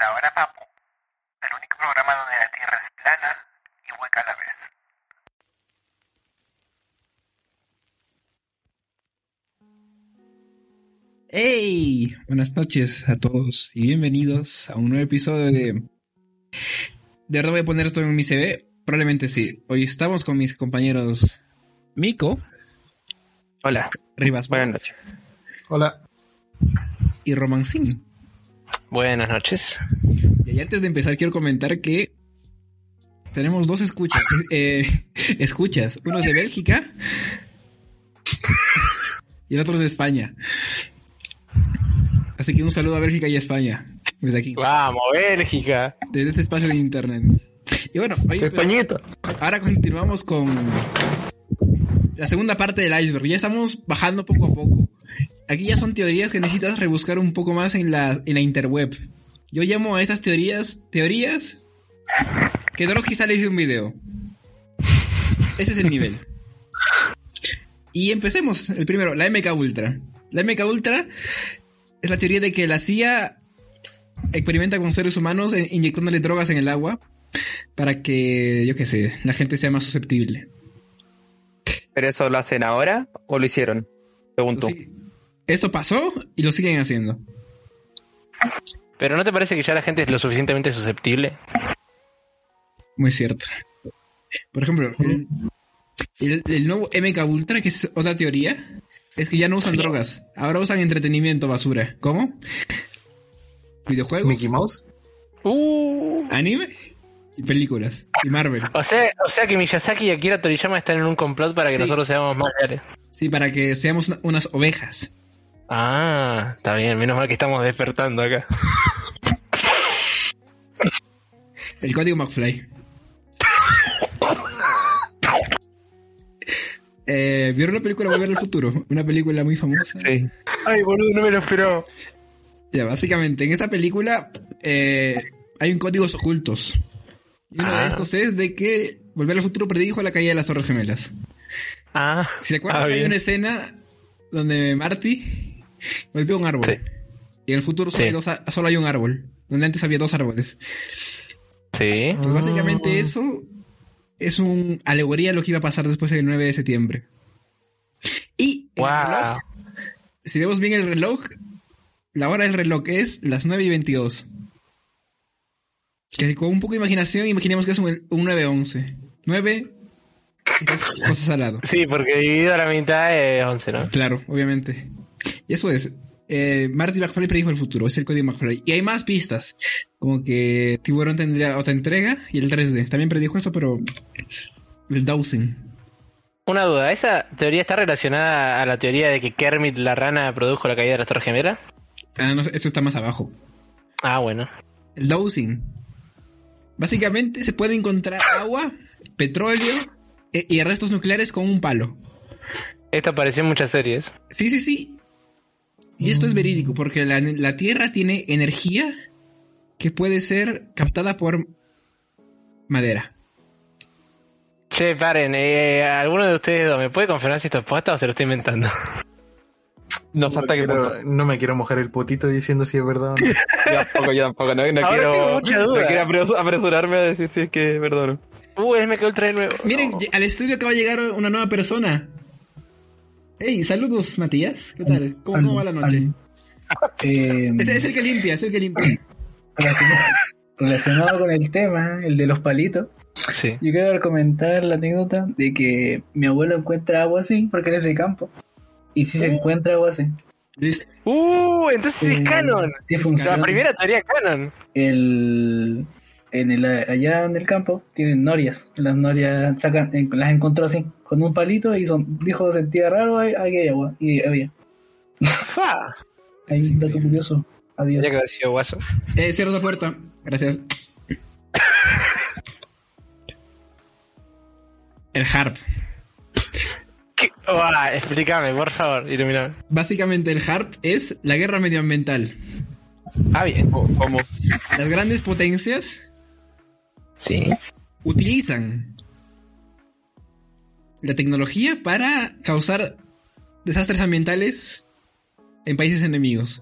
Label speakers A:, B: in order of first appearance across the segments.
A: La Hora Papu, el único programa donde la tierra es plana y hueca a la vez.
B: ¡Hey! Buenas noches a todos y bienvenidos a un nuevo episodio de... De verdad voy a poner esto en mi CV, probablemente sí. Hoy estamos con mis compañeros Mico,
C: Hola,
B: Rivas
C: buenas noches.
D: Hola.
B: y Romancín.
C: Buenas noches.
B: Y antes de empezar quiero comentar que tenemos dos escuchas. eh, escuchas, uno es de Bélgica y el otro es de España. Así que un saludo a Bélgica y a España. Desde aquí,
C: Vamos, Bélgica.
B: desde este espacio de internet. Y bueno, hoy empe-
C: Españita.
B: ahora continuamos con la segunda parte del iceberg. Ya estamos bajando poco a poco. Aquí ya son teorías que necesitas rebuscar un poco más en la, en la interweb. Yo llamo a esas teorías teorías que Droski sale hizo un video. Ese es el nivel. Y empecemos. El primero, la MK Ultra. La MK Ultra es la teoría de que la CIA experimenta con seres humanos eh, inyectándole drogas en el agua para que, yo qué sé, la gente sea más susceptible.
C: ¿Pero eso lo hacen ahora o lo hicieron? Pregunto.
B: Sí, Eso pasó y lo siguen haciendo.
C: ¿Pero no te parece que ya la gente es lo suficientemente susceptible?
B: Muy cierto. Por ejemplo, el, el- el nuevo MK Ultra, que es otra teoría, es que ya no usan drogas. Ahora usan entretenimiento basura. ¿Cómo? Videojuegos,
D: Mickey Mouse.
C: Uh.
B: anime y películas. Y Marvel.
C: O sea, o sea que Miyazaki y Akira Toriyama están en un complot para que
B: Sí.
C: nosotros seamos más reales.
B: Sí, para que seamos una- unas ovejas.
C: Ah, está bien, menos mal que estamos despertando acá.
B: El código McFly. Eh, ¿Vieron la película Volver al Futuro? Una película muy famosa.
C: Sí. Ay, boludo, no me lo esperó.
B: Ya, básicamente, en esta película eh, hay un códigos ocultos. Y uno de
C: Ah.
B: estos es de que Volver al Futuro predijo la caída de las Torres Gemelas.
C: Ah,
B: Si se acuerdan,
C: Ah,
B: hay
C: bien.
B: una escena donde Marty golpea un árbol.
C: Sí.
B: Y en el futuro solo,
C: Sí.
B: hay dos a- solo hay un árbol. Donde antes había dos árboles.
C: sí.
B: Pues básicamente eso es una alegoría a lo que iba a pasar después del 9 de septiembre. Y el reloj,
C: Wow.
B: si vemos bien el reloj, la hora del reloj es las 9 y 22. Que con un poco de imaginación imaginemos que es un, un 9-11. 9 y dos cosas al lado.
C: Sí, porque dividido a la mitad es 11, ¿no?
B: Claro, obviamente. Y eso es. Eh, Marty McFly predijo el futuro, es el código McFly. Y hay más pistas, como que Tiburón tendría otra entrega y el 3D. También predijo eso, pero el dowsing.
C: Una duda, ¿esa teoría está relacionada a la teoría de que Kermit la rana produjo la caída de las Torres Gemelas?
B: Ah, no, eso está más abajo.
C: Ah, bueno.
B: El dowsing. Básicamente se puede encontrar agua, petróleo e- y restos nucleares con un palo.
C: Esto apareció en muchas series.
B: Sí, sí, sí. Y esto es verídico, porque la, la Tierra tiene energía que puede ser captada por madera.
C: Che, paren, eh, ¿alguno de ustedes dos me puede confirmar si esto es posta o se lo estoy inventando?
E: No sé
D: No,
E: hasta qué
D: quiero-
E: punto.
D: no me quiero mojar el putito diciendo si es verdad o no.
E: Yo tampoco, yo tampoco. No, no
C: Ahora tengo
E: quiero,
C: mucha duda.
E: no quiero apresu- apresurarme a decir si es que, perdón.
C: Uh, él me quedó el traje nuevo.
B: Miren,
C: No.
B: ll- al estudio acaba de llegar una nueva persona. Hey, saludos, Matías. ¿Qué tal? ¿Cómo, cómo va la noche?
F: Este,
B: Es, es el que limpia, es el que limpia.
F: relacionado, relacionado con el tema, el de los palitos,
C: Sí.
F: yo quiero comentar la anécdota de que mi abuelo encuentra agua así porque él es de campo. Y si se encuentra agua así. Eh,
B: Listo.
C: Uh, entonces Oh.
F: Mm,
C: es canon.
F: Sí
C: La
F: funciona.
C: primera teoría es canon.
F: El, en el, allá en el campo tienen norias. Las norias sacan, en- las encontró así, con un palito y son, dijo, sentía raro, hay- aquí hay agua. Y había.
C: Fa.
F: Hay
B: Esto es
F: un dato
B: increíble.
F: curioso. Adiós.
C: Ya que haber sido guaso.
B: Eh, cierra la puerta. Gracias. El harp.
C: ¿Qué? Uah, explícame, por favor, iluminame.
B: Básicamente el harp es la guerra medioambiental.
C: Ah, bien.
E: O- ¿Cómo?
B: Las grandes potencias
C: Sí.
B: utilizan la tecnología para causar desastres ambientales en países enemigos.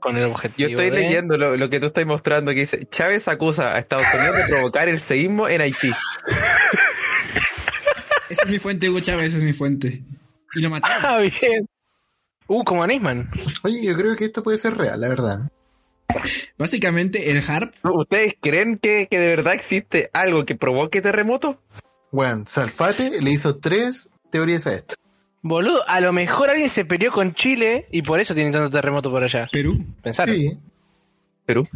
C: con el objetivo. ¿eh?
E: Yo estoy
C: de-
E: leyendo lo, lo que tú estás mostrando que dice, Chávez acusa a Estados Unidos de provocar el seísmo en Haití.
B: Esa es mi fuente, Hugo Chávez, esa es mi fuente. Y lo mataron.
C: Ah, bien. Uh, como a Nisman.
D: Oye, yo creo que esto puede ser real, la verdad.
B: Básicamente, el HARP,
E: ¿Ustedes creen que, que de verdad existe algo que provoque terremotos?
D: Bueno, Salfate le hizo tres teorías a esto.
C: Boludo, a lo mejor alguien se peleó con Chile y por eso tiene tanto terremoto por allá.
B: Perú.
C: Pensar.
D: Sí,
E: Perú.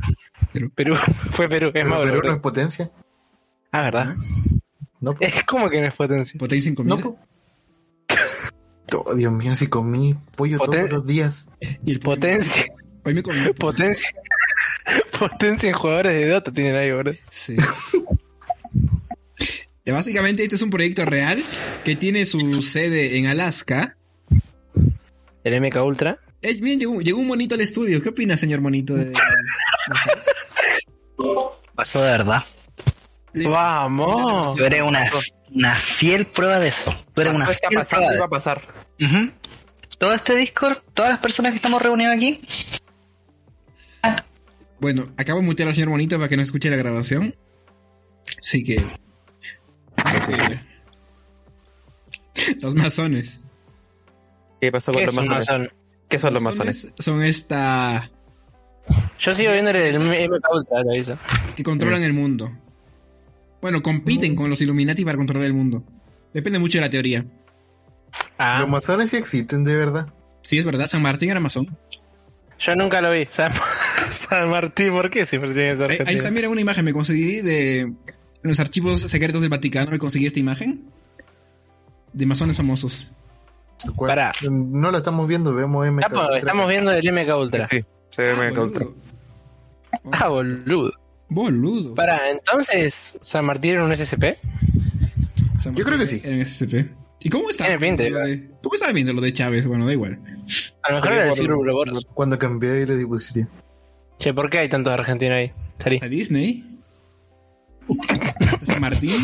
C: Perú, fue Perú, es
D: pero
C: más
D: Perú
C: boludo.
D: no es potencia.
C: Ah, ¿verdad?
D: No, po.
C: Es como que no es potencia.
B: Potencia en comida.
D: no, po. Oh, Dios mío, si comí pollo
C: Poten-
D: todos los días.
B: Y el
C: Potencia,
B: Hoy me comí.
C: potencia. Potencia en jugadores de Dota tienen ahí, boludo.
B: Sí. Y Básicamente este es un proyecto real que tiene su sede en Alaska.
C: El MK Ultra.
B: Eh, miren, llegó, llegó un monito al estudio. ¿Qué opina, señor monito? De,
G: Pasó de verdad.
B: de-
C: ¡Vamos!
G: Tú eres una, una fiel prueba de eso. Tú eres una
E: Esto Ah, está
G: fiel prueba
E: pasando y
G: de
E: va a pasar.
G: eso. Ujú. Todo este Discord, todas las personas que estamos reunidas aquí,
B: Bueno, acabo de mutear al señor monito para que no escuche la grabación. Así que... Los masones.
E: ¿Qué pasó con
C: ¿Qué
E: los
C: es un
E: masones?
C: masón?
E: ¿Qué son los masones?
B: Son esta...
C: Yo sigo viendo el MK Ultra, te aviso.
B: que controlan el mundo. Bueno,
E: Mm.
B: compiten con los Illuminati para controlar el mundo. Depende mucho de la teoría.
C: Ah,
D: Los masones sí existen, de verdad.
B: Si es verdad, San Martín era masón.
C: yo nunca lo vi. San, San Martín, ¿por qué siempre tiene que ser
B: Ahí ahí está,
C: argentino?
B: mira una imagen, me conseguí de los archivos secretos del Vaticano, me conseguí esta imagen de masones famosos.
D: Lo cual,
C: Pará.
D: No lo estamos viendo, vemos MK.
C: Estamos, pues, estamos viendo el MK Ultra.
E: Sí, se ve medio ultra.
B: boludo.
C: Ah, boludo.
B: Boludo.
C: Para, entonces, ¿San Martín era un SCP?
B: San
D: Yo creo que
B: Martín
D: sí.
B: Era en SCP. ¿Y cómo está?
C: Tiene pinta,
B: lo de- ¿Cómo estaba viendo lo de Chávez? Bueno, da igual.
C: A lo mejor era el Silver Ouroboros.
D: Cuando cambié el diapositiva.
C: Che, ¿por qué hay tantos argentinos ahí? Salí.
B: Está Disney. Está San Martín.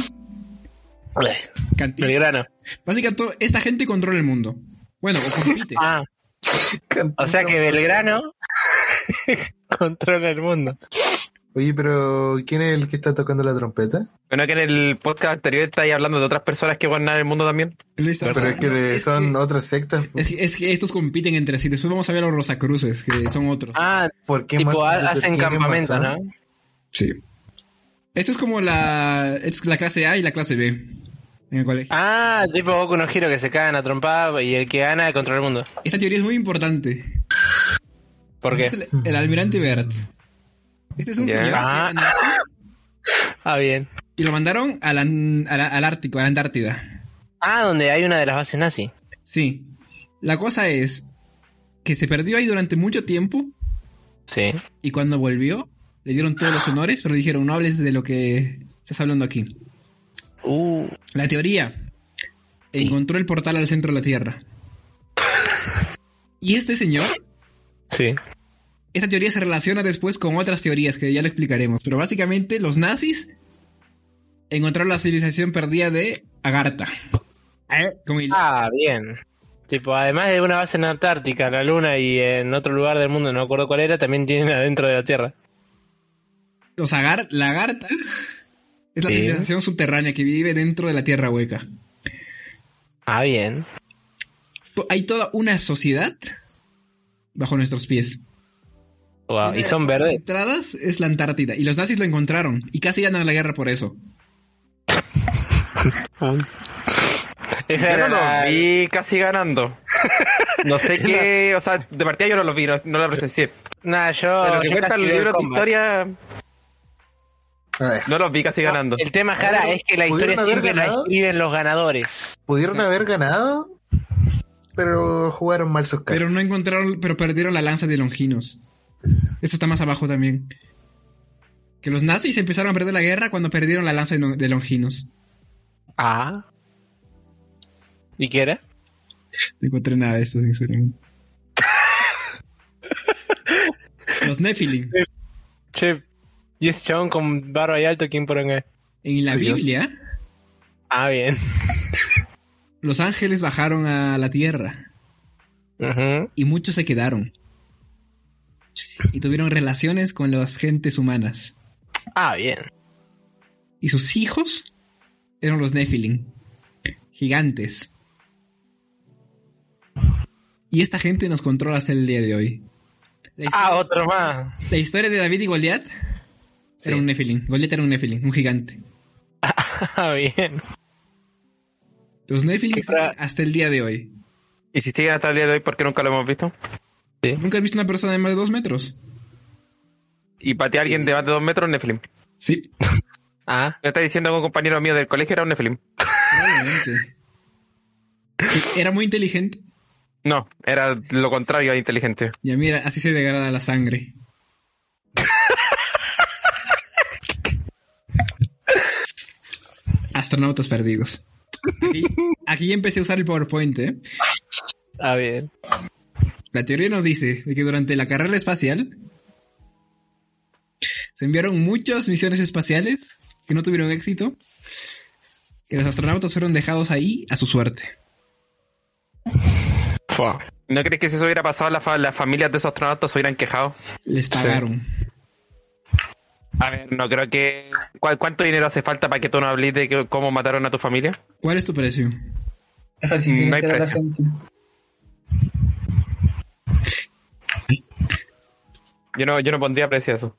B: Cantín.
C: Belgrano.
B: Básicamente, to- esta gente controla el mundo. Bueno, o compite.
C: Ah, o sea que Belgrano controla el mundo.
D: Oye, pero ¿quién es el que está tocando la trompeta?
E: Bueno, que en el podcast anterior estáis hablando de otras personas que gobernan el mundo también.
B: Listo.
D: Pero es que de-
B: Es
D: son
B: que-
D: otras sectas.
B: Es, que- es que estos compiten entre sí. Después vamos a ver a los Rosacruces, que son otros.
C: Ah,
D: ¿Por qué
C: tipo,
D: Martin
C: ha-
D: Luther
C: hacen
D: King es
C: campamentos, ¿no?
D: masón?
B: Sí. Esto es como la, es la clase A y la clase B en el colegio.
C: Ah, tipo Goku no giro que se cagan a trompar y el que gana controla el mundo.
B: Esta teoría es muy importante.
C: Ah.
B: Este
C: ¿Por qué?
B: Es el, el almirante Bert. Este es un
E: Ya.
B: señor que
C: Ah.
B: era nazi
C: Ah, bien.
B: y lo mandaron a la- a la- al Ártico, a la Antártida.
C: Ah, donde hay una de las bases nazi.
B: Sí. La cosa es que se perdió ahí durante mucho tiempo
C: Sí.
B: Y cuando volvió, le dieron todos los honores, pero dijeron, no hables de lo que estás hablando aquí.
C: Uh,
B: La teoría. Encontró el portal al centro de la Tierra. Y este señor,
C: sí.
B: esta teoría se relaciona después con otras teorías que ya lo explicaremos. Pero básicamente los nazis encontraron la civilización perdida de Agartha. Como el-
C: Ah, bien. Tipo, además de una base en Antártica, la Luna y en otro lugar del mundo, no me acuerdo cuál era, también tienen adentro de la Tierra.
B: Los Agar la Agartha es la
C: Sí.
B: civilización subterránea que vive dentro de la Tierra hueca.
C: Ah, bien.
B: To- Hay toda una sociedad bajo nuestros pies.
C: Wow. Y son verdes.
B: entradas es la Antártida y los nazis lo encontraron y casi ganan la guerra por eso.
C: Esa
E: Yo
C: era
E: no
C: la-
E: los vi casi ganando. No sé qué, o sea, de partida yo no los vi, no, no la presencié.
C: Nah, yo.
E: Pero lo que
C: yo
E: cuentan
C: casi
E: los
C: veo
E: libros de
C: combat.
E: historia,
D: A ver,
E: no los vi casi ganando.
C: El tema, Jara, es que la historia
D: ¿Pudieron haber
C: siempre la
D: ganado?
C: escriben los ganadores.
D: pudieron haber ganado, pero jugaron mal sus cartas.
B: Pero no encontraron, pero perdieron la lanza de Longinos. Eso está más abajo también. Que los nazis empezaron a perder la guerra cuando perdieron la lanza de No- de Longinos.
C: Ah. ¿Y qué era?
B: No encontré nada de eso, sinceramente. Los Nephilim.
C: Che, y ese chabón con barba y alto, ¿quién por acá?
B: En la
D: Soy yo.
B: Biblia,
C: Ah, bien.
B: los ángeles bajaron a la tierra
C: Ujú.
B: y muchos se quedaron. y tuvieron relaciones con las gentes humanas.
C: Ah, bien.
B: Y sus hijos eran los Nephilim. Gigantes. Y esta gente nos controla hasta el día de hoy. La historia,
C: Ah, otro más.
B: la historia de David y Goliat
C: Sí.
B: era un Nephilim. Goliat era un Nephilim, un gigante.
C: Ah, bien.
B: Los Nephilim
C: Qué fra-
B: hasta el día de hoy.
E: Y si siguen hasta el día de hoy, ¿por qué nunca lo hemos visto?
B: ¿Nunca has visto una persona de más de dos metros?
E: Y pateé a alguien de más de dos metros, Nephilim.
B: Sí,
C: Ah,
E: Me está diciendo que un compañero mío del colegio era un Nephilim.
B: probablemente. Era muy inteligente.
E: No, era lo contrario a inteligente.
B: Ya mira, así se degrada la sangre. Astronautas perdidos. Aquí, aquí ya empecé a usar el PowerPoint. ¿eh?
C: ah, bien.
B: La teoría nos dice de que durante la carrera espacial se enviaron muchas misiones espaciales que no tuvieron éxito. Y los astronautas fueron dejados ahí a su suerte.
C: Fua.
E: ¿No crees que si eso hubiera pasado, la fa- las familias de esos astronautas se hubieran quejado?
B: Les pagaron.
E: A ver, no creo que. ¿Cuál- ¿Cuánto dinero hace falta para que tú no hables de que- cómo mataron a tu familia?
B: ¿Cuál es tu precio?
F: Es fácil,
E: No hay
F: sincera la
E: precio.
F: gente.
E: Yo no, yo no pondría precio a eso.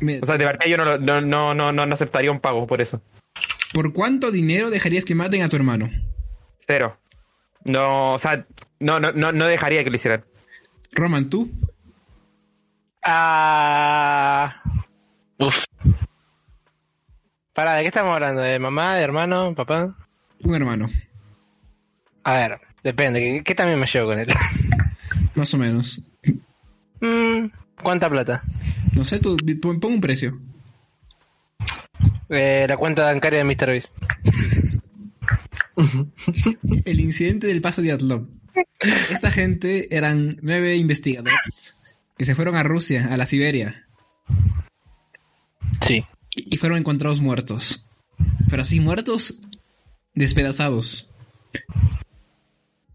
B: Mira,
E: O sea, de verdad yo no, lo- no, no, no, no aceptaría un pago por eso.
B: ¿Por cuánto dinero dejarías que maten a tu hermano?
E: Cero. No, o sea, no, no, no, no dejaría que lo hicieran.
B: Roman, tú,
C: Ah. Uf. Pará, ¿de qué estamos hablando? ¿De mamá, de hermano, papá?
B: un hermano,
C: A ver, depende. ¿Qué, qué también me llevo con él?
B: más o menos.
C: Mm, ¿Cuánta plata?
B: No sé, tú di- pon pon un precio.
C: Eh, la cuenta bancaria de Mr. Beast.
B: El incidente del paso de Atlov. Esta gente eran nueve investigadores que se fueron a Rusia, a la Siberia,
C: Sí.
B: y y fueron encontrados muertos. Pero así, muertos despedazados.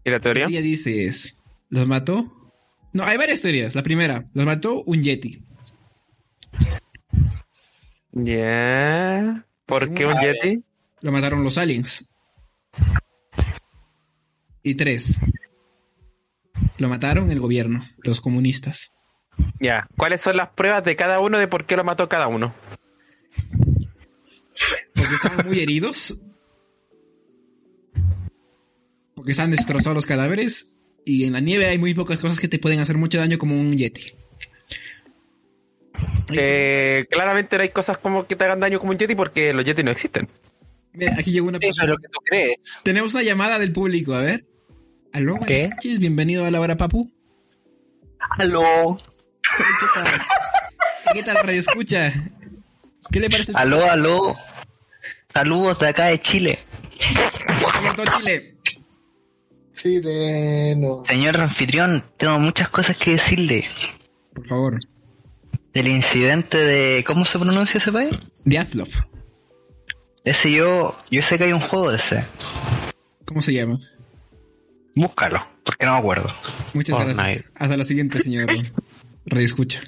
E: ¿Y la teoría?
B: Ella dice es, ¿los mató? No, hay varias teorías. La primera, los mató un yeti.
E: Yeah. ¿Por qué un Yeti?
B: Lo mataron los aliens. Y tres, lo mataron el gobierno, los comunistas.
E: Ya. ¿Cuáles son las pruebas de cada uno de por qué lo mató cada uno?
B: Porque estaban muy heridos. Porque están destrozados los cadáveres. Y en la nieve hay muy pocas cosas que te pueden hacer mucho daño como un yeti.
E: Eh, claramente no hay cosas como que te hagan daño como un Yeti porque los Yeti no existen.
B: Mira, aquí llegó una
G: Eso es lo que tú crees.
B: Tenemos una llamada del público, a ver. Aló, buenas
C: ¿Qué?
B: noches, bienvenido a la hora papu.
G: Aló.
B: ¿Qué tal? ¿Qué tal Radio Escucha? ¿Qué le parece?
G: Aló, aló. Saludos de acá de Chile.
B: Alberto Chile?
D: Chileno.
G: Señor anfitrión, tengo muchas cosas que decirle
B: Por favor.
G: del incidente de... ¿Cómo se pronuncia ese país?
B: Diatlov.
G: Ese yo... Yo sé que hay un juego de ese.
B: ¿Cómo se llama?
G: Búscalo, porque no me acuerdo.
B: Muchas gracias. Hasta la siguiente, señor Radio Escucha.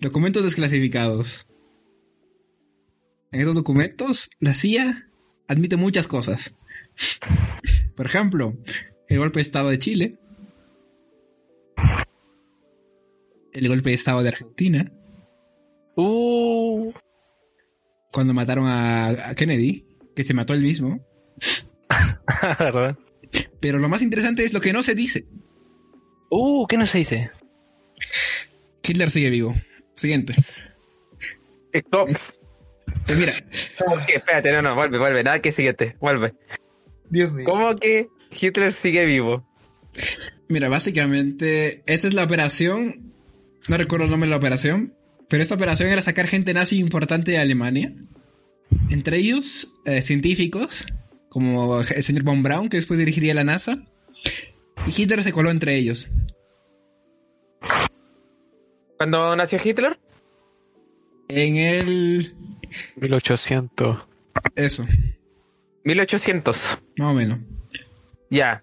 B: Documentos desclasificados. En estos documentos, la CIA admite muchas cosas. Por ejemplo, el golpe de Estado de Chile, el golpe de Estado de Argentina,
C: Uh.
B: cuando mataron a, a Kennedy, que se mató él mismo.
C: ¿Verdad?
B: Pero lo más interesante es lo que no se dice.
C: Uh, ¿qué no se dice?
B: Hitler sigue vivo. Siguiente.
E: Eh, ¿cómo?
B: Pues mira,
E: ¿Por qué? Espérate, no, no, vuelve, vuelve. Nada que siguiente, vuelve.
D: Dios mío.
E: ¿Cómo que Hitler sigue vivo?
B: mira, básicamente, esta es la operación. No recuerdo el nombre de la operación. Pero esta operación era sacar gente nazi importante de Alemania. Entre ellos, eh, científicos, como el señor Von Braun, que después dirigiría la NASA. Y Hitler se coló entre ellos.
E: ¿Cuándo nació Hitler?
B: En el.
C: 1800.
B: Eso,
E: 1800.
B: más o menos.
E: Ya.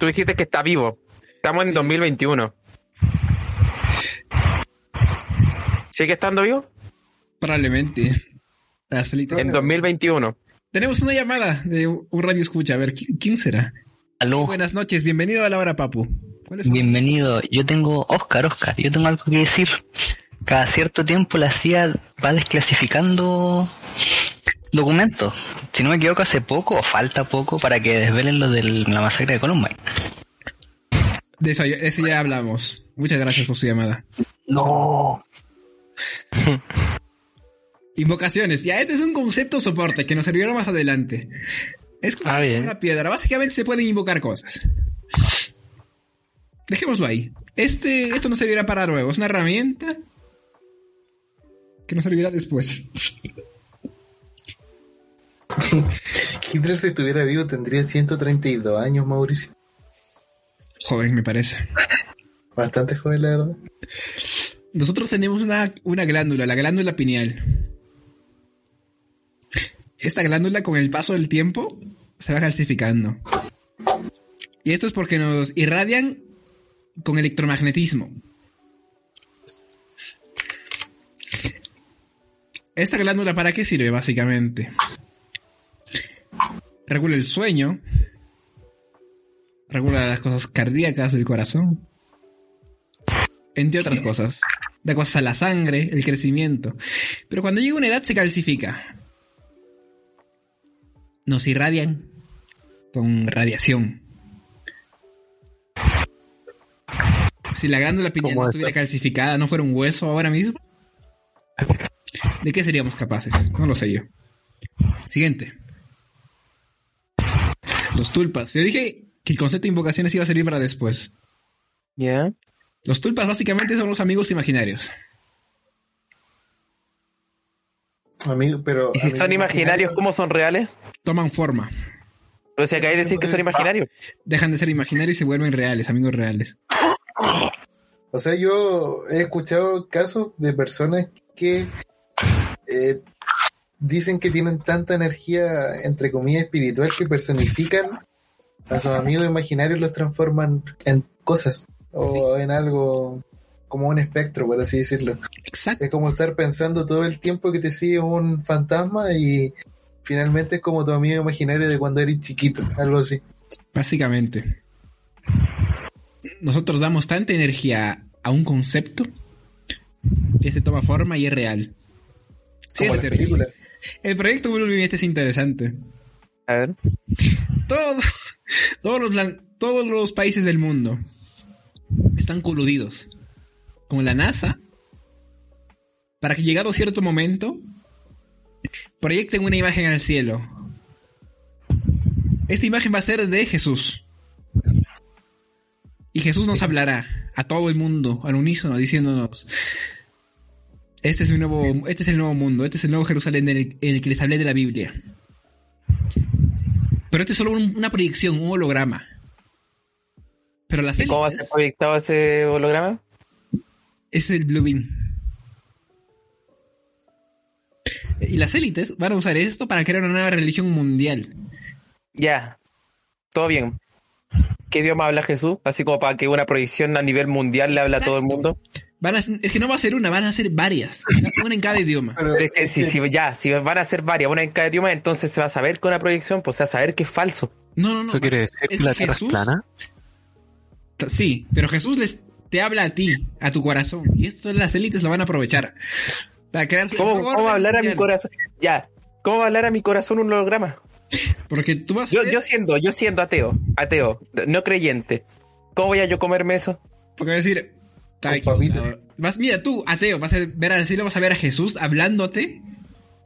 E: Tú dijiste que está vivo. Estamos en 2021. ¿Sigue estando vivo?
B: Probablemente. Hasta ahorita.
E: En 2021.
B: Tenemos una llamada de un radio escucha. A ver, ¿quién, quién será?
C: Oh.
G: Aló,
B: Buenas noches, bienvenido a la hora, Papu. ¿Cuál es su-
G: bienvenido. Yo tengo Oscar, Oscar, yo tengo algo que decir. Cada cierto tiempo la CIA va desclasificando documentos. Si no me equivoco, hace poco o falta poco para que desvelen lo de la masacre de Columbine.
B: De eso, ya- de eso ya hablamos. Muchas gracias por su llamada.
G: No.
B: Invocaciones. Ya, este es un concepto soporte que nos servirá más adelante. Es como
C: Ah, bien.
B: una piedra. Básicamente se pueden invocar cosas. Dejémoslo ahí. Este, esto nos servirá para luego. Es una herramienta que nos servirá después.
D: Hitler, si estuviera vivo, tendría 132 años, Mauricio.
B: Joven, me parece.
D: Bastante joven, la verdad.
B: Nosotros tenemos una, una glándula, la glándula pineal. Esta glándula con el paso del tiempo se va calcificando. Y esto es porque nos irradian con electromagnetismo. ¿Esta glándula para qué sirve básicamente? Regula el sueño. Regula las cosas cardíacas del corazón entre otras cosas. Da cosas a la sangre, el crecimiento. Pero cuando llega una edad se calcifica. Nos irradian con radiación. Si la glándula pineal no
E: ¿Cómo
B: estuviera
E: está?
B: calcificada, no fuera un hueso ahora mismo, ¿de qué seríamos capaces? No lo sé yo. Siguiente. Los tulpas. Yo dije que el concepto de invocaciones iba a servir para después.
E: Ya.
B: Los tulpas básicamente son los amigos imaginarios.
D: Amigo, pero.
E: ¿Y si son imaginarios, cómo son reales?
B: Toman forma.
E: O sea, acabáis de decir que son imaginarios.
B: Dejan de ser imaginarios y se vuelven reales, amigos reales.
D: O sea, yo he escuchado casos de personas que eh, dicen que tienen tanta energía, entre comillas, espiritual que personifican a sus amigos imaginarios y los transforman en cosas o en algo como un espectro, por así decirlo.
B: Exacto.
D: Es como estar pensando todo el tiempo que te sigue un fantasma y finalmente es como tu amigo imaginario de cuando eres chiquito, algo así.
B: Básicamente. Nosotros damos tanta energía a un concepto que se toma forma y es real. Sí,
D: Como
B: es
D: la
B: teoría.
D: película.
B: El proyecto Blue Living este es interesante.
E: A ver.
B: Todo- todos, los, blan- todos los países del mundo están coludidos con la NASA para que llegado cierto momento proyecten una imagen al cielo. Esta imagen va a ser de Jesús. Y Jesús nos hablará a todo el mundo al unísono diciéndonos este es, mi nuevo, este es el nuevo mundo, este es el nuevo Jerusalén en el- en el que les hablé de la Biblia. Pero esto es solo un- una proyección, un holograma. Pero las
E: ¿Y cómo va a ser
B: élites
E: proyectado ese holograma?
B: es el Blue Beam. Y las élites van a usar esto para crear una nueva religión mundial.
E: Ya. Todo bien. ¿Qué idioma habla Jesús? Así como para que una proyección a nivel mundial le habla a todo el mundo.
B: Van a, es que no va a ser una, van a ser varias. Una en cada idioma.
D: Pero,
E: Pero es que si, si- ya, si van a ser varias, una en cada idioma, entonces se va a saber que una proyección, pues se va a saber que es falso.
B: No, no, no.
H: ¿Eso quiere decir
B: Es
H: que la Tierra
B: Jesús.
H: es plana?
B: Sí, pero Jesús les, te habla a ti, a tu corazón. Y esto las élites lo van a aprovechar. Para crear
E: ¿Cómo,
B: un
E: cómo
B: orden
E: va a hablar a mi
B: mundial.
E: corazón? Ya. ¿Cómo va a hablar a mi corazón un holograma?
B: Porque tú vas a
E: Yo,
B: ser-
E: yo siendo, yo siendo ateo, ateo, no creyente, ¿cómo voy a yo comerme eso?
B: Porque va a decir, "Está
D: Con
B: equivocado".
D: papita.
B: Vas, mira, tú, ateo, vas a ver al cielo, vas a ver a Jesús hablándote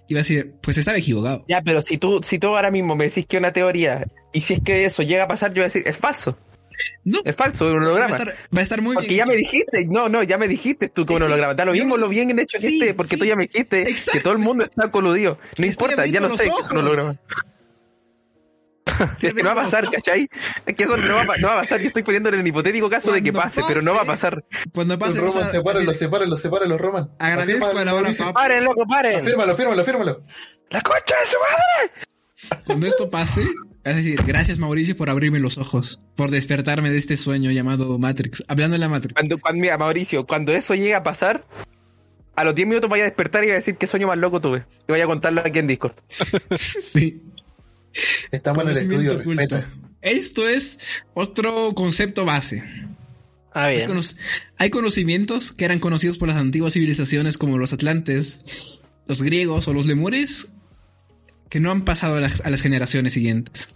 B: y vas a decir, pues estaba equivocado.
E: Ya, pero si tú, si tú ahora mismo me decís que una teoría, y si es que eso llega a pasar, yo voy a decir, es falso,
B: No,
E: es falso, es un
B: va a
E: holograma.
B: estar, va a estar muy
E: Porque
B: bien.
E: ya me dijiste, no, no, ya me dijiste tú que un
B: Es que
E: holograma. Da lo
B: yo
E: mismo
B: no-
E: lo bien hecho que
B: sí,
E: esté, porque
B: sí.
E: tú ya me dijiste que
B: Exacto.
E: todo el mundo está coludido. No
B: Estoy
E: importa, ya
B: abriendo
E: lo
B: los
E: sé que es un
B: ojos.
E: holograma.
B: Estoy
E: Es que no
B: abriendo
E: va a pasar,
B: los ojos.
E: ¿cachai? Es que eso no va, a pa- no va a pasar. Yo estoy poniendo en el hipotético caso de que
B: Cuando
E: pase, pero no va a
B: pase,
E: pasar.
B: Cuando pase, vas
D: Roman,
B: a
D: sepáralo,
B: decir,
D: sepáralo, sepáralo, Roman.
B: agradezco a la hora,
D: Afírmalo,
B: papá.
E: ¡Paren, loco, paren!
D: Afírmalo, afírmalo, afírmalo.
E: ¡La concha de su madre!
B: Cuando esto pase, Es decir, gracias Mauricio por abrirme los ojos, por despertarme de este sueño llamado Matrix. Hablando de la Matrix.
E: Cuando, cuando- mira, Mauricio, cuando eso llega a pasar, a los 10 minutos vaya a despertar y vaya a decir qué sueño más loco tuve. Y vaya a contarlo aquí en Discord.
B: Sí.
D: Estamos en el estudio,
B: Conocimiento oculto.
D: respeta.
B: Esto es otro concepto base.
C: Ah,
B: Hay,
C: bien.
B: cono- hay conocimientos que eran conocidos por las antiguas civilizaciones como los atlantes, los griegos o los lemures que no han pasado a las, a las generaciones siguientes.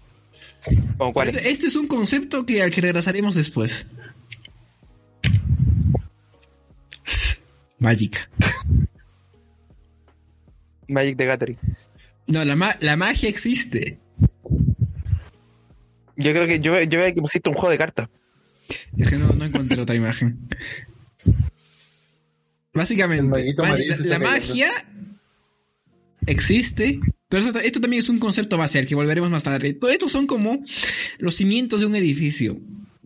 E: ¿Como cuál es?
B: Este, este es un concepto que al que regresaremos después. Mágica.
E: Magic the Gathering.
B: No, la, ma- la magia existe.
E: Yo creo que yo, yo veo que pusiste un juego de cartas.
B: Es que no, no encontré otra imagen.
D: El
B: Básicamente,
D: maguito
B: ma-
D: amarillo se
B: la,
D: está
B: la
D: cayendo.
B: magia existe, pero eso ta- esto también es un concepto base al que volveremos más tarde. Todo esto son como los cimientos de un edificio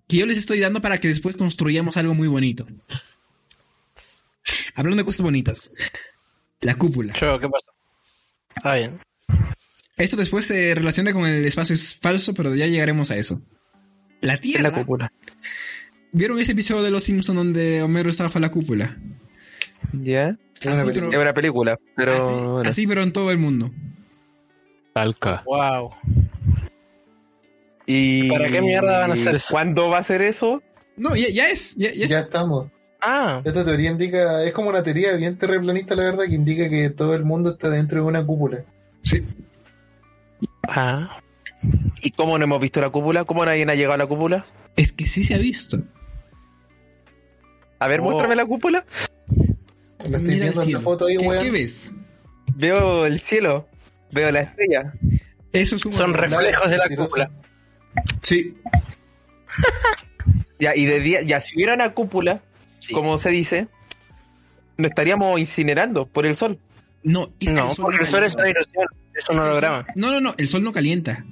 B: que yo les estoy dando para que después construyamos algo muy bonito. Hablando de cosas bonitas, la cúpula.
C: Yo, ¿qué pasó? Ah, bien.
B: Esto después se relaciona con el espacio es falso, pero ya llegaremos a eso. La
E: Es
B: Tierra.
E: la cúpula.
B: ¿Vieron ese episodio de Los Simpsons donde Homero estaba bajo la cúpula?
E: ¿Ya?
D: Es una
B: Así,
D: película.
E: Es una película, pero
B: así,
E: bueno.
B: así, pero en todo el mundo.
H: Talca.
C: Wow.
E: Y...
C: ¿Para qué mierda van a hacer eso?
E: ¿Cuándo va a ser eso?
B: No, ya, ya es. Ya, ya es.
D: Ya estamos.
C: Ah,
D: Esta teoría indica, es como una teoría bien terreplanista, la verdad, que indica que todo el mundo está dentro de una cúpula.
B: Sí.
C: ah.
E: ¿Y cómo no hemos visto la cúpula? ¿Cómo nadie ha llegado a la cúpula?
B: Es que sí se ha visto.
E: A ver,
C: Oh.
E: muéstrame la cúpula.
B: Mira
D: Lo estoy
B: el
D: viendo en la
B: cielo.
D: foto ahí,
B: ¿Qué,
D: weón.
B: qué ves?
E: Veo el cielo. Veo la estrella.
B: Eso es un.
C: Son
D: Claro,
C: reflejos de la
D: mentiroso.
C: cúpula.
B: Sí.
E: Ya, y de día, ya si hubiera una cúpula,
C: Sí.
E: como se dice, nos estaríamos incinerando por el sol.
B: No, y
C: No, porque el sol es
B: calienta.
C: una ilusión. Es un holograma.
B: No, no, no. El sol no calienta.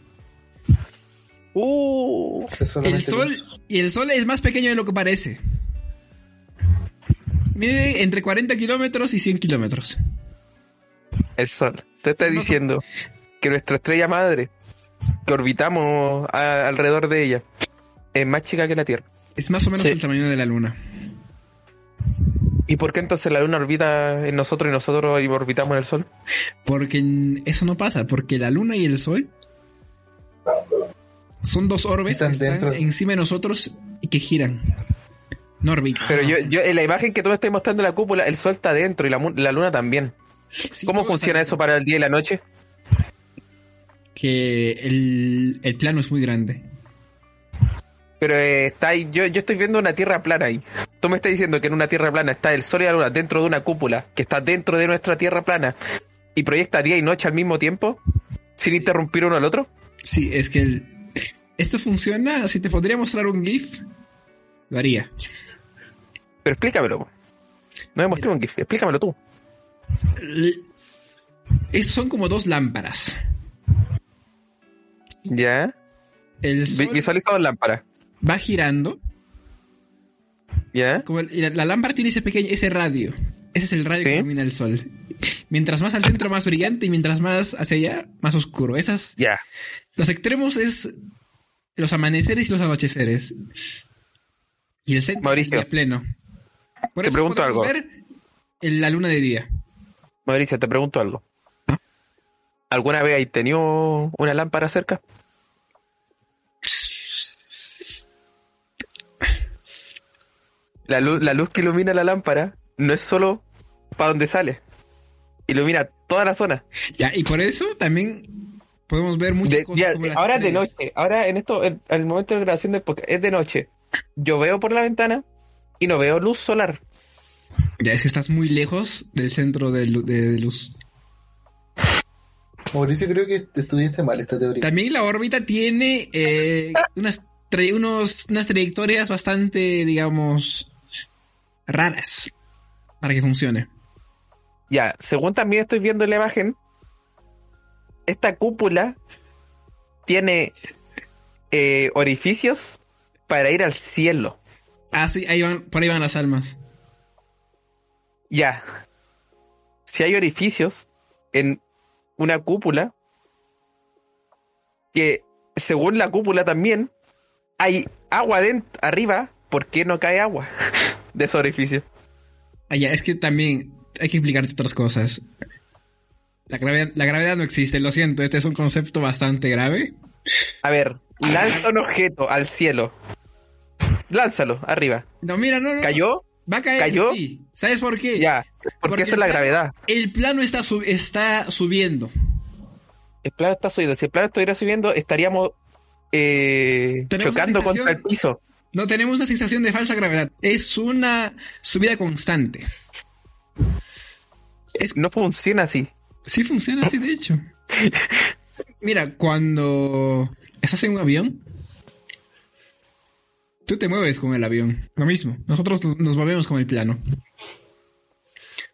E: Uh,
D: Que solamente
B: El sol.
D: luz.
B: Y el sol es más pequeño de lo que parece. Mide entre 40 kilómetros y 100 kilómetros.
E: el sol. Te está
B: No, no.
E: diciendo que nuestra estrella madre, que orbitamos a- alrededor de ella, es más chica que la Tierra.
B: Es más o menos
C: Sí.
B: el tamaño de la luna.
E: ¿Y por qué entonces la Luna orbita en nosotros y nosotros orbitamos en el Sol?
B: Porque n- eso no pasa, porque la luna y el sol son dos orbes que
D: Están
B: están
D: dentro.
B: encima de nosotros y que giran. No orbitan.
E: Pero yo, yo, en la imagen que tú me estás mostrando de la cúpula, el Sol está adentro y la, mu- la Luna también.
B: Sí,
E: ¿Cómo
B: todo
E: funciona
B: está-
E: eso para el día y la noche?
B: Que el, el plano es muy grande.
E: Pero eh, está ahí, yo, yo estoy viendo una tierra plana ahí. Tú me estás diciendo que en una tierra plana está el sol y la luna dentro de una cúpula que está dentro de nuestra tierra plana y proyecta día y noche al mismo tiempo sin interrumpir uno al otro.
B: Sí, es que el- esto funciona. Si te podría mostrar un GIF, lo haría.
E: Pero explícamelo. po. No me mostré un GIF, explícamelo tú.
B: L- es- son como dos lámparas.
E: Ya.
B: El
E: Vi-
B: sol
E: Visualiza dos lámparas.
B: va girando.
E: Ya.
B: Como el- y la, la lámpara tiene ese pequeño, ese radio. Ese es el radio
E: Sí.
B: que ilumina el sol. Mientras más al centro, más brillante, y mientras más hacia allá, más oscuro. Esas,
E: Ya.
B: los extremos es los amaneceres y los anocheceres. Y el centro
E: Mauricio,
B: es el pleno. Por
E: te
B: eso
E: pregunto
B: podemos
E: algo.
B: ver el- la luna de día.
E: Mauricio, te pregunto algo. ¿Alguna vez has tenido una lámpara cerca? La luz, la luz que ilumina la lámpara no es solo para donde sale. Ilumina toda la zona.
B: Ya, y por eso también podemos ver muchas
E: De-
B: cosas
E: ya,
B: como las
E: ahora es de
B: estrellas.
E: noche. Ahora en esto, en- al momento de la grabación del podcast, es de noche. Yo veo por la ventana y no veo luz solar.
B: Ya es que estás muy lejos del centro de, lu- de- de luz.
D: Mauricio, creo que te estudiaste mal esta teoría.
B: También la órbita tiene eh, unas, tra- unos- unas trayectorias bastante, digamos, raras para que funcione.
E: Ya, según también estoy viendo en la imagen, esta cúpula tiene eh, orificios para ir al cielo.
B: Ah, sí, ahí van, por ahí van las almas.
E: Ya. Si hay orificios en una cúpula que según la cúpula también, hay agua dent- arriba, ¿por qué no cae agua de ese orificio?
B: Ah, ya, es que también hay que explicarte otras cosas. La gravedad, la gravedad no existe, lo siento, este es un concepto bastante grave.
E: A ver, lanza un objeto al cielo. Lánzalo, arriba.
B: No, mira, no, no.
E: ¿Cayó?
B: Va a caer.
E: ¿Cayó?
B: Sí. ¿Sabes por qué?
E: Ya, porque
B: Porque
E: esa es la
B: el plano-
E: gravedad.
B: El plano está, sub- está subiendo.
E: El plano está subiendo. Si el plano estuviera subiendo, estaríamos eh,
B: Tenemos
E: chocando
B: sensación-
E: contra el piso.
B: No tenemos una sensación de falsa gravedad. Es una subida constante.
E: No funciona así.
B: Sí funciona así, de hecho. Mira, cuando estás en un avión, tú te mueves con el avión. Lo mismo. Nosotros nos- nos movemos con el plano.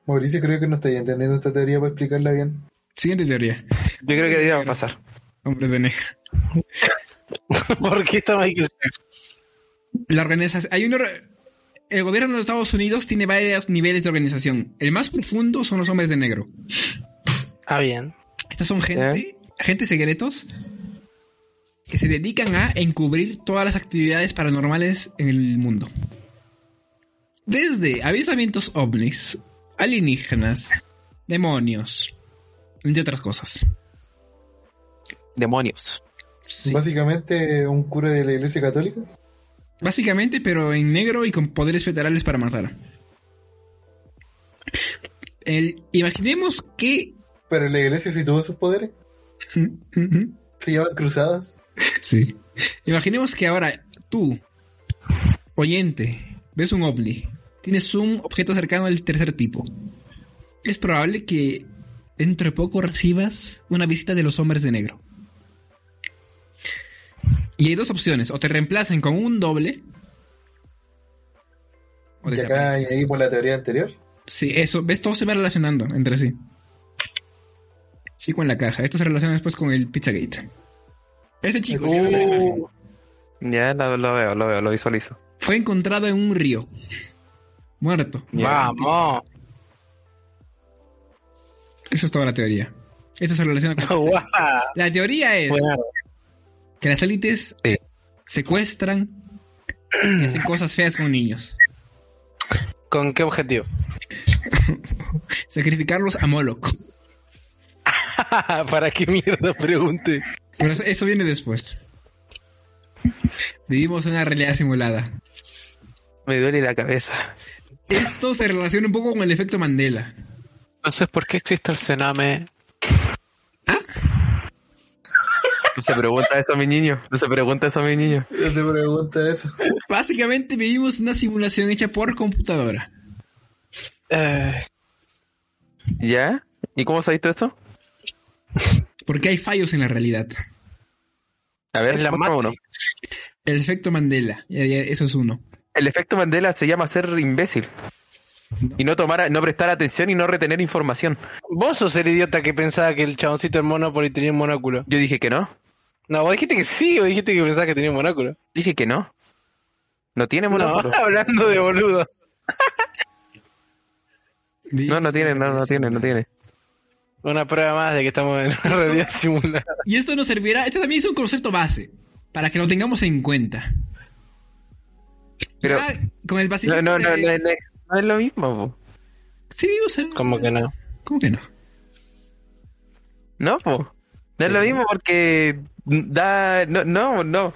D: Mauricio, creo que no estáis entendiendo esta teoría para explicarla bien.
B: Siguiente teoría.
E: Yo creo que debería pasar.
B: Hombres de negro.
C: ¿Por qué está Michael Jackson?
B: La organización. Hay una. or- El gobierno de los Estados Unidos tiene varios niveles de organización. El más profundo son los hombres de negro.
C: Ah, bien.
B: Estas son gente, agentes secretos que se dedican a encubrir todas las actividades paranormales en el mundo. Desde avistamientos ovnis, alienígenas, demonios, entre otras cosas.
E: Demonios.
B: Sí.
D: Básicamente, un cura de la iglesia católica.
B: Básicamente, pero en negro y con poderes federales para matar. El- imaginemos que...
D: Pero la iglesia sí tuvo sus poderes. Se llaman cruzadas.
B: Sí. Imaginemos que ahora tú, oyente, ves un ovni. Tienes un objeto cercano del tercer tipo. Es probable que dentro de poco recibas una visita de los hombres de negro. Y hay dos opciones. O te reemplacen con un doble. O
D: Y acá
B: desapareces.
D: ahí por la teoría anterior.
B: Sí, eso, ves, todo se va relacionando entre sí. Chico en la caja. Esto se relaciona después con el Pizzagate. Ese chico llega a la imagen.
E: Uh, Ya lo, lo veo, lo veo, lo visualizo.
B: fue encontrado en un río. Muerto.
C: Vamos.
B: Eso es toda la teoría. Eso se relaciona con...
C: Guau.
B: La teoría es
C: Bueno,
B: que las élites
C: Sí.
B: secuestran y hacen cosas feas con niños.
C: ¿Con qué objetivo?
B: Sacrificarlos a Moloch.
C: ¿Para qué mierda pregunte?
B: Pero eso- eso viene después. Vivimos una realidad simulada.
E: Me duele la cabeza.
B: Esto se relaciona un poco con el efecto Mandela.
H: Entonces, ¿por qué existe el cename?
E: No se pregunta eso a mi niño. No se pregunta eso a mi niño.
D: No se pregunta eso.
B: Básicamente vivimos una simulación hecha por computadora.
C: Eh,
E: ¿Ya? ¿Y cómo sabes tú esto?
B: Porque hay fallos en la realidad.
E: A ver,
C: Es la
E: muéstrame uno.
C: Matrix.
B: El efecto Mandela. ya- ya, Eso es uno.
E: El efecto Mandela se llama ser imbécil. Y no tomar, no prestar atención y no retener información.
C: Vos sos el idiota que pensaba que el chaboncito del Monopoly tenía un monóculo.
E: Yo dije que no.
C: No, vos dijiste que sí, vos dijiste que pensabas que tenía un monóculo.
E: Dije que no. No tiene monóculo.
C: No, hablando de boludos.
E: No, no tiene, no, no tiene, no tiene.
C: Una prueba más de que estamos en una realidad simulada.
B: Y esto nos servirá. Esto también es un concepto base. Para que lo tengamos en cuenta.
E: Pero
B: Ah, con el
E: no,
B: basilisco
E: no, no, no,
B: de-
E: no es- no es lo mismo. po.
B: Sí, vivimos en-
C: Como que no.
B: ¿Cómo que no?
E: No, po. no es lo mismo porque da, no, no, no.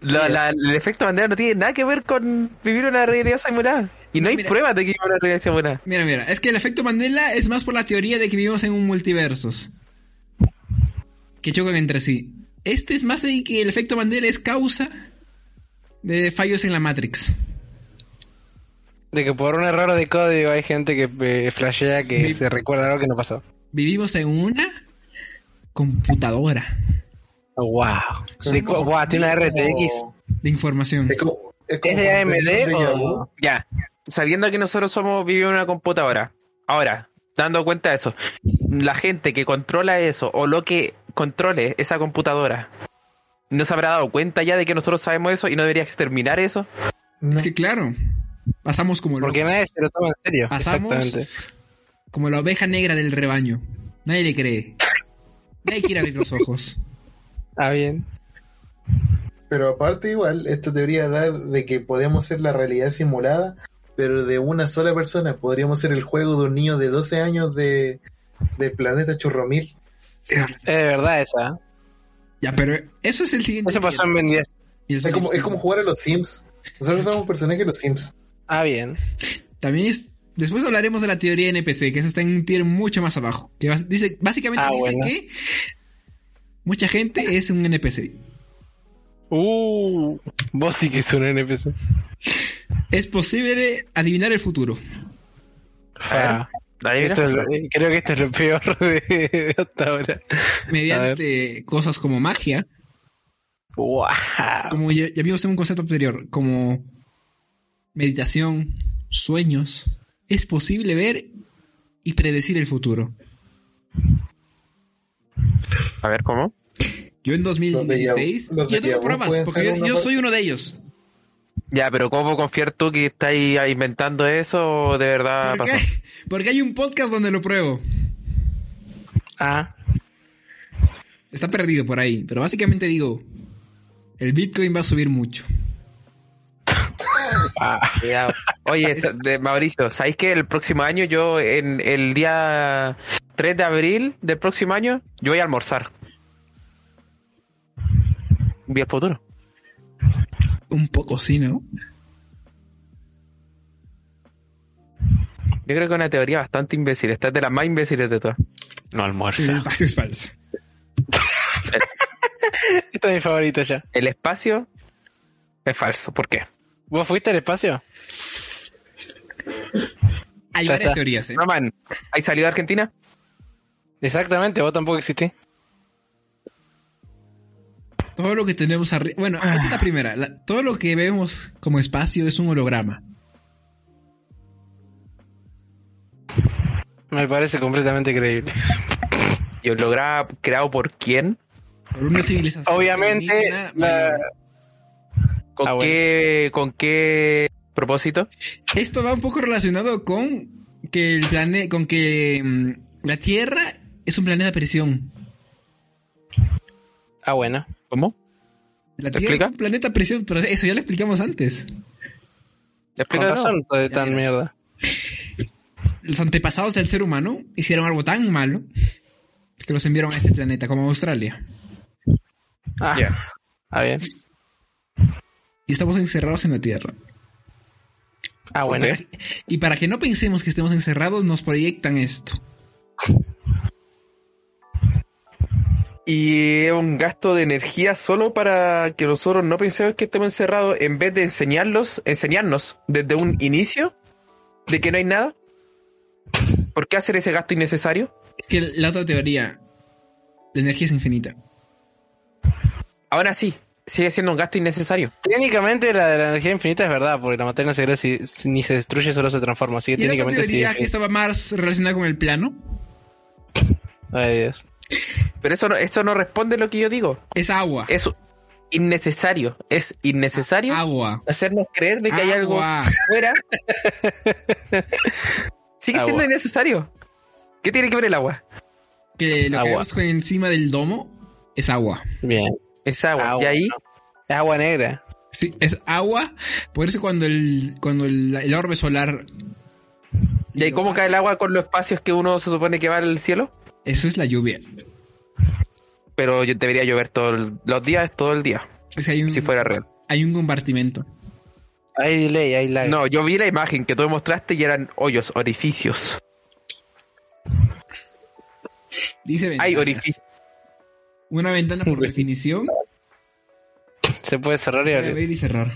E: La- la- el efecto Mandela no tiene nada que ver con vivir una realidad simulada. Y no hay
B: Mira.
E: pruebas de que viva una realidad simulada.
B: Mira, mira. Es que el efecto Mandela es más por la teoría de que vivimos en un multiversos. Que chocan entre sí. Este es más de que el efecto Mandela es causa de fallos en la Matrix.
C: De que por un error de código hay gente que eh, flashea que
B: Sí.
C: se recuerda algo que no pasó.
B: Vivimos en una computadora
C: Wow. De co- guau, tiene una RTX.
D: Como-
B: de información.
D: es como- como
C: ¿Es de
D: cuando tenés
C: AMD
D: un déjà
C: o...?
D: vu.
E: Ya, sabiendo que nosotros somos vivimos en una computadora, ahora, dando cuenta de eso, la gente que controla eso o lo que controle esa computadora, ¿no se habrá dado cuenta ya de que nosotros sabemos eso y no debería exterminar eso?
D: No.
B: Es que claro, pasamos como, lo-
C: Porque nadie se lo toma en serio.
B: Pasamos.
C: Exactamente.
B: como la oveja negra del rebaño. Nadie le cree. Nadie quiere abrir los ojos.
C: Ah, bien.
D: Pero aparte igual, esta teoría da de que podemos ser la realidad simulada, pero de una sola persona. Podríamos ser el juego de un niño de 12 años de, del planeta Churromil.
C: Es verdad esa.
B: Ya, pero eso es el siguiente.
C: Eso pasó
B: día.
C: en Ben 10.
B: Y el
D: Es como, es como jugar a los Sims. Nosotros somos personajes de los Sims.
C: Ah, bien.
B: También es. Después hablaremos de la teoría NPC, que eso está en un tier mucho más abajo. Que bas- dice, básicamente
C: Ah,
B: dice
C: bueno.
B: que mucha gente es un NPC.
C: Uh, vos sí que es un NPC.
B: Es posible adivinar el futuro.
H: Ah,
C: Ah,
H: ahí
C: esto es
H: mira.
C: lo- eh, creo que esto es lo peor de, de hasta ahora.
B: Mediante cosas como magia.
C: Wow. Ah.
B: Como ya, ya vimos en un concepto anterior, como meditación, sueños. Es posible ver y predecir el futuro.
H: A ver cómo.
B: Yo en
D: Los de Yahoo-
B: 2016,
D: los de
B: yo tengo
D: Yahoo
B: pruebas,
D: pueden
B: porque
D: ser
B: yo,
D: una
B: yo
D: parte-
B: soy uno de ellos.
E: Ya, pero ¿cómo confiar tú que estás inventando eso o de verdad
B: ¿Por
E: pasó?
B: qué? Porque hay un podcast donde lo pruebo.
C: Ah,
B: Está perdido por ahí, pero básicamente digo, el Bitcoin va a subir mucho.
E: Cuidado. Oye, sa- de Mauricio, ¿sabéis que el próximo año yo, en el día 3 de abril del próximo año, yo voy a almorzar? Vi el futuro.
B: Un poco sí, ¿no?
E: Yo creo que es una teoría bastante imbécil. Esta es de las más imbéciles de todas.
H: No
B: El
H: almuerza.
B: espacio es falso.
C: esto es mi favorito ya.
E: El espacio es falso. ¿Por qué?
C: ¿Vos fuiste al espacio?
B: Hay
C: Ya
B: varias
C: está.
B: teorías, ¿eh?
E: Roman, ¿hay salido de Argentina?
C: Exactamente, vos tampoco existís.
B: Todo lo que tenemos arriba... Bueno, esta
C: Ah.
B: es la primera. La- todo lo que vemos como espacio es un holograma.
C: Me parece completamente creíble.
E: ¿Y holograma creado por quién?
B: Por una civilización
C: Obviamente,
B: alienígena,
C: la-
E: ¿Con,
C: Ah, bueno.
E: qué, ¿Con qué propósito?
B: Esto va un poco relacionado con que el plane- con que mm, la Tierra es un planeta a presión.
C: Ah, bueno.
E: ¿Cómo?
B: La
E: ¿Te
B: Tierra
E: explica?
B: es un planeta a presión, pero eso ya lo explicamos antes.
C: Con
E: Explícalo.
C: razón, todo es tan
E: Eh,
B: Ya, ya.
C: mierda.
B: Los antepasados del ser humano hicieron algo tan malo que los enviaron a este planeta, como Australia.
C: Ah, ah, bien.
B: Y estamos encerrados en la Tierra.
C: Ah, bueno.
B: Y para que no pensemos que estemos encerrados, nos proyectan esto.
E: Y es un gasto de energía solo para que nosotros no pensemos que estemos encerrados en vez de enseñarlos, enseñarnos desde un inicio de que no hay nada. ¿Por qué hacer ese gasto innecesario?
B: Es que la otra teoría, la energía es infinita.
E: Ahora sí, sigue siendo un gasto innecesario.
C: Técnicamente la de la energía infinita es verdad, porque la materia no se crea si, si ni se destruye, solo se transforma. Así que
B: Y la otra
C: técnicamente sí.
B: teoría
C: es
B: que
C: infinita.
B: estaba más relacionada con el plano
C: Ay, Dios.
E: Pero eso no, eso no responde a lo que yo digo.
B: es agua.
E: Es innecesario. Es innecesario
B: agua.
E: hacernos creer de que
B: ah,
E: hay algo
B: Agua.
E: fuera. sigue siendo
C: Agua.
E: innecesario. ¿Qué tiene que ver el agua?
B: Que lo que
C: Agua.
B: vemos con encima del domo es agua.
C: Bien.
E: Es agua.
C: Agua,
E: Ah, Y ahí
C: Es agua negra.
B: Sí, es agua. Por eso cuando el, cuando el, el orbe solar...
E: ¿Y ahí cómo cae el agua con los espacios que uno se supone que va al cielo?
B: Eso es la lluvia.
E: Pero yo- debería llover todos los días, todo el día,
B: O sea, hay un,
E: si fuera real.
B: Hay un compartimento.
C: Hay delay, hay lag.
E: No, yo vi la imagen que tú me mostraste y eran hoyos, orificios.
B: Dice ventanas.
E: Hay orificios.
B: Una ventana por definición.
C: Se puede cerrar y
B: Puede
C: abrir.
B: abrir y cerrar.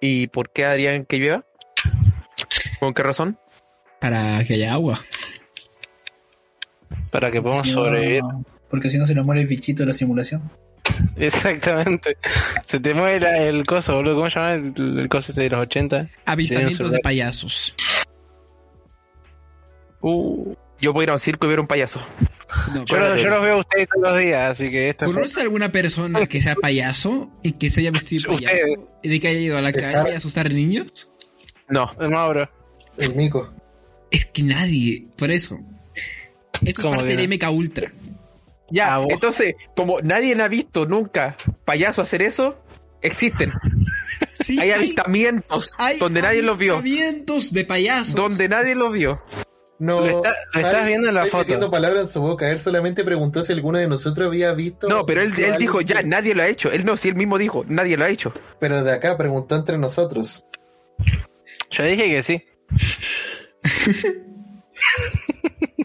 E: ¿Y por qué Adrián que llueva? ¿Con qué razón?
B: Para que haya agua.
C: Para que podamos
F: No,
C: sobrevivir.
F: porque si no se nos muere el bichito de la simulación.
C: Exactamente. Se te mueve la- el coso, boludo. ¿Cómo se llama el, el coso este de los 80?
B: Avistamientos de
C: celular.
B: payasos.
C: Uh,
E: Yo voy a ir a un circo y ver un payaso.
B: No,
C: yo, lo- yo los veo a ustedes todos los días, así que esto es...
B: ¿Conoce alguna persona que sea payaso y que se haya vestido de
C: Ustedes.
B: payaso y de que haya ido a la calle a asustar niños?
E: No.
C: Mauro.
D: El mico.
B: Es que nadie, por eso. Esto es
C: ¿Cómo
B: parte del
C: que no?
B: MK Ultra.
E: Ya,
C: Ah, vos.
E: entonces, como nadie ha visto nunca payaso hacer eso, existen.
B: Sí,
E: hay avistamientos
B: hay
E: donde nadie los vio.
B: avistamientos de payasos.
E: Donde nadie los vio.
D: No,
C: Lo está- lo estás
D: Javi,
C: viendo en la
D: estoy
C: foto.
D: metiendo palabras en su boca. Él solamente preguntó si alguno de nosotros había visto.
E: No, pero él, él
D: algo
E: dijo,
D: que-
E: ya, nadie lo ha hecho. Él no, sí, él mismo dijo, nadie lo ha hecho.
D: Pero de acá preguntó entre nosotros.
C: Yo dije que sí.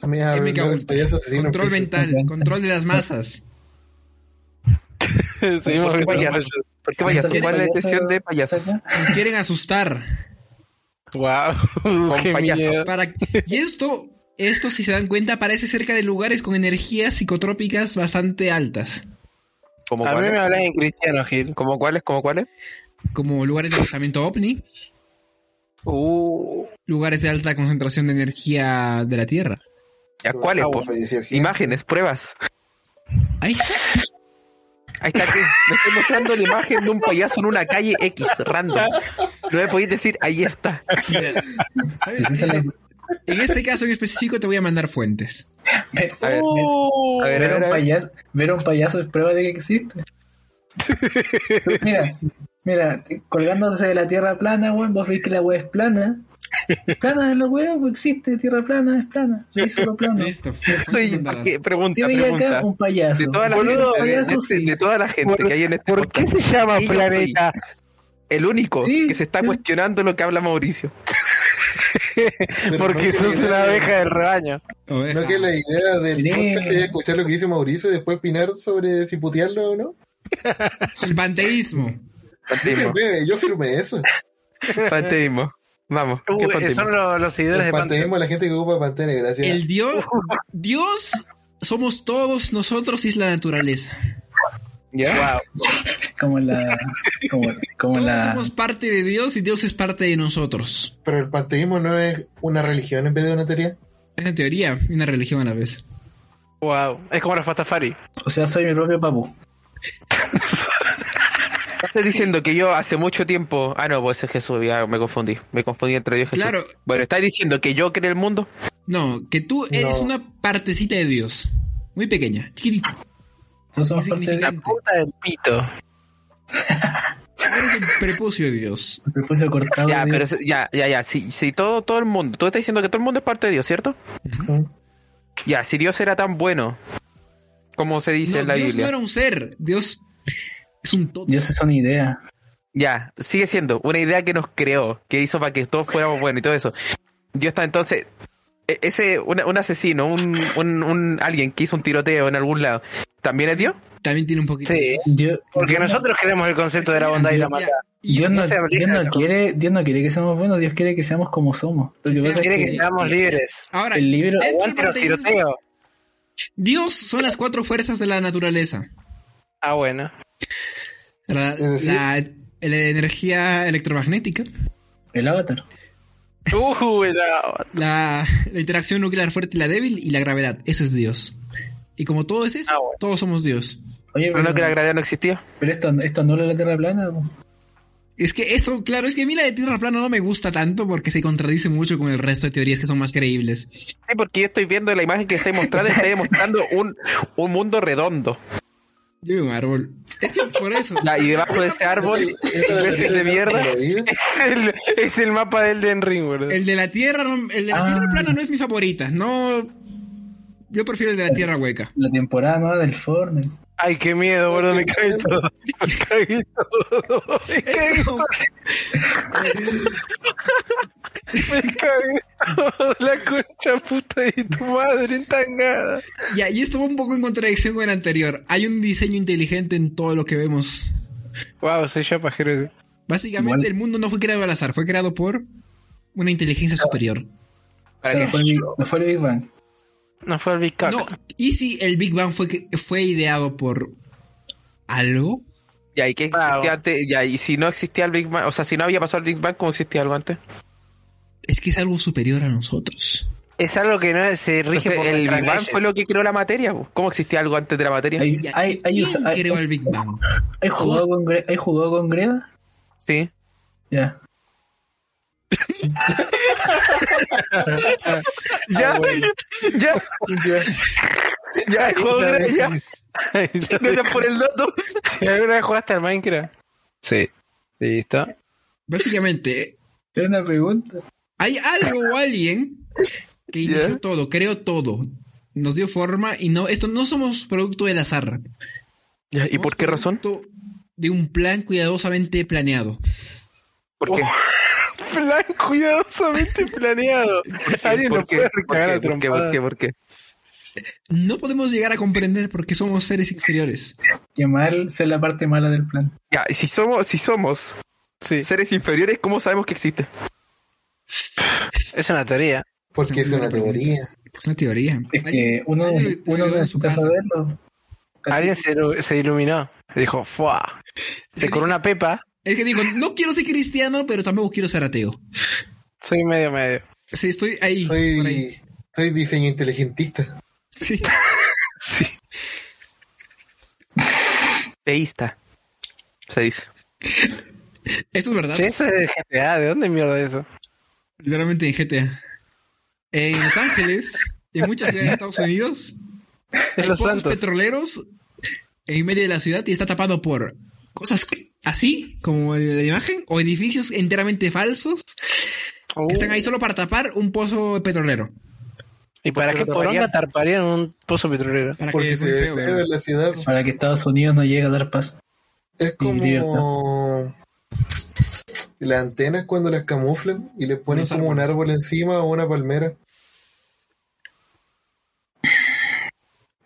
D: A mí, a
B: Ahí me
D: ver,
B: cago
D: no,
B: en-
D: el payaso asesino.
B: Control
D: pues,
B: mental, control de las masas.
E: ¿Por
C: Seguimos
E: qué
C: viendo.
E: payaso? ¿Por qué payaso?
F: ¿Quién
E: ¿Cuál es la
F: payaso
E: intención de payasos?
F: saca?
B: Nos quieren asustar.
C: Guau, qué
E: payasos.
C: miedo.
B: Para... Y esto, esto si se dan cuenta, parece cerca de lugares con energías psicotrópicas bastante altas.
E: ¿Como
C: A mí me
E: cuáles?
C: hablas en cristiano, Gil.
E: ¿Como cuáles? ¿Como cuáles?
B: Como lugares de lanzamiento ovni,
E: Uh,
B: lugares de alta concentración de energía de la Tierra.
E: ¿ya ¿Cuáles? po?
D: falleció Gil.
E: Imágenes, pruebas.
B: Ahí está.
E: Ahí está, aquí. me estoy mostrando la imagen de un payaso en una calle X, random. No me podéis decir, ahí está.
F: Pues esa es la-
B: En este caso en específico te voy a mandar fuentes.
F: Pero-
E: A ver, a ver,
F: Ver
E: a
F: a un
E: ver, a ver.
F: payaso, ver a un payaso es prueba de que existe. mira, mira, te- colgándose de la tierra plana, weón, vos veis que la weá es plana. Plana es la weá, pues existe, tierra plana, es plana. es solo plano.
B: Listo.
E: Soy,
B: mandadas.
E: ¿qué? pregunta,
F: Yo veía acá
E: pregunta.
F: un payaso.
E: De toda la
F: Boludo,
E: gente, de-
F: payaso,
E: de,
F: sí.
E: de toda la gente que hay en este
G: ¿Por qué
E: podcast,
G: se llama
E: Y yo
G: planeta?
E: el único
F: Sí.
E: que se está cuestionando lo que habla Mauricio.
D: Pero
G: Porque
D: no,
G: sos
D: que-
G: una abeja del rebaño.
B: Oveja.
D: No que la idea del
F: Sí.
D: podcast sería escuchar lo que dice Mauricio y después opinar sobre si putearlo o no.
B: El panteísmo.
D: Yo
E: Panteísmo,
D: firmé, yo firmé eso.
E: panteísmo. Vamos, ¿qué
C: Uh,
E: panteísmo?
C: son los, los seguidores
D: El
C: de Pantera.
D: panteísmo, la gente que ocupa pantene, gracias.
B: El Dios. Dios somos todos nosotros y es la naturaleza.
E: ¿Ya?
F: Como la. Como, como
B: Todos
F: la.
B: somos parte de Dios y Dios es parte de nosotros.
D: Pero el panteísmo no es una religión en vez de una teoría.
B: Es en teoría y una religión a la vez.
C: Wow, es como los Fatafari.
F: O sea, soy mi propio papu.
E: Estás diciendo que yo hace mucho tiempo. Ah, no, pues ese es Jesús, ya me confundí. Me confundí entre Dios y Jesús.
B: Claro.
E: Bueno, estás diciendo que yo creé el mundo.
B: No, que tú eres
D: No.
B: una partecita de Dios. Muy pequeña, chiquitita,
F: Todos somos parte de
B: insignificante.
C: Puta del pito.
B: Eres el prepucio de Dios.
F: el prepucio cortado.
E: Ya,
F: de-
E: pero eso- ya, ya, ya. Si, si todo, todo el mundo. Tú estás diciendo que todo el mundo es parte de Dios, ¿cierto?
D: Ujú.
E: Ya, si Dios era tan bueno, como se dice
B: No,
E: en la
B: Dios
E: Biblia.
B: no era un ser. Dios es un todo.
F: Dioses son ideas.
E: Ya, sigue siendo una idea que nos creó, que hizo para que todos fuéramos buenos y todo eso. Dios está entonces. e- Ese, un, un asesino, un, un, un- alguien que hizo un tiroteo en algún lado, ¿también es Dios?
B: También tiene un poquito.
C: Sí,
F: Dios,
C: porque
F: Dios no-
C: nosotros queremos el concepto de la bondad y la maldad.
B: Y Dios
F: Dios no,
C: no se aplica
F: Dios no
C: eso.
F: quiere, Dios no quiere que seamos buenos, Dios quiere que seamos como somos. Lo que
B: Que
F: pasa es
C: Quiere
F: que,
C: que seamos libres.
B: Ahora,
F: el libro-
B: dentro del
C: Aguante los
B: panteísmo,
C: tiroteos.
B: Dios son las cuatro fuerzas de la naturaleza.
C: Ah, bueno.
B: La,
D: Es decir-
B: la- la energía electromagnética,
F: el avatar.
C: Uh, la-
B: la, la interacción nuclear fuerte y la débil y la gravedad. Eso es Dios. Y como todo es eso,
C: Ah, bueno.
B: todos somos Dios.
F: Oye,
E: No,
F: pero,
E: no, que la gravedad no existía.
F: pero esto, esto anula la Tierra plana. po.
B: Es que eso, claro, es que a mí la de tierra plana no me gusta tanto porque se contradice mucho con el resto de teorías que son más creíbles.
E: Sí, porque yo estoy viendo la imagen que estáis mostrando, estáis mostrando un, un mundo redondo.
B: Yo veo un árbol. Es que por eso.
E: Ya, y debajo de ese árbol,
D: Esta
E: imbécil de
D: teoría
E: mierda.
D: la vida.
C: es, el, es el mapa del Den Ring, boludo.
B: El de la tierra, no- el de la
F: Ah.
B: tierra plana no es mi favorita. No. Yo prefiero el de la tierra hueca.
F: La temporada nueva del Fortnite.
C: Ay, qué miedo, boludo, me cagué todo. Me cagué todo. Me cagué todo. Me cagué todo. La concha puta de tu madre entangada.
B: Ya, y esto va un poco en contradicción con el anterior. Hay un diseño inteligente en todo lo que vemos.
C: Wow, soy yo pajero ese.
B: Básicamente,
F: Igual.
B: el mundo no fue creado al azar, fue creado por una inteligencia superior.
F: O sea, no, fue el, Big- no fue el Big Bang.
C: No fue el Big Cock.
B: No, ¿y si el Big Bang fue, que- fue ideado por algo?
E: ya, y que existía
C: Bravo.
E: antes, ya, y si no existía el Big Bang, o sea, si no había pasado el Big Bang, ¿cómo existía algo antes?
B: Es que es algo superior a nosotros.
C: Es eh, algo que no se rige
E: Entonces,
C: por
E: el
C: nuestras
E: Big Bang
C: leyes.
E: fue lo que creó la materia. po. ¿Cómo existía algo antes de la materia?
F: ¿Hay,
B: ¿Y a
F: hay, hay,
B: ¿Quién
F: hay-
B: creó el Big Bang?
F: hay jugado con, gre- ¿hay jugado con greda?
E: Sí.
F: Ya.
E: Ah, Ya, ya. Ya, el juego
C: Claro.
E: era ya. Gracias por el dato.
C: ¿Alguna vez jugaste al Minecraft? Sí. Listo.
B: Básicamente,
F: Es una pregunta.
B: hay algo o alguien que inició
E: Ya.
B: todo, creó todo. Nos dio forma y no, esto no somos producto del azar.
E: Ya, ¿Y por qué razón?
B: Producto De un plan cuidadosamente planeado.
E: Porque
C: Oh, Plan cuidadosamente planeado. Alguien lo puede recagar a
E: ¿Por qué? ¿Por qué?
C: trompadas.
E: ¿Por qué?
B: No podemos llegar a comprender por qué somos seres inferiores.
F: Qué mal ser la parte mala del plan.
E: Ya, y si somos, si somos
C: Sí,
E: seres inferiores, ¿cómo sabemos que existe?
C: es una teoría.
D: Porque es una teoría.
B: Es una teoría.
F: Es que uno,
B: Alguien-
F: uno
B: alguien
F: no
B: en su
F: necesita
B: casa.
F: saberlo.
C: Alguien se, ilu- se iluminó. Dijo, ¡fua! Se curó una pepa.
B: Es que digo, no quiero ser cristiano, pero tampoco quiero ser ateo.
C: Soy medio medio.
B: Sí, estoy ahí. por ahí.
D: Soy, soy diseño inteligentista.
B: Sí.
C: Sí.
E: Teísta. Se dice.
B: Eso es verdad.
C: Che, eso es Ah, de GTA. ¿De dónde mierda es eso?
B: Literalmente en GTA. En Los Ángeles, en muchas ciudades de Estados Unidos,
C: Es
B: hay
C: Los
B: pozos
C: Santos.
B: petroleros en medio de la ciudad y está tapado por cosas que- así, como la imagen, o edificios enteramente falsos
C: Uh,
B: que están ahí solo para tapar un pozo petrolero.
C: ¿Y para qué poronga tarparían en un pozo petrolero?
B: Para
D: Porque
B: que
D: se
B: suene
D: ve
B: feo,
D: feo en la ciudad.
F: Para que Estados Unidos no llegue a dar paz.
D: Es como
F: divierta.
D: las antenas cuando las camuflan y le ponen
B: Unos
D: como un
B: árboles.
D: árbol encima o una palmera.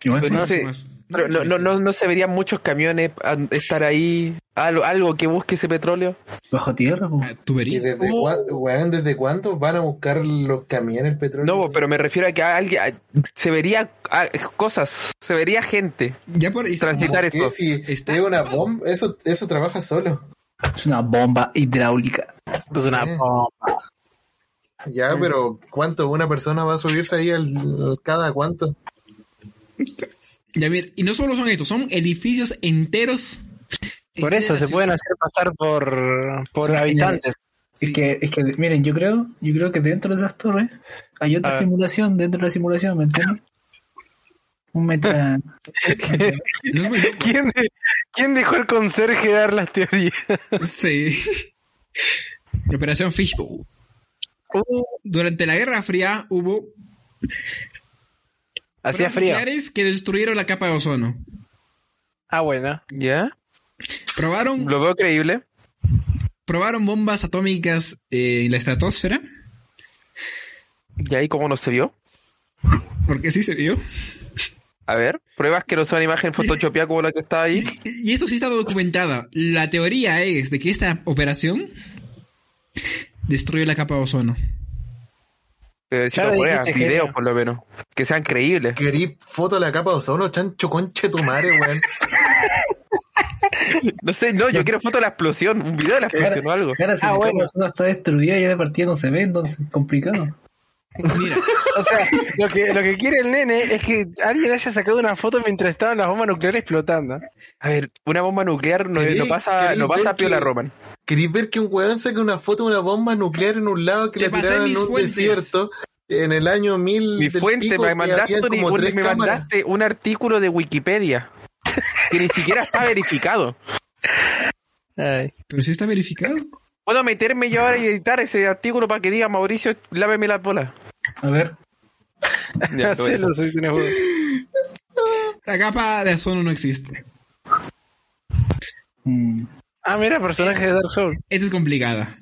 F: Igual
E: Pero
F: sí.
E: no sé.
B: más.
E: Pero no, no, no, no se verían muchos camiones a- estar ahí. Algo, algo que busque ese petróleo.
F: bajo tierra. po.
B: Ah,
D: ¿Y
B: Tubería.
D: desde,
E: Oh.
D: cua- weón, desde cuándo van a buscar los camiones el petróleo?
E: No, pero me refiero a que a alguien. a- se vería a- cosas. Se vería gente.
B: Ya por
E: Transitar
D: ¿Por qué?
E: eso.
D: Si
B: Está-
D: es una bomba, eso, eso trabaja solo.
F: Es una bomba hidráulica.
C: Es una
D: Sí.
C: bomba.
D: Ya, pero ¿cuánto una persona va a subirse ahí al, al cada cuánto?
B: Ya mira, y no solo son estos, son edificios enteros.
C: Por eso se pueden hacer pasar por, por habitantes.
B: Sí.
F: Es que, es que, miren, yo creo, yo creo que dentro de esas torres hay
C: A
F: otra
C: ver.
F: simulación, dentro de la simulación, ¿me entiendes? Un meta.
B: No es muy loco.
C: ¿Quién, de- ¿Quién dejó el conserje dar las teorías?
B: Sí. Operación Fishbowl. Durante la Guerra Fría hubo
C: Hacía
B: pruebas
C: frío.
B: nucleares que destruyeron la capa de ozono.
C: Ah, bueno.
E: ¿Ya?
B: Probaron,
E: Lo veo creíble.
B: probaron bombas atómicas eh, en la estratosfera,
E: ¿Y ahí cómo no se vio?
B: porque sí se vio.
E: A ver. Pruebas que no sea una imagen photoshopeada como la que está ahí.
B: Y esto sí está documentada. La teoría es de que esta operación destruyó la capa de ozono.
E: Pero necesito
C: Claro,
E: poner
C: dijiste
E: videos,
C: genio.
E: por lo menos. Que sean creíbles.
D: ¿Querí foto de la capa de ozono, chancho conche tu madre, weón?
E: No sé, no, yo quiero foto de la explosión. Un video de la explosión o algo.
F: Cara, si
C: Ah,
F: la
C: bueno.
F: bueno. está destruida y ya de partida no se ve, entonces complicado.
B: Mira,
C: O sea, lo que, lo que quiere el nene es que alguien haya sacado una foto mientras estaban las bombas nucleares explotando.
E: A ver, una bomba nuclear no,
D: Querí-
E: no pasa,
D: querí
E: no pasa
D: ver
E: a piola
D: que-
E: Roman.
D: ¿Querí ver que un weón saque una foto de una bomba nuclear en un lado que
B: Te
D: la
B: pasé
D: tiraron en
B: mis
D: un
B: fuentes.
D: desierto en el año 1000?
E: Mi
D: del
E: fuente,
D: pico,
E: me
D: que
E: mandaste,
D: habían
E: un,
D: como
E: un-
D: tres
E: me
D: cámaras?
E: mandaste un artículo de Wikipedia que ni siquiera está verificado.
C: Ay.
B: pero sí está verificado.
E: Puedo meterme yo ahora y editar ese artículo para que diga Mauricio, láveme la bola.
F: A ver,
E: Ya, lo voy a
C: Hacelo, si tienes huevo.
B: La capa de ozono no existe.
F: mm,
C: Ah, mira, personaje de Dark Souls.
B: Esta es complicada.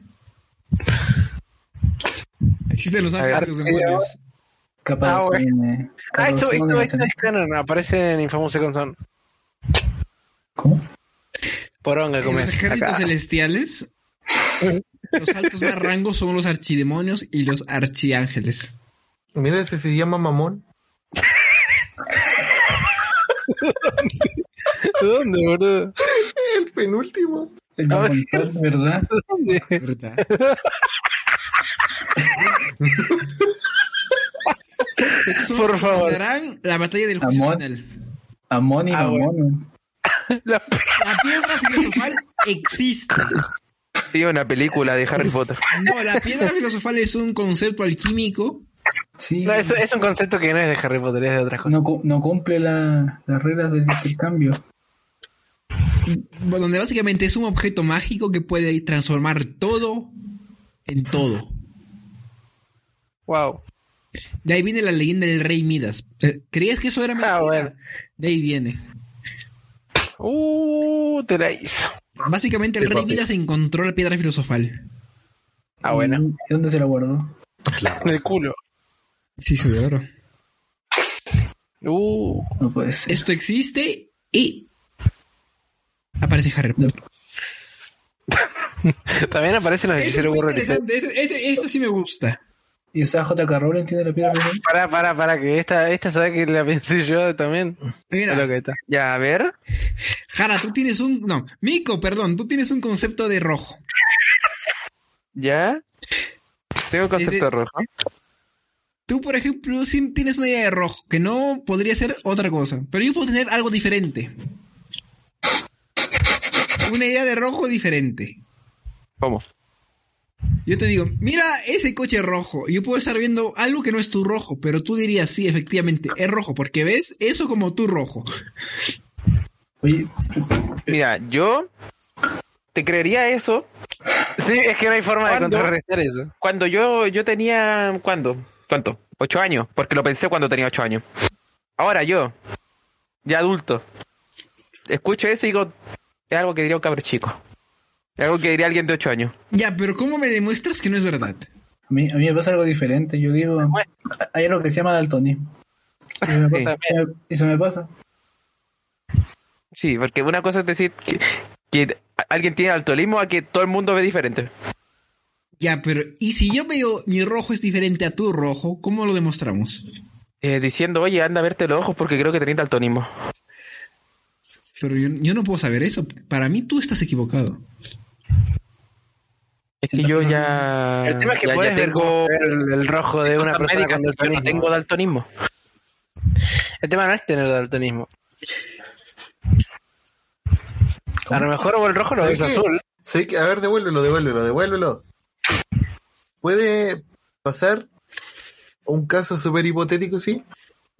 B: Existen los ángeles de los demonios.
F: capaz.
C: Ah, bueno.
F: eh,
C: Ah,
F: Carlos,
C: esto,
F: ¿cómo
C: esto,
F: no
C: esto
F: me
C: es canon. Aparece en Infamous Second Son.
F: ¿Cómo?
C: Poronga,
B: En
C: como
B: los
C: es.
B: ejércitos
C: Acá.
B: celestiales, los altos más rangos son los archidemonios y los archiángeles.
D: Mira ese se llama mamón.
C: ¿Dónde, boludo?
D: El penúltimo.
F: El
C: A ver.
F: Mamontal, ¿verdad?
C: ¿Dónde?
B: ¿Verdad? Estos son
C: Por
B: los que
C: favor.
B: mandarán la batalla del juicio
F: Amor.
B: final.
F: Amón y
C: Ah, bueno.
F: Mamón.
C: La
B: La piedra filosofal existe.
E: Sí, una película de Harry Potter.
B: No, la piedra filosofal es un concepto alquímico
F: Sí,
C: No,
F: no,
C: eso es un concepto que no es de Harry Potter, es de otras cosas.
F: cu- no cumple la- las reglas del intercambio.
B: Bueno, Donde básicamente es un objeto mágico que puede transformar todo en todo.
E: Wow.
B: De ahí viene la leyenda del rey Midas. Eh, ¿Creías que eso era mentira?
C: Ah, bueno.
B: De ahí viene.
C: Uh, te la hizo.
B: Básicamente el
D: Sí,
B: rey
D: papi.
B: Midas encontró la piedra filosofal.
C: Ah, bueno.
F: ¿Y dónde se lo guardó?
C: En el culo.
B: Sí, sí, de oro.
C: Uh.
F: No puede ser.
B: Esto existe y aparece Harry Potter.
C: También aparecen los
B: Ese
C: hechiceros
B: fue
C: burrones.
B: interesante. Ese, ese- esta sí me gusta.
F: ¿Y usaba J.K. Rowling tiene la piedra filosofal?
C: Pará, pará, pará, que esta, esta sabe que la pensé yo también. Es lo
B: Mira,
C: que está.
E: Ya, a ver.
B: Jara, tú tienes un... No, Miko, perdón, tú tienes un concepto de rojo.
E: Ya. Tengo
B: Ese-
E: concepto rojo.
B: Tú, por ejemplo, sí tienes una idea de rojo, que no podría ser otra cosa. Pero yo puedo tener algo diferente. Una idea de rojo diferente.
E: ¿Cómo?
B: Yo te digo, mira ese coche rojo. Y Yo puedo estar viendo algo que no es tu rojo, pero tú dirías, sí, efectivamente, es rojo, porque ves eso como tu rojo.
F: Oye,
C: Eh,
E: Mira, yo te creería eso
C: Sí, es que no hay forma de
E: ¿Cuándo?
C: contrarrestar eso.
E: cuando yo, yo tenía. ¿Cuándo? ¿Cuánto? ¿Ocho años? Porque lo pensé cuando tenía ocho años. Ahora yo, ya adulto, escucho eso y digo: es algo que diría un cabro chico. Es algo que diría alguien de ocho años.
B: Ya, pero ¿cómo me demuestras que no es verdad?
F: a mí, a mí me pasa algo diferente. Yo digo, hay algo que se llama daltonismo. Y se me
E: Sí.
F: pasa. Y se me pasa.
E: Sí, porque una cosa es decir que, que alguien tiene altolismo a que todo el mundo ve diferente.
B: Ya, pero ¿y si yo veo mi rojo es diferente a tu rojo? ¿Cómo lo demostramos?
E: Eh, diciendo, oye, anda a verte los ojos porque creo que tenés daltonismo.
B: Pero yo, yo no puedo saber eso. Para mí tú estás equivocado.
E: Es que yo ya.
C: El tema es que
E: ya, ya
C: puedes ver
E: tengo.
C: cómo ver el, el rojo de una
E: cosas
C: persona
E: médicas,
C: con
E: yo no
C: daltonismo.
E: tengo daltonismo.
C: El tema no es tener daltonismo. A lo mejor o el rojo lo
D: ¿Sabes
C: ves
D: qué?
C: azul.
D: Sí, que- a ver, devuélvelo, devuélvelo, devuélvelo. Puede pasar un caso súper hipotético, sí.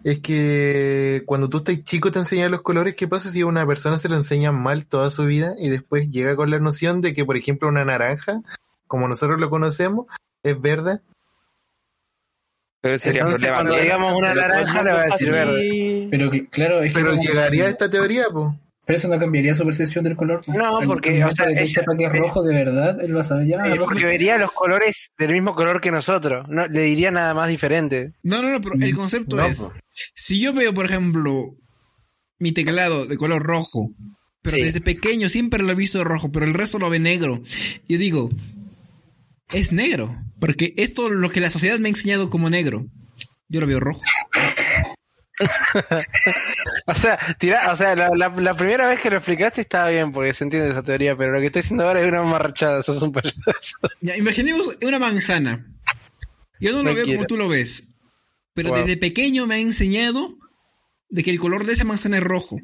D: Es que cuando tú estás chico te enseñan los colores. ¿Qué pasa si a una persona se le enseña mal toda su vida y después llega con la noción de que, por ejemplo, una naranja, como nosotros lo conocemos, es verde?
E: Pero sería
C: Entonces,
E: problema
C: cuando
E: mío.
C: digamos una
D: Pero
C: naranja, le voy a decir verde.
F: Pero cl- claro, es que
D: Pero
F: como-
D: llegaría a esta teoría, pues.
F: pero eso no cambiaría su percepción del color.
C: No,
F: El-
C: porque,
F: el
C: o
F: momento
C: sea,
F: de que él
C: ella-
F: sepa que es rojo de verdad, él va a saber ya. rojo.
C: Porque vería los colores del mismo color que nosotros. No, le diría nada más diferente.
B: No, no, no, pero
C: Mm,
B: el concepto
D: No,
B: es...
C: pues.
D: po.
B: Si yo veo, por ejemplo, mi teclado de color rojo, pero
C: Sí.
B: desde pequeño siempre lo he visto rojo, pero el resto lo ve negro, yo digo, es negro, porque esto lo que la sociedad me ha enseñado como negro, yo lo veo rojo.
C: O sea, tira, o sea la, la- la primera vez que lo explicaste estaba bien porque se entiende esa teoría, pero lo que estoy diciendo ahora es una marrachada, sos un payaso.
B: Ya, imaginemos una manzana. Yo no lo veo
C: Tranquila.
B: como tú lo ves, pero
C: Wow.
B: desde pequeño me ha enseñado de que el color de esa manzana es rojo.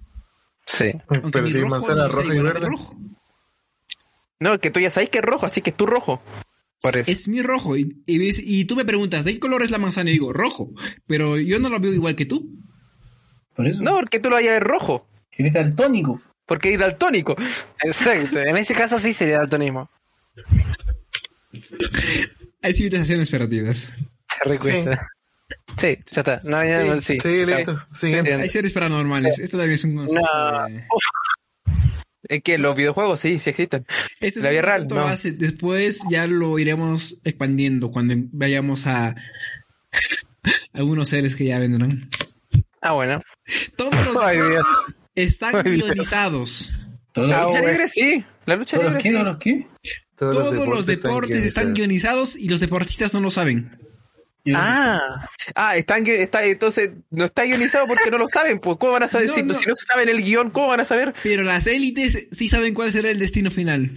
C: Sí.
B: aunque
D: Mm, Pero
B: mi
D: si
B: rojo
D: manzana
B: no sea
D: roja y
B: igual al
D: verde.
B: rojo.
E: No, que tú ya sabes que es rojo, así que es tu rojo.
C: Por eso.
B: es mi rojo. Y, y me dice- y tú me preguntas, ¿de qué color es la manzana? Y digo, rojo. Pero yo no lo veo igual que tú.
F: Por eso.
E: No, porque tú lo vayas a ver rojo.
F: Él es daltónico.
E: Porque es daltónico.
C: Exacto. En ese caso sí sería daltonismo.
B: Hay civilizaciones perdidas.
C: Se recuesta. Sí. ya está. No, ya, no, sí.
D: Sí,
C: Chao.
D: listo. Siguiente.
B: Hay seres paranormales. Esto también es un concepto.
C: No.
B: de-
C: Uf,
E: Es que los videojuegos sí, sí existen.
B: Este es
E: La
B: un
E: vida real,
B: concepto
E: no.
B: base. Después ya lo iremos expandiendo cuando vayamos a algunos seres que ya vendrán.
C: Ah, bueno.
B: Todos los
C: Ay, Dios.
B: están
C: Ay, Dios.
B: guionizados.
F: Todos
E: La
C: Ah,
E: lucha
C: bueno.
E: libre sí. La lucha
F: ¿Todos
E: libre
F: los qué?
E: sí.
F: ¿Todos los qué?
B: Todos los deportes están guionizados y los deportistas no lo saben.
F: Yo-
C: Ah,
E: Ah, están, gui- está, entonces no está guionizado porque no lo saben. Pues, ¿Cómo van a saber?
B: No,
E: si,
B: no.
E: si no se saben el guión, ¿cómo van a saber?
B: Pero las élites sí saben cuál será el destino final.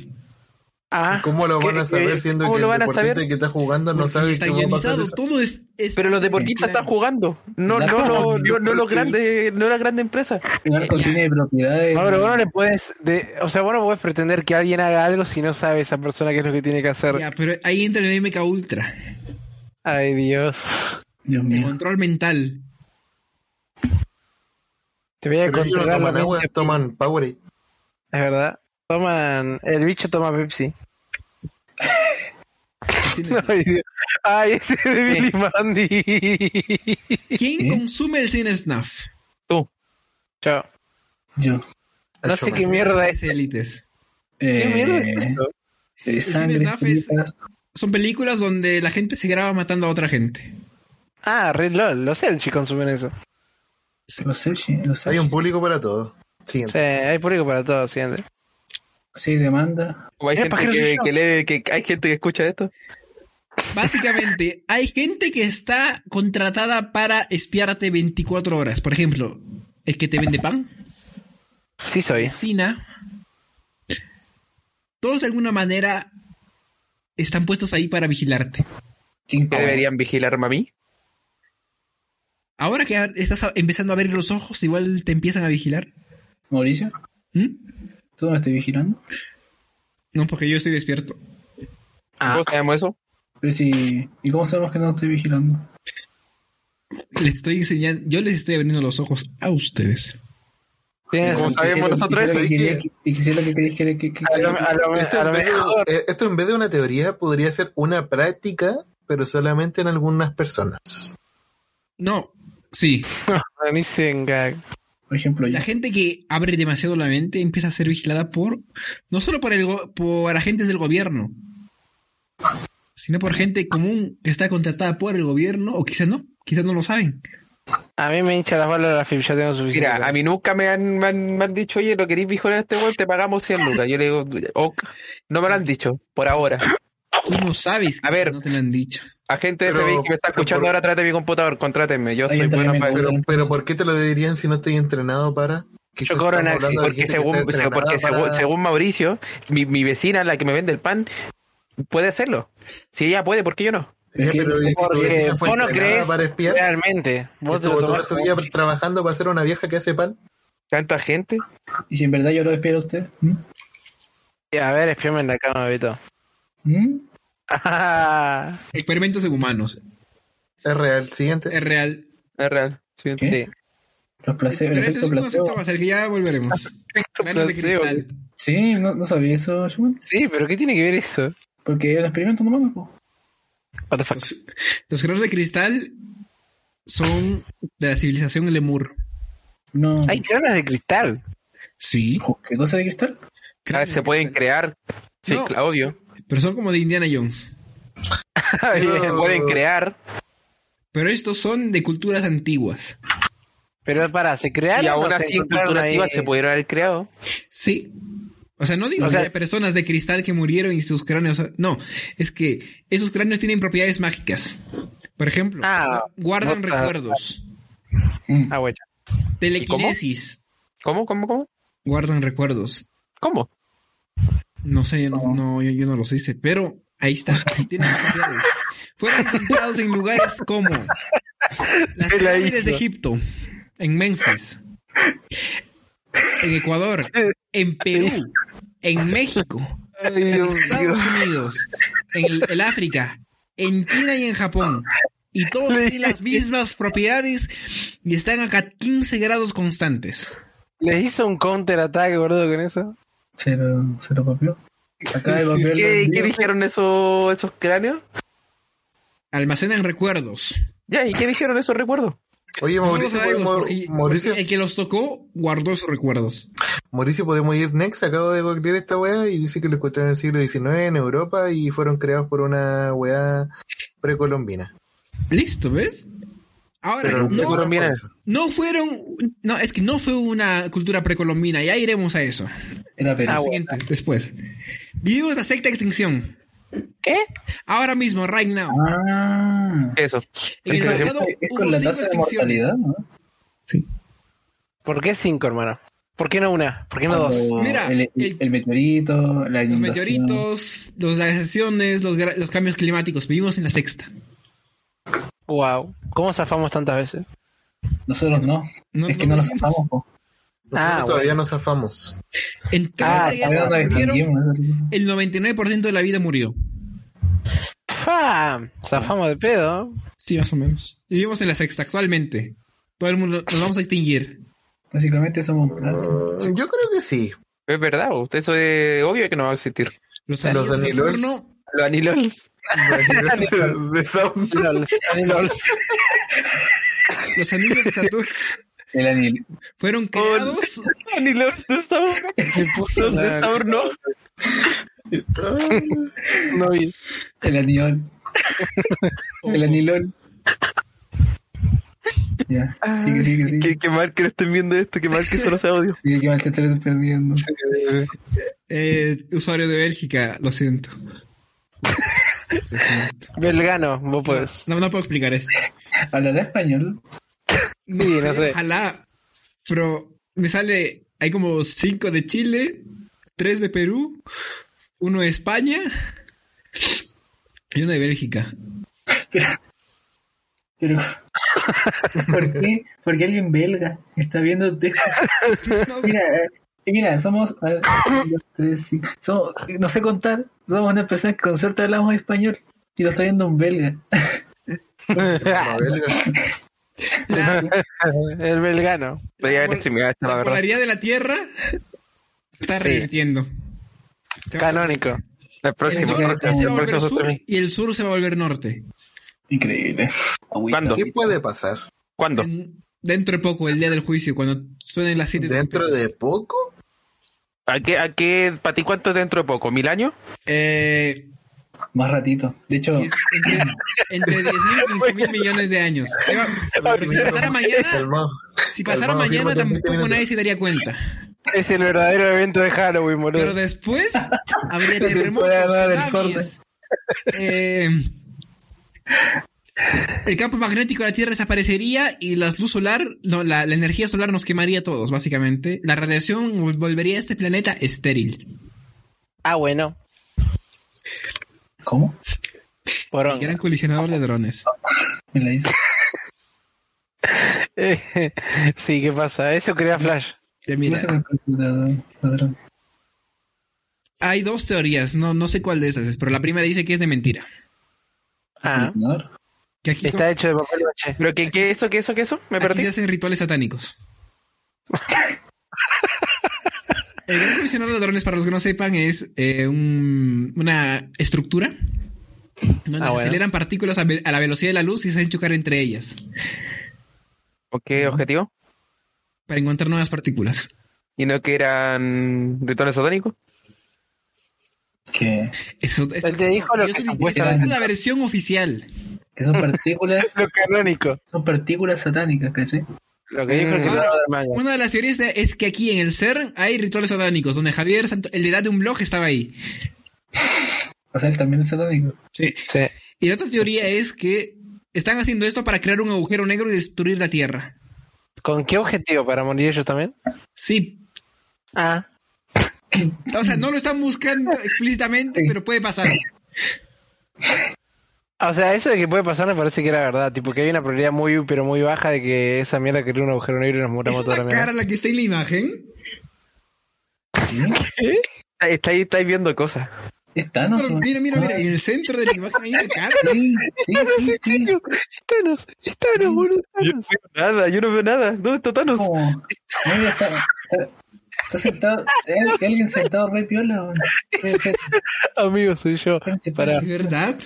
C: ah.
D: ¿Cómo lo van a
C: ¿Qué-
D: saber
C: qué-
D: siendo
E: cómo
D: que
E: lo
D: el
E: van a
D: deportista
E: saber?
D: que está jugando no
B: Porque
D: sabe
B: está
D: qué va a pasar
B: guionizado,
D: eso?
B: todo es, es
E: Pero los
B: plan.
E: deportistas están jugando. No, no, no, no, no, los grandes, no las grandes empresas.
F: El arco tiene propiedades.
C: Ahora, vos no le puedes, de, o sea, vos no puedes pretender que alguien haga algo si no sabe esa persona qué es lo que tiene que hacer.
B: Ya, pero ahí entra el MK Ultra.
C: Ay, Dios.
F: Dios
B: El
F: mío.
B: control mental.
C: Te voy a
D: Pero ellos no
C: controlar la
D: toman agua,
C: mente,
D: toman Powerade.
C: Es verdad. Toman. El bicho toma Pepsi. Ay, Dios. Ay, ese de Billy Mandy.
B: ¿Quién
F: ¿Eh?
B: consume el cine snuff?
C: Chao.
F: Yo.
C: No sé qué mierda es.
B: Las élites.
C: ¿Qué
F: Eh,
C: mierda es esto?
F: eh, sangre,
B: Snaf es-
F: tripas.
B: Son películas donde la gente se graba matando a otra gente.
C: Ah, Red LOL. Los Elchi consumen eso.
F: Los sushi, los sushi.
D: Hay un público para todo. Siguiente.
C: Sí, hay público para todo, siguiente.
F: Sí, demanda.
E: ¿O hay
C: Mira,
E: gente
C: pajero
E: que,
C: bicho.
E: que lee, que hay gente que escucha esto?
B: Básicamente, hay gente que está contratada para espiarte 24 horas. Por ejemplo, el que te vende pan,
C: Sí soy.
B: vecina. Todos de alguna manera están puestos ahí para vigilarte.
F: King
E: ¿Que
F: Kong.
E: deberían vigilarme a mí?
B: Ahora que estás a- empezando a abrir los ojos, igual te empiezan a vigilar.
F: Mauricio,
B: ¿Mm?
F: ¿tú no me estás vigilando?
B: No, porque yo estoy despierto.
C: Ah.
E: ¿Cómo sabemos eso?
F: Pero si... ¿Y cómo sabemos que no estoy vigilando?
B: Les estoy enseñando, yo les estoy abriendo los ojos a ustedes.
C: Tienes-
E: ¿Cómo sabemos nosotros eso? ¿Y
F: Y Eh,
E: qué?
F: quisiera que- y quisiera que creéis que... que- que-
C: A lo, a lo-
D: Esto
C: a lo
D: en, vez
C: mejor.
D: de, eh, esto en vez de una teoría podría ser una práctica, pero solamente en algunas personas.
B: No, sí.
C: Ni se enga-
F: Por ejemplo, yo.
B: La gente que abre demasiado la mente empieza a ser vigilada por, no solo por, el go- por agentes del gobierno, sino por gente común que está contratada por el gobierno, o quizás no, quizás no lo saben.
C: A mí me hincha las balas de la FIP, ya tengo suficiente.
E: Mira, a mí nunca me han, me han, me han dicho, oye, ¿lo queréis vigilar a este weón? Te pagamos 100 lucas. Yo le digo, ok. No me lo han dicho, por ahora.
B: Tú no sabes,
E: A ver.
B: no te lo han dicho.
E: Agente de
D: Pero-
E: FBI que me está
D: pero
E: escuchando
D: por-
E: ahora, trate mi computador, contrátenme. Yo
F: Ahí
E: soy
F: entra
E: bueno
F: mi
E: para
D: Pero,
F: Entonces-
D: pero ¿por qué te lo dirían si no estoy entrenado para? Quizás
C: Yo cobro en
D: estamos
C: Axi,
D: hablando de
E: Porque
D: gente que está
E: según, se-
D: entrenada
E: porque
D: para-
E: según, según Mauricio, mi, mi vecina, la que me vende el pan, puede hacerlo. Si ella puede, ¿por qué yo no?
D: Ya, pero ¿y si tu
C: Porque
D: vecina fue
C: vos no
D: entrenada
C: crees
D: para espiar?
C: realmente. Vos te
D: Estuvo
C: lo
D: toda
C: tomás
D: su
C: como-
D: vida trabajando para ser una vieja que hace pan.
E: Tanta gente.
F: ¿Y si en verdad yo lo espero a usted? ¿Mm?
C: A ver, espiame en la cama, Vito.
F: ¿Mm?
C: Ah,
B: Experimentos en humanos,
D: Es real. Siguiente.
B: es real.
E: Es real. Sí.
F: ¿Qué?
C: sí.
F: Los place- el
B: Pero ese es
F: efecto
B: un concepto
F: placebo.
B: más al que ya volveremos. Manos de
C: placebo.
B: cristal.
F: Sí, no, no sabía eso, Shuman.
C: Sí, pero ¿qué tiene que ver eso?
F: Porque es un experimento nomás, po.
C: What the fuck.
B: Los, los guerreros de cristal son de la civilización Lemur.
F: No.
C: Hay cranas de cristal.
B: Sí.
F: ¿Qué cosa de cristal?
E: A ver, se pueden crear. Sí,
B: No.
E: cla- obvio.
B: Pero son como de Indiana Jones.
E: Se pueden crear.
B: Pero estos son de culturas antiguas.
C: Pero para, se crearon.
E: Y aún
C: o se
E: así, en
C: encontraron
E: cultura
C: ahí?
E: activa se pudieron haber creado.
B: Sí. O sea, no digo
C: O
B: que
C: sea-
B: haya personas de cristal que murieron y sus cráneos. No, es que esos cráneos tienen propiedades mágicas. Por ejemplo,
C: Ah,
B: guardan
C: no, ah,
B: recuerdos.
F: Mm.
C: Ah, guacha.
B: Telequinesis.
E: ¿Cómo? ¿Cómo? ¿Cómo?
B: Guardan recuerdos.
E: ¿Cómo?
B: No sé, yo no, no, yo, yo no los hice, pero ahí está. Tienen propiedades. Fueron encontrados en lugares como las
C: Se la
B: pirámides de
C: hizo.
B: Egipto, en Memphis, en Ecuador, en Perú, en México,
D: Ay, Dios mío.
B: Estados Unidos, en el, el África, en China y en Japón. Y todos tienen las mismas propiedades y están acá 15 grados constantes.
C: ¿Les hizo un counter ataque, gordo, con eso?
F: Se lo, se lo copió. Acá de papel.
E: ¿Qué, qué dijeron esos esos cráneos?
B: Almacenan recuerdos.
E: Ya, ¿y qué dijeron esos recuerdos?
D: Oye,
B: No lo
D: Mauricio,
B: sabemos,
D: podemos-
B: porque-
D: Mauricio,
B: porque el que los tocó guardó sus recuerdos.
D: Mauricio, podemos ir next. Acabo de googlear esta weá y dice que lo encontraron en el siglo XIX en Europa y fueron creados por una weá precolombina.
B: Listo, ¿ves? Ahora,
D: Pero
B: no,
D: precolombina.
B: no fueron. No, es que no fue una cultura precolombina, ya iremos a eso.
F: Era Perú.
B: Lo siguiente, después. Vivimos la sexta extinción.
C: ¿Qué?
B: Ahora mismo, right now.
F: Ah.
E: Eso.
B: En el
F: Pero
B: pasado
F: es, es
B: hubo
F: con la
B: cinco
F: tasa de
B: extinciones.
F: mortalidad, ¿no?
C: ¿Por qué cinco, hermano? ¿Por qué no una? ¿Por qué no dos?
F: Cuando
B: Mira,
F: el,
B: el-
F: el meteorito, la
B: Los
F: inundación.
B: meteoritos, los- las glaciaciones, los, gra- los cambios climáticos. Vivimos en la sexta.
C: Wow. ¿Cómo zafamos tantas veces?
F: Nosotros no.
B: No-
F: es que
B: no
F: no nos
B: vivimos.
F: zafamos. po.
D: Nosotros
C: Ah,
D: todavía nos zafamos.
B: En
C: Ah,
B: cada
F: Todavía
B: día
F: nos
B: se murieron,
F: distinguimos.
B: el 99% de la vida murió.
C: Zafá, zafamos de pedo.
B: Sí, más o menos. Y vivimos en la sexta actualmente. Todo el mundo nos vamos a extinguir.
F: Básicamente somos un plato.
D: Mm, yo creo que sí.
E: Es verdad, bo. eso es obvio que no va a existir.
B: Los
D: Los
B: anillos de
D: anillos.
B: Saturno,
E: Los anilols.
D: De esa-
C: Lols, lols.
B: los anillos de Saturno
F: El anillo.
B: fueron creados
E: Anilols de sabor. Los de sabor no.
C: No vi.
F: El anillón. El anilón. Ya,
C: Ah,
F: sigue, sigue, sigue.
E: Qué, qué mal que no estén viendo esto, qué mal que eso no sea audio.
F: Sigue que mal te estás perdiendo.
B: eh, usuario de Bélgica, lo siento.
C: Belgano, vos podés.
B: No, no puedo explicar eso.
F: ¿Hablará español?
B: No
C: Sí,
B: sé,
C: no sé.
B: Ojalá. Pero me sale, hay como cinco de Chile, tres de Perú, uno de España y uno de Bélgica.
F: Pero. ¿Por qué? ¿Por qué alguien belga está viendo esto? Mira, eh, mira, somos. a ver, un, dos, tres, cinco. Somos- no sé contar. Somos una persona que con suerte hablamos español. Y lo está viendo un belga.
D: A ver,
B: La
C: El belgano.
E: Podría haber streameado esto, la verdad.
B: polaridad de la Tierra se está
C: Sí.
B: revirtiendo. Se va-
C: Canónico.
E: El
B: el
E: próximo, el
B: norte se
E: próximo,
B: va a
E: el
B: volver
E: próximo
B: sur
E: streaming.
B: y el sur se va a volver norte.
F: Increíble. Agüita.
E: ¿Cuándo?
D: ¿Qué puede pasar?
E: ¿Cuándo?
B: En- dentro de poco, el día del juicio, cuando suenen las siete.
D: ¿Dentro de poco?
E: ¿A qué, a qué, para ti cuánto es dentro de poco? ¿Mil años?
B: Eh,
F: Más ratito. De hecho,
B: entre, entre 10.000 y 15.000 millones de años. Pero si pasara mañana,
D: Calmado.
B: si
F: Pues
B: pasara
D: Calmado,
B: mañana
D: firmo, también
B: tampoco
D: tiene-
B: nadie se daría cuenta.
C: Es el verdadero evento de Halloween,
B: Pero
C: boludo.
B: después habría
F: Después
B: terremotos,
F: de ganar el
B: tsunamis, eh, el campo magnético de la Tierra desaparecería y la luz solar, no, la, la energía solar nos quemaría a todos, básicamente. La radiación vol- volvería a este planeta estéril.
C: Ah, bueno.
F: ¿cómo?
C: Porón.
B: El gran colisionador de drones.
F: Me la hizo.
C: Eh, sí, ¿qué pasa? Eso crea Flash.
B: Ya
F: No
B: mira,
F: sé con el computador, ladrón.
B: hay dos teorías, no, no sé cuál de estas es, pero la primera dice que es de mentira.
C: Ah,
F: Coleccionador.
B: Que aquí son-
C: está hecho de papel maché.
E: ¿Pero qué, qué, eso, qué, eso, qué, eso? ¿Me
B: Aquí
E: perdí?
B: se hacen rituales satánicos. El gran comisionado de drones, para los que no sepan, es eh, un- una estructura donde
C: Ah,
B: se
C: bueno.
B: aceleran partículas a, ve- a la velocidad de la luz y se hacen chocar entre ellas
E: ¿O qué objetivo?
B: para encontrar nuevas partículas.
E: ¿Y no que eran rituales satánicos?
F: Que,
B: Eso, eso-
C: Él te dijo lo
B: yo
C: que
B: estoy-
C: supuestamente-
B: esta es la versión oficial.
F: que son partículas.
C: Lo canónico.
F: son partículas satánicas, ¿cachai?
C: Lo que dijo el
E: Mm.
C: creador del manga.
B: Una de las teorías de- es que aquí en el CERN hay rituales satánicos, donde Javier, Sant- el de edad de un blog, estaba ahí.
F: O sea, él también es satánico.
B: Sí.
C: Sí.
B: Y la otra teoría es que están haciendo esto para crear un agujero negro y destruir la Tierra.
C: ¿Con qué objetivo? ¿Para morir ellos también?
B: Sí.
C: Ah.
B: O sea, no lo están buscando explícitamente, pero puede pasar.
C: O sea, eso de que puede pasar me parece que era verdad. Tipo, que hay una probabilidad muy, pero muy baja de que esa mierda cree un agujero negro y nos
B: ¿Es
C: muramos toda la
B: una cara
C: mierda.
B: la que está en la imagen?
E: Estáis estáis viendo cosas.
F: Es Thanos.
B: Pero
F: ¿no?
B: mira, mira, mira.
F: Ah,
B: En el centro de la imagen hay una cara.
F: Sí, sí, sí, sí.
C: Thanos, Thanos, boludo.
E: Yo no veo nada, yo no veo nada. ¿Dónde está Thanos?
F: Como- Mira, está, está, está sentado. eh, que alguien sentado re piola. weón. Espera, espera,
C: Amigo, soy yo.
F: espérense,
C: Pará.
B: ¿Es verdad?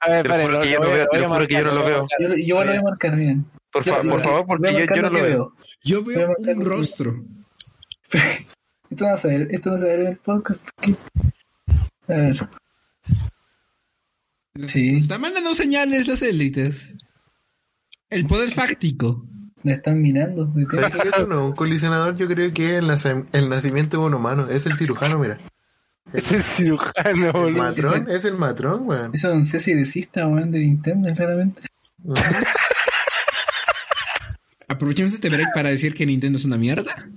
C: A ver,
E: Te lo juro
C: paren,
E: que yo no
C: voy a-
E: veo, te
C: voy
E: lo
C: a
E: juro que yo no
C: marcar,
E: lo veo.
F: Yo, yo lo voy a marcar bien.
E: Por, fa-
F: Yo-
E: por favor,
F: voy
E: porque
F: a
E: yo,
F: marcar
E: yo no lo
F: que
E: veo.
B: Yo
F: Voy
B: veo
F: a marcar
B: un rostro.
F: Esto no se ve, esto no se ve en el podcast. ¿qué? A ver. Sí.
B: Están mandando señales las élites. El poder fáctico.
F: La están mirando. me tienen
D: ¿Sabes
F: que-
D: qué es eso? No, un colisionador yo creo que es el, nace- el nacimiento de un humano. Es el cirujano, mira.
C: Ese cirujano,
D: El
C: boludo.
D: matrón, es el matrón, weón.
F: Eso es un cese de cista, weón, de Nintendo, claramente.
B: Aprovechemos este break para decir que Nintendo es una mierda.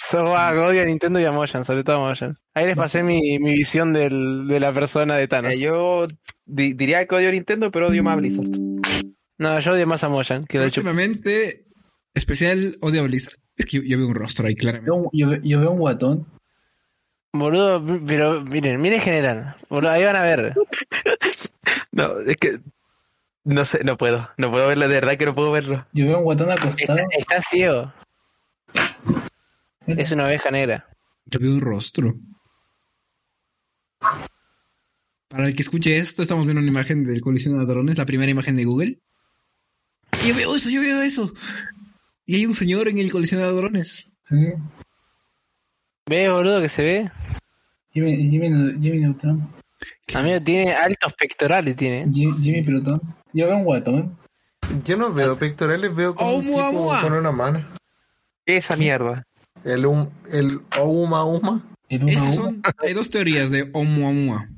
C: So, a Godia, Nintendo y a Moyan, sobre todo a Moyan. Ahí les pasé mi, mi visión del, de la persona de Thanos.
E: Eh, Yo di- diría que odio Nintendo, pero odio más a Blizzard.
C: No, yo odio más a Moyan que de Chup.
B: Últimamente, especial odio a Blizzard. Es que yo, yo veo un rostro ahí, claramente.
F: Yo, yo- yo veo un guatón.
C: Boludo, pero miren, miren general. Boludo, ahí van a ver.
E: No, es que. No sé, no puedo. No puedo verlo, de verdad que no puedo verlo.
F: Yo veo un guatón
C: Está,
F: acostado.
C: está ciego. Es una oveja negra.
B: Yo veo un rostro. Para el que escuche esto, estamos viendo una imagen del colisión de ladrones, la primera imagen de Google. Y yo veo eso, yo veo eso. Y hay un señor en el colisión de ladrones.
F: Sí.
C: ¿Ves, boludo, que se ve?
F: Jimmy, Jimmy, Neu- Jimmy Neutron.
C: Amigo, tiene altos pectorales, tiene.
F: Jim- Jimmy Plutón. Yo veo un guatón.
D: Yo no veo pectorales, veo como un
B: Oumuamua.
D: tipo con una mano.
E: Esa mierda.
D: El, um, el Ouma Uma.
F: El uno a
B: Esas
F: uno.
B: son, hay dos teorías de Oumuamua.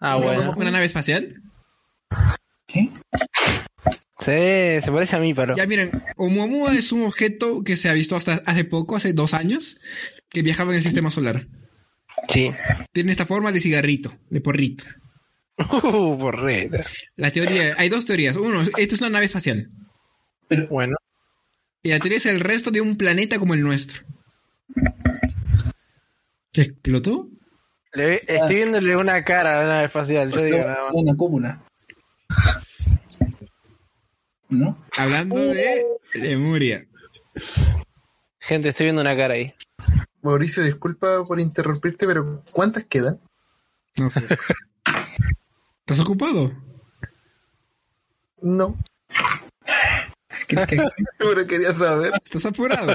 C: Ah, bueno.
B: Una nave espacial.
F: ¿Qué?
C: Sí, se parece a mí, pero.
B: Ya miren, Oumuamua es un objeto que se ha visto hasta hace poco, hace dos años, que viajaba en el sistema solar.
C: Sí.
B: Tiene esta forma de cigarrito, de porrito.
C: Uh, borreta.
B: La teoría, hay dos teorías. Uno, esto es una nave espacial.
C: Bueno.
B: Y la teoría es el resto de un planeta como el nuestro. ¿Explotó?
C: Le ve- estoy viéndole una cara a la nave espacial. Yo digo nada más.
F: Pues una cúpula. ¿No?
B: Hablando de Lemuria.
C: Gente, estoy viendo una cara ahí.
D: Mauricio, disculpa por interrumpirte, pero ¿cuántas quedan?
B: No sé. ¿Estás ocupado?
D: No,
F: ¿Qué- qué- qué?
D: pero quería saber.
B: ¿Estás apurado?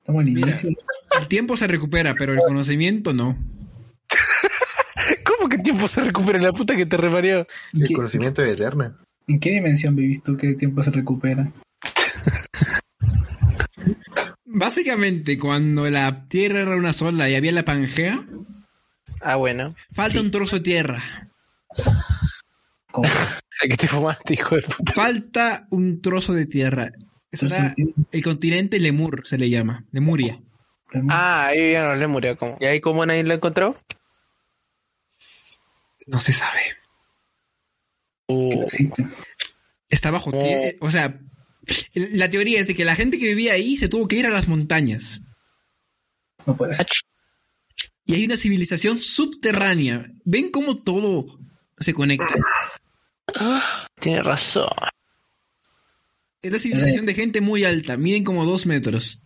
F: Estamos al
B: Mira.
F: inicio.
B: El tiempo se recupera, pero el conocimiento no.
C: ¿Cómo que el tiempo se recupera la puta que te reparió?
F: ¿En
D: El
F: qué,
D: conocimiento es eterno.
F: en qué dimensión vivís tú que el tiempo se recupera?
B: Básicamente, cuando la Tierra era una sola y había la Pangea,
C: Ah, bueno.
B: falta un trozo de tierra.
F: ¿Cómo?
C: El que te fumaste, hijo de puta.
B: Falta un trozo de tierra. Será el continente Lemur, se le llama. Lemuria.
C: Ah, ahí ya no le murió como.
E: ¿Y ahí cómo nadie lo encontró?
B: No se sabe.
F: Que no
C: Uh,
F: existe.
B: Está bajo tierra. O sea, el- la teoría es de que la gente que vivía ahí se tuvo que ir a las montañas.
F: No puede ser.
B: Y hay una civilización subterránea. ¿Ven cómo todo se conecta?
C: tiene razón.
B: Es la civilización de gente muy alta. Miden como dos metros.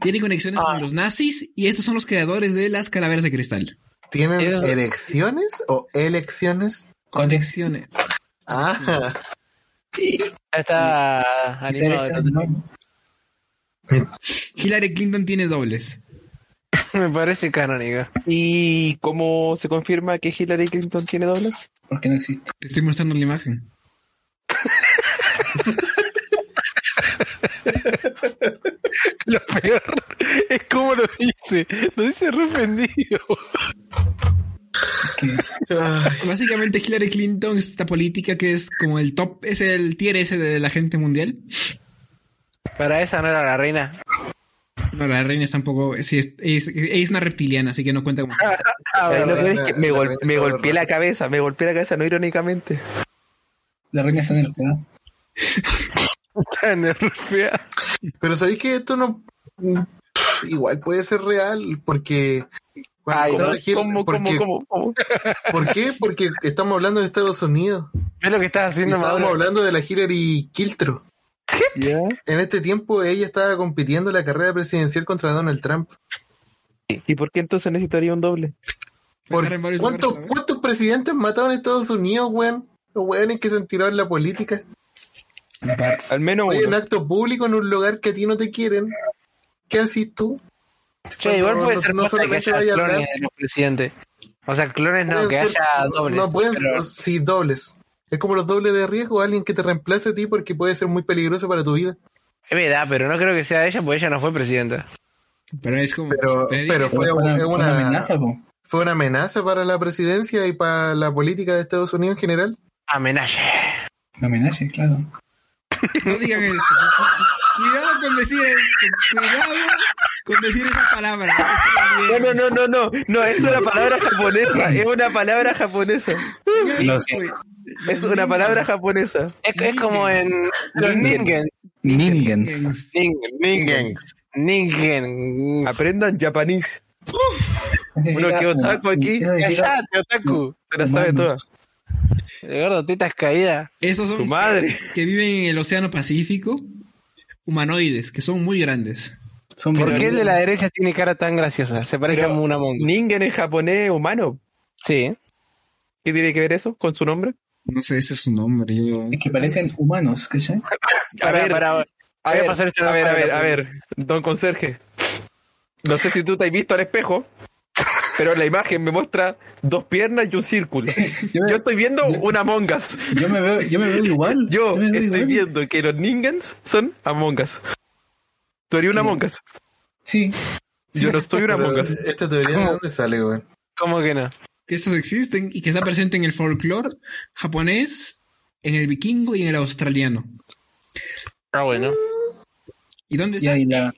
B: Tiene conexiones con los nazis y estos son los creadores de las calaveras de cristal.
D: ¿Tienen
C: Eso-
D: erecciones o elecciones?
B: Conexiones.
D: Ah,
C: Ya está
F: Quisiera
C: animado.
F: ser, ¿no?
B: Hillary Clinton tiene dobles.
C: Me parece canónico.
E: ¿Y cómo se confirma que Hillary Clinton tiene dobles?
F: Porque no existe.
B: Te estoy mostrando la imagen.
C: Lo peor es cómo lo dice. Lo dice re ofendido.
F: Que
D: ay,
B: Básicamente Hillary Clinton es esta política que es como el top, es el tier ese de la gente mundial.
C: Para esa no era la reina.
B: No, la reina es tampoco. Sí, es, es- ella es una reptiliana, así que no cuenta como.
C: Ah,
E: ¿Sabes
C: bueno,
E: lo peor es que me, gol-
D: Realmente,
E: me
D: la
E: golpeé la
D: verdad.
E: cabeza, me golpeé la cabeza, no irónicamente.
F: la reina está en el ciudad.
C: está nerfeada.
D: pero sabéis que esto no. Igual puede ser real, porque. cuando
C: Ay,
D: estaba
C: no.
D: Hillary-
E: ¿Cómo, cómo,
D: porque-
E: cómo, cómo?
D: ¿Por qué? Porque estamos hablando de Estados Unidos.
C: ¿Ves lo que estás
D: Y
C: haciendo,
D: estábamos
C: Maduro?
D: hablando de la Hillary Kiltro.
E: ¿Ya?
D: En este tiempo ella estaba compitiendo la carrera presidencial contra Donald Trump.
E: ¿Y por qué entonces necesitaría un doble?
D: Por-
B: Pensar en varios
D: ¿cuántos,
B: lugares a la vez.
D: ¿Cuántos presidentes mataron en Estados Unidos, weón? Los weones que se han tirado en la política.
E: Al menos
D: Hay un
E: uno.
D: acto público en un lugar que a ti no te quieren. ¿Qué haces tú?
C: Che, igual puede
D: no-
C: ser
D: no
C: posta que
D: solamente vaya
C: haya
D: a hablar.
C: clones de los presidentes. O sea, clones no,
D: Pueden
C: que
D: ser-
C: haya dobles.
D: No pueden
C: pero-
D: ser, sí, dobles. Es como los dobles de riesgo, alguien que te reemplace a ti porque puede ser muy peligroso para tu vida.
C: Es verdad, pero no creo que sea ella, porque ella no fue presidenta.
B: Pero es como.
D: Pero,
B: te digo,
D: pero fue,
F: Fue una,
D: es
F: fue una amenaza, po.
D: fue una amenaza para la presidencia y para la política de Estados Unidos en general.
C: Amenaje.
F: Una amenaza, claro.
B: No digan esto. Cuidado con decir esto. Cuidado con decir esa palabra.
E: No, no, no, no, no, no, es una palabra japonesa, es una palabra japonesa,
F: Los,
E: es una palabra japonesa.
C: Es, es como en los Ningens.
F: Ningens.
C: Ningens. Ningen.
E: Aprendan japonés.
F: Significa-
E: Uno que otaku aquí.
F: Eso significa-
C: Cállate, otaku.
E: Se la sabe toda.
C: De gordo, tetas caídas.
B: Esos son
E: Tu madre.
B: seres que viven en el Océano Pacífico, humanoides, que son muy grandes.
F: son
C: ¿Por
F: virales.
C: qué el de la derecha tiene cara tan graciosa? Se parece
E: Pero-
C: a una monga.
E: Ningen en japonés humano.
C: Sí.
E: ¿Qué tiene que ver eso con su nombre?
B: No sé, ese es su nombre. Yo...
F: Es que parecen humanos, ¿cachai?
E: A
C: Para-
E: ver,
C: para-
E: a
C: voy a
E: ver,
C: pasar este
E: a ver, a
C: para
E: ver,
C: la
E: a ver. Don Conserje. No sé si tú te has visto al espejo, pero la imagen me muestra dos piernas y un círculo.
F: Yo me,
E: Yo estoy viendo una Among Us.
F: yo me veo, yo me veo igual.
E: Yo
F: me veo
E: estoy
F: igual.
E: viendo que los Ningens son Among Us. Tú harías una Among Us.
F: Sí,
E: Yo no estoy una
D: Pero,
E: Among Us.
D: ¿Esta teoría
E: Ah.
D: de dónde sale, güey?
C: ¿Cómo que no?
B: Que estos existen y que está presente en el folclore japonés, en el vikingo y en el australiano.
C: Ah, bueno.
B: ¿Y dónde
F: y
B: están?
F: ahí la.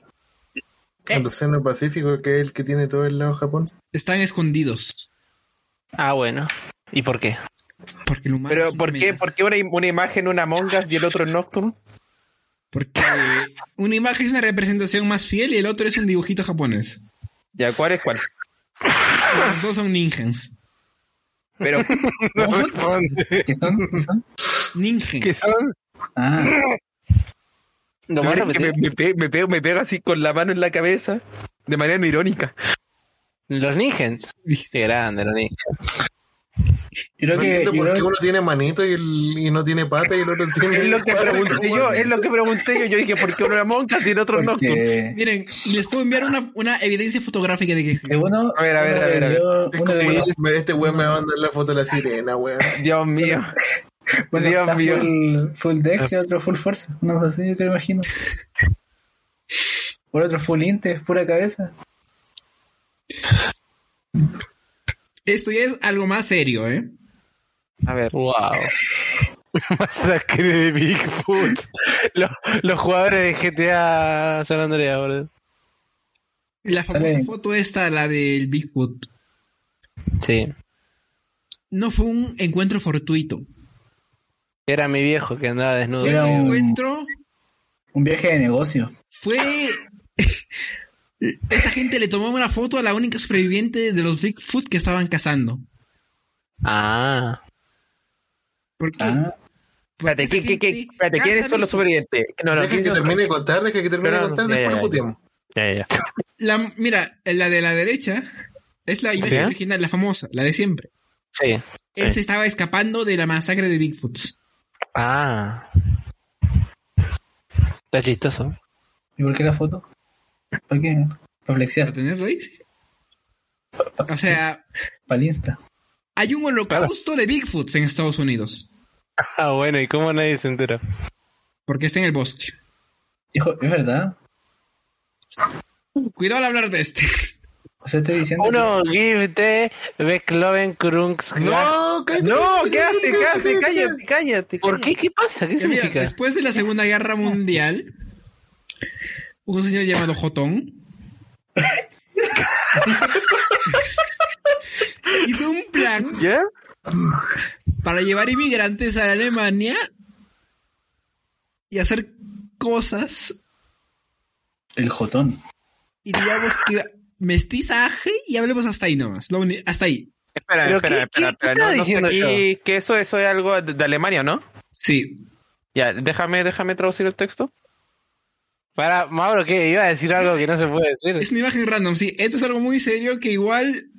E: Eh.
D: El Océano Pacífico, que es el que tiene todo el lado Japón.
B: Están escondidos.
C: Ah, bueno. ¿Y por qué?
B: Porque el humano es
E: Pero
B: una
E: ¿por qué,
B: amenaza.
E: por qué una, im- una imagen una Among Us y el otro en Nocturne?
B: Porque una imagen es una representación más fiel y el otro es un dibujito japonés.
E: Ya, ¿cuál es cuál?
B: Los dos son ninjas.
E: Pero
C: No
F: ¿Cómo?
C: responde.
F: ¿Qué son? ¿Qué son?
B: Ningen.
C: ¿Qué son?
F: Ah,
C: ¿Lo
E: me,
C: vas a
E: me,
C: repetir?
E: me pe- me pego, me pego así con la mano en la cabeza de manera no irónica.
C: Los ninjas. Qué grande, los ninjas.
F: yo creo
D: No
F: que.
D: entiendo
F: yo
D: por qué
F: creo-
D: uno tiene manito y, el, y no tiene pata y el otro tiene.
E: Es lo que
D: pata,
E: pregunté yo, es lo que pregunté yo. Yo dije, ¿por qué uno era Among Us y el otro en Nocturne?
F: porque-
B: Miren, les puedo enviar una, una evidencia fotográfica de que
F: que
B: existen.
F: uno,
E: A ver, a ver,
F: uno
E: a ver, a ver.
F: leyó-
D: Es
F: uno
D: como,
F: leyó-
D: me- este weón me va a mandar la foto de la sirena, weón.
E: Dios mío.
F: uno está
E: Dios mío.
F: Full, full dex y otro full fuerza. No sé, así yo te imagino. Por otro full inte, pura cabeza.
B: Esto ya es algo más serio, ¿eh?
H: A ver.
C: Wow. Masacre de Bigfoot. Los, los jugadores de GTA San Andreas, boludo.
B: La famosa
F: Sale.
B: foto esta, la del Bigfoot,
C: Sí.
B: no fue un encuentro fortuito.
C: Era mi viejo que andaba desnudo.
B: Fue
F: Era
B: un
F: un-
B: encuentro,
F: Un viaje de negocio.
B: fue... Esta gente le tomó una foto a la única sobreviviente de los Bigfoot que estaban cazando.
C: Ah.
B: ¿Por qué?
F: Ah,
B: Porque
E: Espérate,
B: esta
E: ¿qué, qué, qué?
B: gente
E: Espérate, ¿quiénes
B: caza
E: son los
B: Bigfoot.
E: sobrevivientes? No, no,
D: Deja que
E: ¿quiénes son-
D: termine de contar, deja que termine de
E: Pero,
D: contar,
E: ya,
D: después
H: ya, ya.
D: puteamos.
H: Ya, ya, ya.
B: La, mira, la de la derecha es la imagen
C: ¿Sí?
B: original, la famosa, la de siempre.
C: Sí.
B: Este estaba escapando de la masacre de Bigfoot.
C: Ah. Está chistoso.
F: ¿y por qué la foto? ¿Para qué? Para
B: ¿Para
F: flexear,
B: tenerlo ahí? O sea,
F: para el Insta.
B: hay un holocausto de Bigfoots en Estados Unidos.
C: Ah, bueno, ¿y cómo nadie se entera?
B: Porque está en el bosque.
F: Hijo, es verdad.
B: Cuidado al hablar de este.
F: O sea, estoy diciendo.
C: Uno, give the Beckloven Krunks.
E: No, no, ¿qué hace? ¿Qué hace? Cállate, cállate.
C: ¿Por qué? ¿Qué pasa? ¿Qué
B: Ya, mira,
C: significa?
B: después de la Segunda Guerra Mundial, un señor llamado Jotón hizo un plan
E: ¿Ya?
B: para llevar inmigrantes a Alemania y hacer cosas
F: El jotón.
B: y digamos que mestizaje y hablemos hasta ahí nomás, lo uni- hasta ahí.
H: Espera,
C: ¿Pero
H: espera,
C: qué-
H: espera,
C: qué- qué
H: espera.
C: estaba
H: No, no sé
C: diciendo
H: aquí que eso, eso es algo de, de Alemania, ¿no?
B: Sí.
H: Ya, déjame, déjame traducir el texto.
C: Para, Mauro, ¿qué? Iba a decir algo que no se puede decir.
B: Es una imagen random, sí. Esto es algo muy serio que igual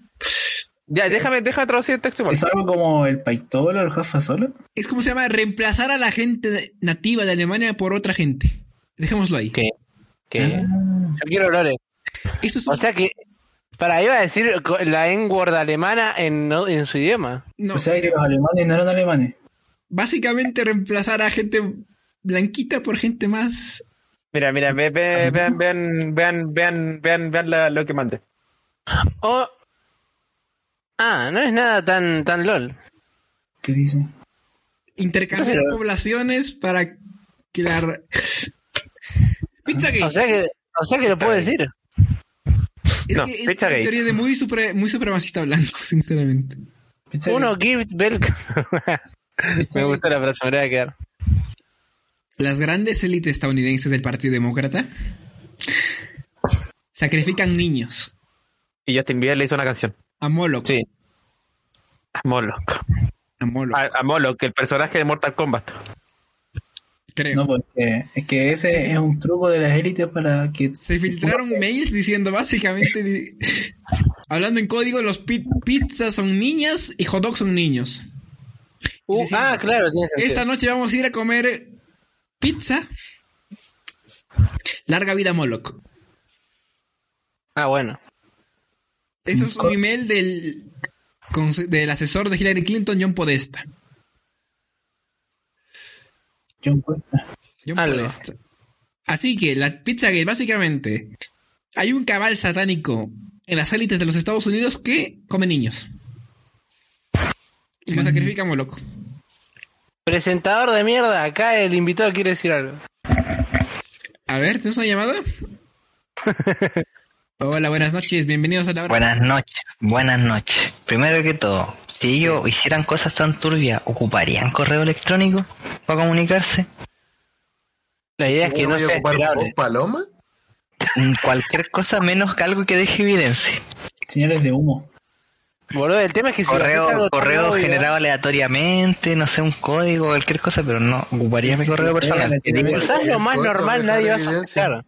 H: Ya, déjame, déjame traducir el texto igual.
F: ¿Es algo como el paitolo, el jafa solo?
B: es como se llama reemplazar a la gente nativa de Alemania por otra gente. Dejémoslo ahí.
C: ¿Qué? ¿Qué?
F: Ah,
C: Yo quiero olores.
B: Esto es un-
C: O sea que. Para, iba a decir co- la N-word alemana en, no- en su idioma.
B: no,
F: O sea, que los alemanes no eran alemanes.
B: básicamente reemplazar a gente blanquita por gente más
E: Mira, mira, ve, ve, vean, vean, vean, vean, vean, vean la- lo que mandé.
C: O. Ah, no es nada tan, tan lol.
F: ¿Qué dice?
B: intercambiar
C: Pero-
B: poblaciones para que la Pizza
C: O sea que, o sea que lo puedo decir.
B: Es
H: No,
B: que es
H: Pizza
B: una
H: Gate.
B: teoría de muy, supre- muy supremacista blanco, sinceramente.
F: ¿Viste?
C: Uno, give bell. Me gusta la frase, me la voy a quedar.
B: Las grandes élites estadounidenses del Partido Demócrata Sacrifican niños.
E: Y Justin Bieber le hizo una canción.
B: A Moloch.
I: Sí.
E: A Moloch.
B: A Moloch,
F: Ah,
E: A, a Moloch, el personaje de Mortal Kombat.
B: creo.
F: No, porque es que ese es un truco de las élites para que.
B: Se filtraron mails diciendo básicamente, di- hablando en código, los pi- pizzas son niñas y hot dogs son niños.
C: Uh,
B: Sí.
C: ah, claro, tiene sentido.
B: Esta noche vamos a ir a comer pizza. Larga vida Moloch.
C: Ah, bueno.
B: Eso es un email del, conse- del asesor de Hillary Clinton, John Podesta.
F: Yo encuentro-
B: John
C: Algo.
B: Podesta. Así que la Pizzagate, básicamente, hay un cabal satánico en las élites de los Estados Unidos que come niños. Y lo sacrifica a Moloch.
C: Presentador de mierda, acá el invitado quiere decir algo.
B: A ver, ¿tenemos una llamada? Hola, buenas noches, bienvenidos a la hora.
G: Buenas noches, buenas noches. Primero que todo, si ellos hicieran cosas tan turbias, ¿ocuparían correo electrónico para comunicarse?
C: La idea es que no
D: voy a
C: sea
D: ocupar
C: esperable.
D: vos, paloma?
G: Mm, Cualquier cosa menos que algo que deje evidencia.
F: Señales de humo.
C: Boludo, el tema es que si haces
G: Correo,
C: algo
G: correo
C: tan obvio-
G: generado aleatoriamente, no sé, un código, cualquier cosa, pero no, ocuparía mi correo personal.
F: Sí, sí,
C: Quizás lo más
D: Cosa
C: normal
D: dejar
C: nadie va a
D: evidencia.
C: sospechar.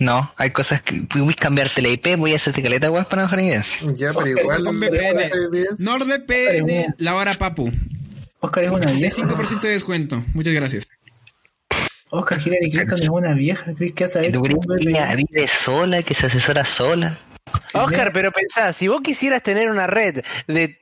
G: No, hay cosas que voy a cambiarte la IP, voy a hacerte caleta web para no dejar evidencia.
D: Ya, pero
F: Porque
D: igual.
B: con
D: ¿cuál es la
B: VPN.
D: evidencia?
B: NordVPN, la hora Papu.
F: Oscar es una
B: De
F: vieja.
B: 5% de descuento. Muchas gracias.
F: Oscar Hillary Clinton es una vieja. ¿Crees que vas a
G: ¿Y
F: ver?
G: ¿Tú crees que ella vive sola, que se asesora sola?
C: Oscar, pero pensá, si vos quisieras tener una red de.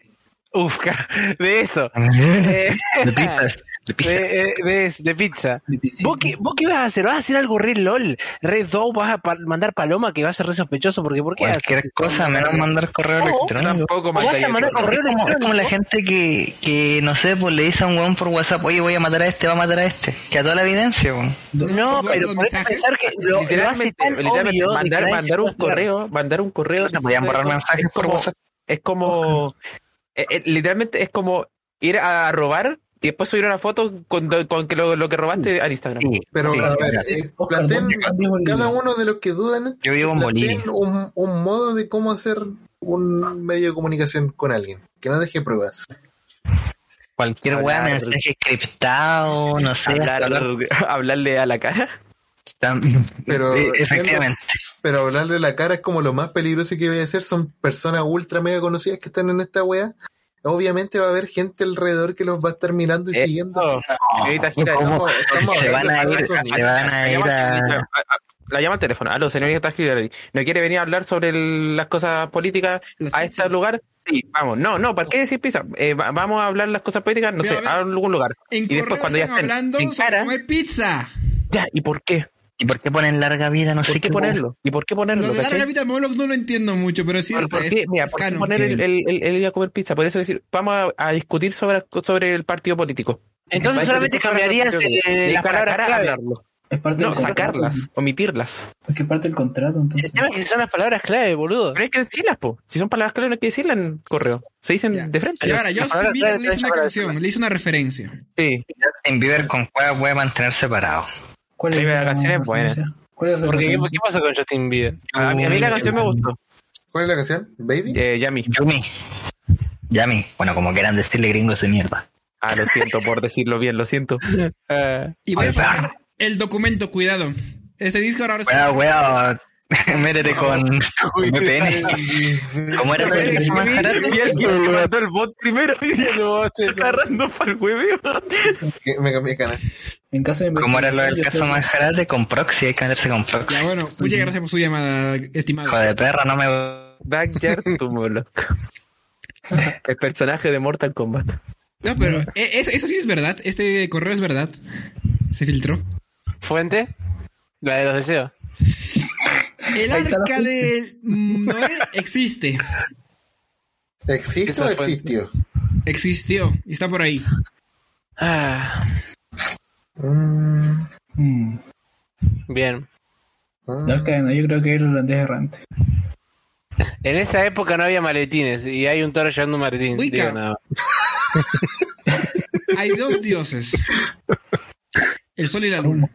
C: Uf, ca- de eso.
G: De
C: Eh,
G: pizzas, de
C: de,
G: pizzas.
C: eh, de- de pizza. ¿Vos qué, ¿Vos qué vas a hacer? ¿Vas a hacer algo re LOL? ¿Re do? ¿Vas a pa- mandar paloma que va a ser re sospechoso? Porque ¿por qué
G: Cualquier
C: haces?
G: cosa menos mandar correo
C: No,
G: electrónico.
E: Tampoco
C: ¿O vas
E: mandaría
C: a mandar
E: el correo.
C: correo
G: Es como, es
C: electrónico?
G: como la gente que, que, no sé, pues le dice a un weón por WhatsApp, oye, voy a matar a este, va a matar a este. Que a toda la evidencia, weón.
C: No,
B: Por
C: pero
B: los
C: podés
B: mensajes.
C: pensar que lo, lo hace
E: Literalmente,
C: tan
E: literalmente
C: obvio de que
E: mandar,
C: nadie se
E: mandar un
C: puede fijar.
E: correo, mandar un correo.
G: No se podían borrar
E: diciendo eso,
G: mensajes
E: Es
G: por
E: como,
G: WhatsApp.
E: es como eh, eh, literalmente es como ir a robar y después subir una foto con, con que lo, lo que robaste al Instagram.
D: Pero,
G: Sí,
D: a ver,
G: mira,
D: eh,
F: Oscar,
D: planteen,
F: ¿dónde cambias un
D: cada
F: libro?
D: uno de los que dudan,
G: Yo vivo en Bolivia.
D: planteen un, un modo de cómo hacer un medio de comunicación con alguien. Que no deje pruebas.
G: Cualquier weá,
E: Hablar-
G: mensaje criptado, no sé.
E: Hablar-
G: hasta hablar-
E: hablarle a la cara.
G: tam-
D: Pero-
G: Eh, Efectivamente.
D: Pero hablarle a la cara es como lo más peligroso que voy a hacer. Son personas ultra mega conocidas que están en esta wea. Obviamente va a haber gente alrededor que los va a estar mirando y
E: Eh,
D: siguiendo.
E: Señorita Gira,
G: Ah, ¿cómo?
E: no.
D: Estamos- estamos
G: Se van a
D: hablando de
G: ir,
D: Estados
G: se
D: Unidos.
G: van a
E: La
G: ir
E: llama-
G: a...
E: la- a- La llama al teléfono. Aló, señorita Hillary. ¿No quiere venir a hablar sobre el- las cosas políticas
B: Las
E: a este
B: pizzas.
E: lugar? Sí, vamos. No, no, ¿para qué decir pizza? Eh, va- vamos a hablar las cosas políticas, no
B: Pero
E: sé,
B: a ver,
E: a algún lugar.
B: En
E: Y después
B: correo
E: cuando ya
B: están
E: estén
B: hablando
E: en
B: sobre
E: cara,
B: comer pizza.
E: ya, ¿y por qué?
G: ¿Y por qué ponen larga vida? No sé
E: ¿Por qué ponerlo? ¿Y por qué
B: Lo
E: ponerlo?
B: de larga
E: cachai?
B: vida Moloch no lo entiendo mucho, pero sí
E: ¿Por,
B: está,
E: pues por
B: es,
E: qué? Mira,
B: es
E: ¿por qué
B: canon
E: poner
B: que-
E: el, el, el- el ir a comer pizza? Por eso decir, vamos a, a discutir sobre, sobre el partido político.
C: Entonces
E: Vais
C: solamente
E: discutir sobre el
C: cambiarías
E: partido político.
C: eh,
E: De
C: las
E: cara a
C: palabras
E: cara
C: clave.
E: hablarlo.
F: Es parte
E: No,
F: del contrato.
E: sacarlas, omitirlas.
F: Es que es parte del contrato, entonces.
C: El tema es que son las palabras clave, boludo.
E: Pero hay que decirlas, po. Si son palabras claras, no hay que decirlas en correo. Se dicen
B: Ya.
E: de frente.
B: Y ahora, Justin
C: palabra
B: Bieber
C: clave
B: le hizo
C: es
B: una
C: para
B: canción, le hizo una referencia.
E: Sí.
G: En Bieber con cueva puede mantener separado.
F: ¿Cuál es
E: Sí, la canción es
F: referencia? ¿Cuál es la
C: Porque, ¿qué,
F: referencia?
C: qué pasó con Justin Bieber?
E: A mí, a mí la canción me gustó.
D: ¿Cuál es la canción? ¿Baby?
E: Eh, Yami.
G: Yumi. Yami. Bueno, como quieran decirle gringos de mierda.
E: Ah, lo siento por decirlo bien, lo siento.
C: Eh,
B: Y voy a
G: Ahí va.
B: poner el documento, cuidado. Este disco ahora es
G: Weá, weá. Métete con, con VPN. ¿Cómo era todo el que se manjarate?
E: Y alguien me mandó el bot primero y
C: el bote, no.
E: agarrando para el hueveo.
D: Que Me cambié de canal.
F: En caso de
G: Como era lo del
F: yo
G: caso
F: estoy-
G: Manjarate con Proxy, hay que meterse con Proxy.
B: Ya bueno, muchas gracias por su llamada, estimado.
G: Hijo de perra, no me.
E: Backyard Tumoloc. El personaje de Mortal Kombat.
B: No, pero eh, eso, eso sí es verdad, este correo es verdad. Se filtró.
C: ¿Fuente? La de los deseos.
B: El
F: Ahí está la
B: arca del Noé existe.
D: ¿Existe o
C: Esa fue-
D: existió?
B: Existió y está por ahí.
C: Ah,
D: Mm,
F: Mm.
C: bien.
D: mm.
F: No, es que no, yo creo que era el holandés errante.
C: En esa época no había maletines y hay un toro llevando un maletín.
B: Uy,
C: digo,
B: cabrón.
C: nada.
B: Hay dos dioses. El sol y la luna.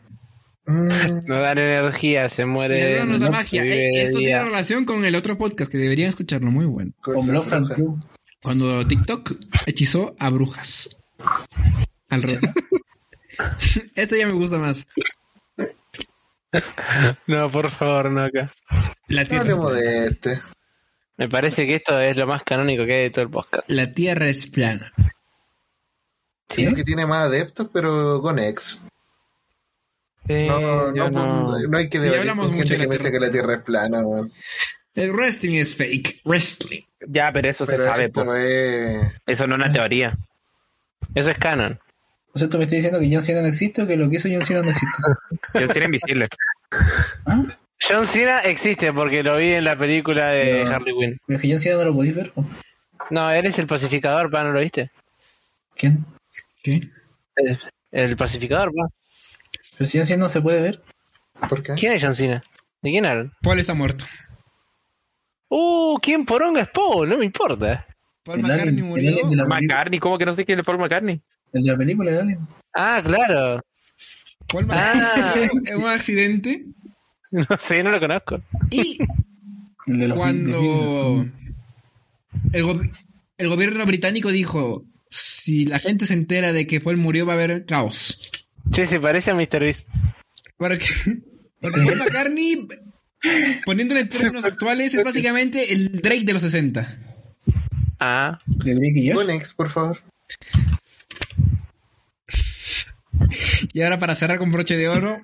D: Mm,
C: No dan energía, se
B: Y la
C: muere.
B: luna nos da
C: no
B: magia.
C: vive
B: Ey,
C: de
B: esto
C: día.
B: tiene relación con el otro podcast que deberían escucharlo, muy bueno.
F: Con
D: la
F: Bluff and
D: bruja.
F: Blue.
B: Cuando TikTok hechizó a brujas. Al revés. Este ya me gusta más.
C: No, por favor, no acá.
B: La
D: No
B: tierra,
D: hablemos de este.
C: Me parece que esto es lo más canónico que hay de todo el podcast.
B: la tierra es plana.
C: Sí.
D: Creo que tiene más adeptos, pero con ex. No, no, no, hay que
B: Eh, Sí,
D: debatir
B: hablamos
D: con
B: mucho
D: gente
B: de la
D: que piensa
B: Tierra.
D: que la Tierra es plana, weón.
B: El wrestling es fake. Wrestling.
H: Ya, pero eso
D: Pero
H: se sabe,
D: esto
H: po.
D: es-
H: Eso no es una teoría.
C: Eso es canon.
F: O sea, tú me estás diciendo que John Cena no existe o que lo que hizo John Cena no existe.
H: Yo soy invisible.
F: ¿Ah?
C: John Cena existe porque lo vi en la película de
F: No.
C: Harley Quinn.
F: Pero es que John Cena no lo podéis ver. po.
C: No, él es el pacificador, pa, ¿no lo viste?
F: ¿Quién?
B: ¿Qué?
C: Eh, El pacificador, pa.
F: Pero si John Cena no se puede ver.
D: ¿Por qué?
C: ¿Quién es John Cena? ¿De quién hablan?
B: Paul está muerto.
C: Uh, ¿quién poronga es Paul? No me importa.
B: Paul
F: El
B: McCartney
F: alien, el
B: murió.
F: alien de la película.
H: McCartney, ¿cómo que no sé quién es Paul McCartney?
F: El de la película, el alien.
C: Ah, claro.
B: Paul
C: Ah.
B: McCartney murió en un accidente.
C: No sé, no lo conozco.
B: Y
F: El de los
B: cuando el, go- el gobierno británico dijo, si la gente se entera de que Paul murió va a haber caos.
C: Che, se parece a Mr. Beast.
B: Porque, porque Paul McCartney, poniéndole en términos actuales, es básicamente el Drake de los 60.
C: Ah,
F: ¿De Drake y Josh?
D: Con ex, por favor.
B: Y ahora para cerrar con broche de oro,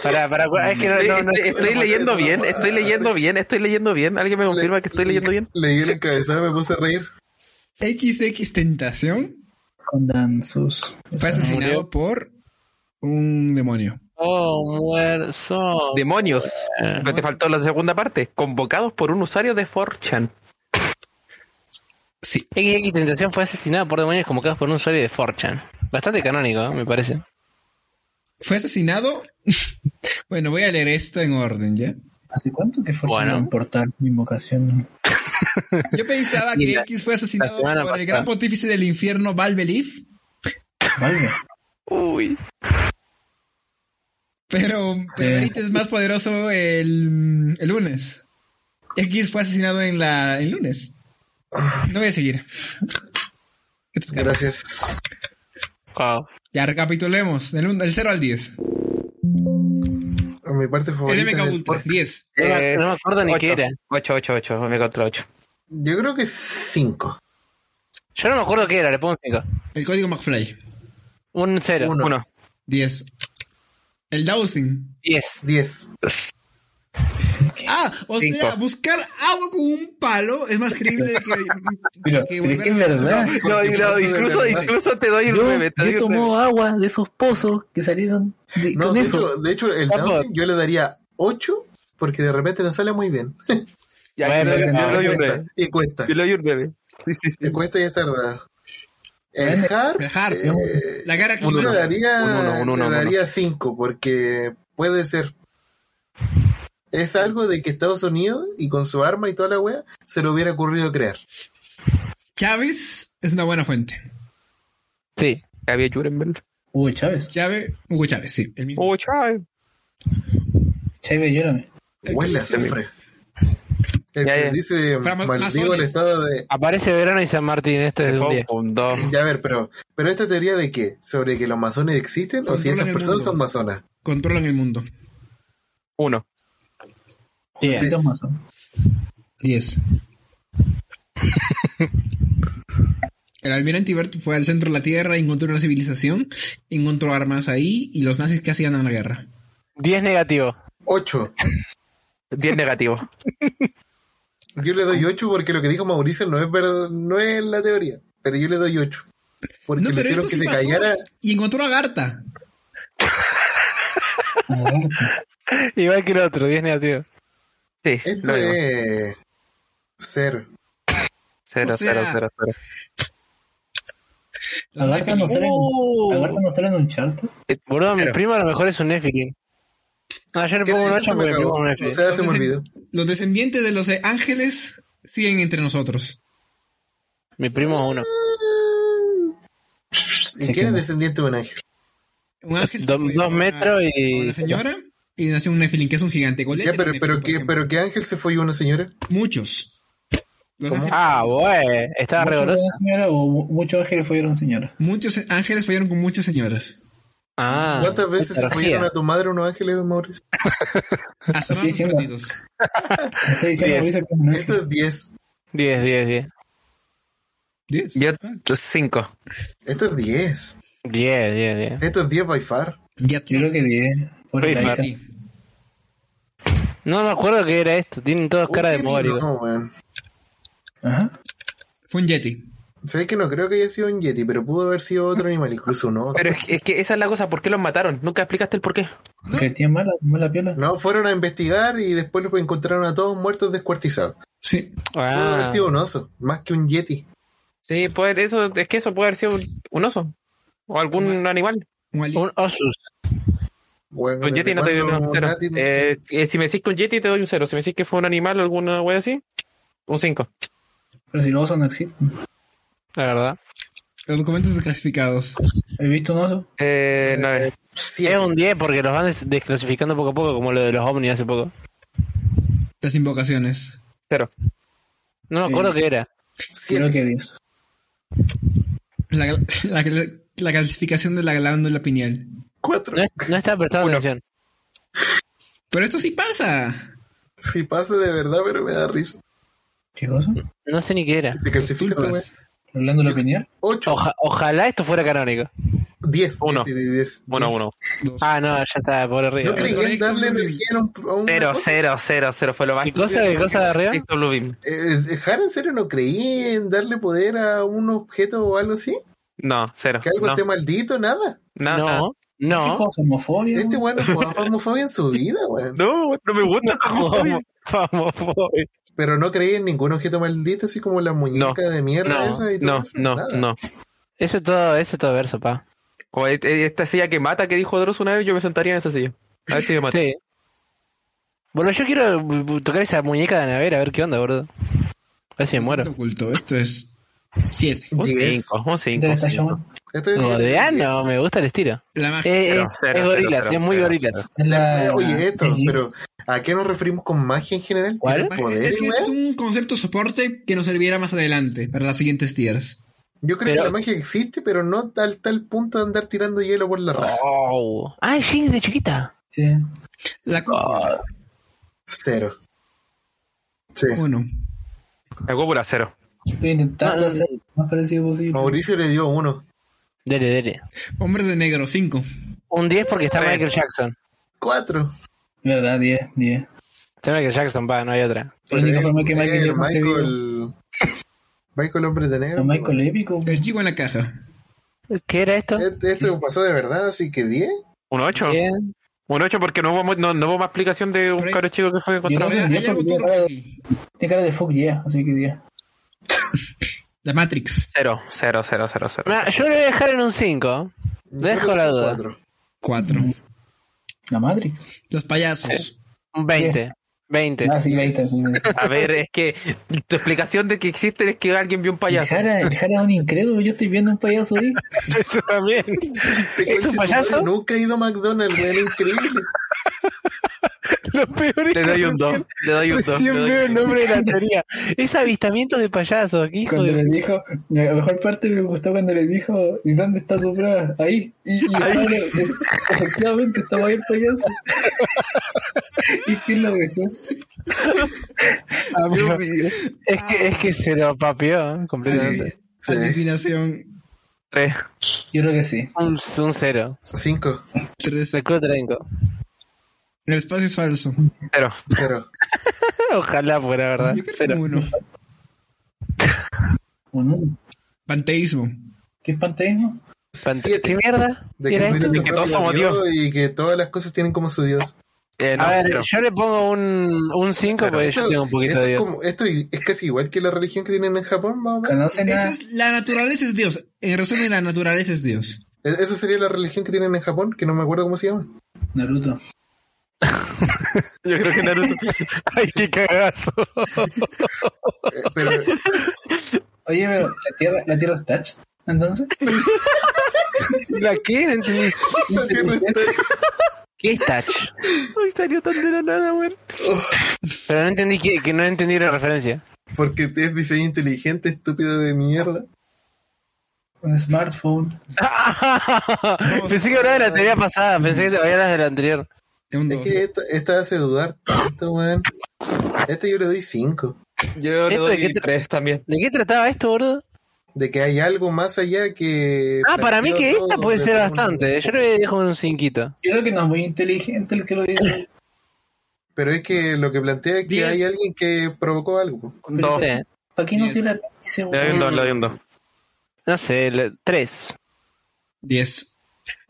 C: pará, pará, es que no,
H: Estoy,
C: no, no.
H: estoy- estoy
D: no,
H: leyendo
D: no,
H: bien,
D: no,
H: estoy leyendo bien, estoy leyendo bien. ¿Alguien me confirma que estoy leyendo bien?
D: Leí el encabezado y me puse a reír.
B: XX Tentación
F: Con Dan Sus.
B: fue asesinado
C: murió.
B: por un demonio.
C: Oh, muerzo.
H: Demonios.
C: Eh.
H: Pero te faltó la segunda parte. Convocados por un usuario de 4chan.
B: Sí.
C: XX Tentación fue asesinada por demonios convocados por un usuario de 4chan. Bastante canónico, ¿eh? me parece.
B: Fue asesinado. bueno, voy a leer esto en orden, ¿ya?
F: ¿Hace cuánto que fue
C: Bueno.
F: un portal mi invocación?
B: Yo pensaba que
C: Mira,
B: X fue asesinado
C: la
B: por
C: semana
B: el
C: pasada.
B: gran pontífice del infierno, Valbelief,
F: Valga.
H: Uy.
B: pero, pero
F: Eh.
B: ahorita es más poderoso el, el lunes. X fue asesinado en la el lunes. No voy a seguir. Esto es caro.
D: Gracias.
C: Wow.
B: Ya recapitulemos, del, un- del 0 al 10.
D: Mi parte
B: El
D: favorita.
B: MK
D: del
B: Ultra,
D: podcast.
B: 10.
C: No me-
E: Eh,
C: no me acuerdo ni qué era.
H: 8, 8, 8. Me encontré 8.
D: Yo creo que es 5.
C: Yo no me acuerdo qué era, le pongo un 5.
B: El código McFly,
C: Un 0.
D: Uno.
H: 1.
B: 10. El dowsing.
C: 10.
D: 10.
B: Ah, o sea,
H: Cinco.
B: buscar agua con un palo es más creíble que,
F: Pero,
B: que
F: pero es que es
B: a-
F: verdad.
H: No, y no, incluso, incluso te doy un
F: Yo,
H: 9. Te doy
F: yo
H: un
F: tomo
H: nueve.
F: agua de esos pozos que salieron de-
D: No,
F: con
D: de
F: eso.
D: hecho, de hecho, el
C: Vamos.
D: Downsing yo le daría 8 porque de repente no sale muy bien.
H: Ya,
C: Bueno,
H: yo le-
F: no,
H: yo le doy un
D: Cuesta,
H: 9.
D: y cuesta.
H: Yo le doy un 9. Sí, sí, sí.
D: Y cuesta y es tardado. El
F: Bueno,
D: hard,
B: El hard,
D: eh,
B: La cara que
D: yo le
H: Un uno,
D: daría,
H: un uno,
D: le
H: un uno.
D: daría 5 porque puede ser. Es algo de que Estados Unidos y con su arma y toda la wea se le hubiera ocurrido crear.
B: Chávez es una buena fuente.
C: Sí.
H: Había Jurenberg.
F: Hugo Chávez.
B: Chávez, Hugo Chávez, sí, el mismo.
H: Oh, chao.
F: Chávez, llórame.
D: Huele a azufre. El
H: Ya,
D: que
H: ya.
D: dice
B: Fra-
D: maldigo
B: masones.
D: el estado de.
C: Aparece verano y San Martín, este es de un 10.
H: Oh, Un 2.
D: Ya a ver, pero, pero esta teoría de qué? ¿Sobre que los masones existen o si
B: Controlan
D: esas
B: el
D: personas
B: mundo.
D: son masonas?
B: Controlan el mundo.
H: 1.
C: 10.
F: Tito Mazo.
B: 10. El almirante Ibert fue al centro de la Tierra, encontró una civilización, encontró armas ahí y los nazis casi ganan la guerra.
C: 10 negativo.
D: 8.
H: 10 negativo.
D: Yo le doy 8 porque lo que dijo Mauricio no es verdad, no es la teoría, pero yo le doy 8. Porque
B: No,
D: le
B: pero
D: hicieron
B: esto
D: que
B: sí
D: se
B: pasó.
D: callara.
B: Y encontró a Garta.
C: Igual que el otro, 10 negativo.
H: Sí,
D: Esto
H: lo mismo.
D: es. Cero.
H: 0,
B: O sea-
H: 0, 0, 0.
F: ¿A Garta no sale en- a Garta no sale en un chart?
C: Eh, Boludo, mi
H: Pero-
C: primo a lo mejor es un Nephilim. No, yo le
D: ¿Qué
C: pongo un
D: dices?
C: 8
D: Se me
C: porque mi primo
D: acabó.
C: es un
D: O
C: Nephilim.
D: sea, se me
B: Entonces-
D: olvidó.
B: Los descendientes de los eh, ángeles siguen entre nosotros.
D: eh,
C: Mi primo es uno.
D: ¿Y quién es descendiente de un ángel?
B: Un ángel se
C: Dos-
B: fue
C: dos
B: con
C: metros
B: una,
C: y-
B: con Una señora y nació un Nephilim, que es un gigante. Goliat
D: Ya,
B: era
D: pero,
B: un
D: pero,
B: Nephilim, por
D: ¿qué,
B: ejemplo.
D: pero ¿qué ángel se fue una señora?
B: Muchos. Los
D: ¿Cómo?
B: ángeles-
C: Ah, güey, estaba
F: ¿Muchos
C: rigorosa.
F: fueron señora o mu- muchos ángeles fueron señoras?
B: muchos ángeles fallaron con muchas señoras.
C: Ah,
D: ¿Cuántas veces se
C: energía.
D: fueron a tu madre unos ángeles, Mauricio?
B: Hasta
F: Así
B: más
F: es, ¿no?
B: perdidos.
F: Me Está diciendo
C: Diez.
F: Mauricio que es un
D: Esto
F: ángel.
D: es 10.
C: 10, 10, 10.
B: ¿Diez?
E: Yo,
B: Ah,
E: cinco.
D: Esto es 10.
C: 10, 10, 10.
D: Esto es 10 by far.
B: Ya
F: Yo creo que 10. Pobre
C: Rifa.
F: laica.
B: Sí.
C: No me acuerdo qué era esto. Tienen todas cara de
D: Uy,
C: mórbido.
D: No, weón.
F: Ajá.
B: Fue un Yeti.
D: Sabes que no creo que haya sido un Yeti, pero pudo haber sido otro animal, incluso no.
E: Pero es, es que esa es la cosa, ¿por qué los mataron? Nunca explicaste el por qué.
B: ¿No?
F: Que tiene mala, mala piola.
D: No, fueron a investigar y después los encontraron a todos muertos descuartizados.
B: Sí.
D: Pudo haber
C: Ah,
D: sido un oso, más que un Yeti.
E: Sí, puede, eso, es que eso puede haber sido un, un oso. O algún animal.
B: Un alien.
C: un osus.
D: Weón,
E: Con Yeti no te doy
D: ¿cuándo
E: un cero.
D: Nati-
E: Eh, eh, si me decís que un Yeti te doy un cero. Si me decís que fue un animal o alguna wea así, un cinco.
F: Pero si los osos no existen.
C: La verdad.
B: Los documentos desclasificados.
F: ¿He visto un oso?
E: Eh, nueve.
D: Siete.
C: Es un 10 porque los van des- desclasificando poco a poco, como lo de los ovnis hace poco.
B: Las invocaciones.
E: Cero.
C: No me acuerdo
F: Sí.
C: qué era.
F: Creo
D: Siete.
F: que 10.
B: La, la, la calcificación de la glándula pineal.
D: Cuatro.
C: No,
E: ¿Eh?
C: es- no estaba prestando atención.
B: Pero esto sí pasa.
D: Si pasa de verdad, pero me da risa.
F: ¿Qué cosa?
C: No sé ni qué era.
D: Se calcifica esa weá.
B: Tulpas.
F: ¿Hablando la opinión?
D: Ocho.
C: Oja- ojalá esto fuera canónico.
D: 10.
E: oh, Uno. Uno,
D: uno.
E: uno.
C: Ah, no, ya está, por arriba.
D: No creí en darle energía a un. A un
E: Cero, cero, cero, cero. Fue lo más
C: ¿Qué cosa, qué cosa de arriba?
E: Cristo Blue Beam.
D: Eh, Jara, en serio no creí en darle poder a un objeto o algo así.
E: No, cero.
D: Que algo
E: No,
D: esté maldito, nada.
E: no, no.
C: No,
F: ¿Qué
C: no.
F: cosa? ¿Homofobia?
D: Este weón no jugaba famofobia en su vida, weón.
E: No, no me gusta.
C: Vamos, vamos, voy.
D: Pero no creí en ningún objeto maldito, así como la muñeca de mierda
E: No,
D: esa y todo
E: no,
D: eso,
E: no,
D: nada.
E: no.
C: Eso es todo, eso es todo verso, pa.
E: Como e- e- esta silla que mata que dijo Dross una vez, yo me sentaría en esa silla. A ver si me mata.
C: Sí. Bueno, yo quiero bu- bu- tocar esa muñeca de la nevera, a ver qué onda, gordo. A ver si me muero.
B: Oculto. Esto es. Siete.
E: Un
D: Diez.
E: 5, un 5.
F: Del Tachón.
D: Esto es-
C: Gordiano, me gusta el estilo.
B: La magia.
C: Eh,
E: Cero,
C: es,
E: cero,
C: es
E: cero,
C: gorilas,
E: cero,
C: es muy
E: cero,
C: gorilas.
F: Es la-
D: Este, Oye, esto,
F: el-
D: pero ¿a qué nos referimos con magia en general?
C: ¿Cuál?
D: ¿Tiene
B: Magia-
D: poder,
B: es que
D: weón?
B: es un concepto soporte que nos servirá más adelante para las siguientes tiers.
D: Yo creo
C: Pero-
D: que la magia existe, pero no al tal punto de andar tirando hielo por la raja.
C: Oh. Ah, es Jinx de chiquita.
F: Sí.
B: La cúpula.
D: Cero. Sí.
B: Uno.
E: La cúpula, cero.
F: Estoy intentando hacer lo más parecido posible.
D: Mauricio le dio uno.
C: Dele, dele.
B: Hombres de negro. Cinco.
C: Un 10 porque está
E: Tres.
C: Michael Jackson.
D: Cuatro.
F: Verdad, 10, 10.
C: Está Michael Jackson, pa, no hay otra.
F: La única forma que
D: Eh,
F: Michael
D: eh,
F: Jackson esté vivo.
D: Michael, Michael Hombre de Negro.
F: No, Michael épico.
B: El chico en la caja.
C: ¿Qué era esto?
E: Eh,
D: Este- Esto pasó de verdad, así que 10.
E: Un 8.
C: Bien.
E: Un 8 porque no hubo, mu- no, no hubo más explicación de un
B: Pero-
E: cabro chico que fue encontrado.
B: Ahora, hay algo turbio aquí.
F: Tiene cara de fuck yeah, así que 10.
B: La Matrix.
E: Cero, cero, cero, cero, cero.
C: Nah, Ah, yo lo voy a dejar en un 5. Dejo la duda.
B: Cuatro.
F: La Matrix.
B: Los payasos.
C: Un 20.
F: Diez.
C: 20.
F: Ah, sí, ahí está. sí, sí.
E: A ver, es que tu explicación de que existen es que alguien vio un
F: El
E: payaso.
F: Jara, el Jara es un incrédulo, yo estoy viendo un payaso ahí.
C: Eso también. ¿Es un payaso?
D: Nunca he ido a McDonald's, weón, increíble.
C: Lo peor es
E: Le doy
C: que
E: un 2,
C: recién-
E: le doy un 2.
C: Recién veo el nombre de la teoría. Es avistamiento de payasos, qué hijo
F: Cuando le
C: de...
F: dijo, la mejor parte me gustó cuando le dijo, ¿y dónde está tu prueba? Ahí. Y, y Jara, eh, efectivamente estaba ahí el payaso. ¿Y quién lo besó?
C: Amigo, Es que, es que se lo papió ¿eh? completamente.
D: Sí.
B: Adivinación.
E: 3.
F: Yo creo que sí.
C: Un, un cero.
D: 5,
B: Tres.
C: Sacó trenco.
B: El espacio es falso.
E: Cero.
D: 0.
C: Ojalá fuera
D: Ah,
C: verdad.
B: Yo creo que
C: Cero.
B: uno.
F: Uno.
B: Panteísmo.
F: ¿Qué es panteísmo?
C: Pante- ¿Qué mierda?
D: De
C: ¿Qué
D: que,
C: era
D: Cristo
C: esto?
E: De que todos
D: fue
E: somos Dios.
D: Y que todas las cosas tienen como su Dios.
E: Eh, no,
C: A ver,
E: cero.
C: yo le pongo un, un 5
E: Cero.
C: porque yo tengo un poquito
D: esto,
C: de
D: es
C: Dios.
D: como- esto es casi igual que la religión que tienen en Japón, más o menos.
F: ¿Conocen
B: Eso
F: a...?
B: es- la naturaleza es Dios. En resumen, la naturaleza es Dios.
D: E- Esa sería la religión que tienen en Japón, que no me acuerdo cómo se llama.
F: Naruto.
E: Yo creo que Naruto.
C: Ay, qué cagazo.
D: Eh, Pero
F: Oye, pero la tierra, la tierra es touch, entonces.
C: ¿La qué? No entendí.
D: La Tierra está-
G: ¿Qué es touch?
E: Ay, salió tan de la nada, weón.
C: Pero no entendí que, que no entendí la referencia.
D: Porque es diseño inteligente, estúpido de mierda.
F: Un smartphone.
C: pensé que hablaba de la teoría pasada, pensé que había las de la anterior.
B: Un
D: Es
B: dos.
D: que esta, esta hace dudar tanto, weón. Este yo le doy 5.
E: Yo le
C: ¿Esto de
E: doy
C: qué te-
E: tres también.
C: ¿De qué trataba esto, gordo?
D: De que hay algo más allá que.
C: Ah, para mí que
D: planteó
C: esta
D: todo,
C: puede
D: pero
C: ser
D: con-
C: bastante. Yo le dejo un cinquito.
F: Yo creo que no es muy inteligente el que lo dice.
D: Pero es que lo que plantea es que
B: Diez.
D: hay alguien que provocó algo.
C: Un dos. Sí.
F: ¿Para qué no
B: Yes.
F: tiene apéndice,
E: Le doy un
F: weón?
E: dos, le doy un dos.
C: No sé, le- tres.
B: Diez.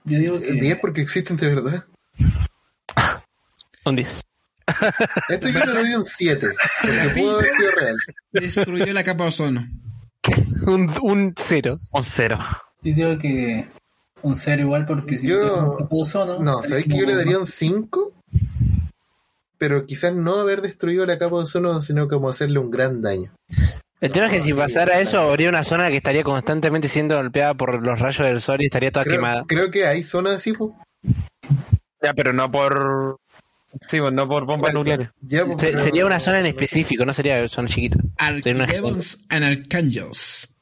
F: Yo digo que.
D: 10 Eh, porque existen de verdad.
C: Un diez.
D: Esto yo le doy un 7. Porque pudo haber sido real.
B: Destruyó la capa de ozono.
C: Un, un cero.
H: Un cero.
F: Yo digo que. Un cero igual porque si
D: Yo-
F: usted no se puso,
D: No, ¿sabéis que yo le daría un 5? Pero quizás no haber destruido la capa de ozono, sino como hacerle un gran daño.
C: El tema es que si
D: sí,
C: pasara
D: bastante.
C: eso, habría una zona que estaría constantemente siendo golpeada por los rayos del sol y estaría toda
D: Creo,
C: quemada.
D: creo que hay zonas así, po.
E: Ya, pero no por. Sí, bueno, no por bombas
D: Exacto.
E: nucleares.
D: Ya, po,
C: Se-
D: pero-
C: sería una zona en específico, no sería zona chiquita. Sería una-
B: Archdevils and Archangels.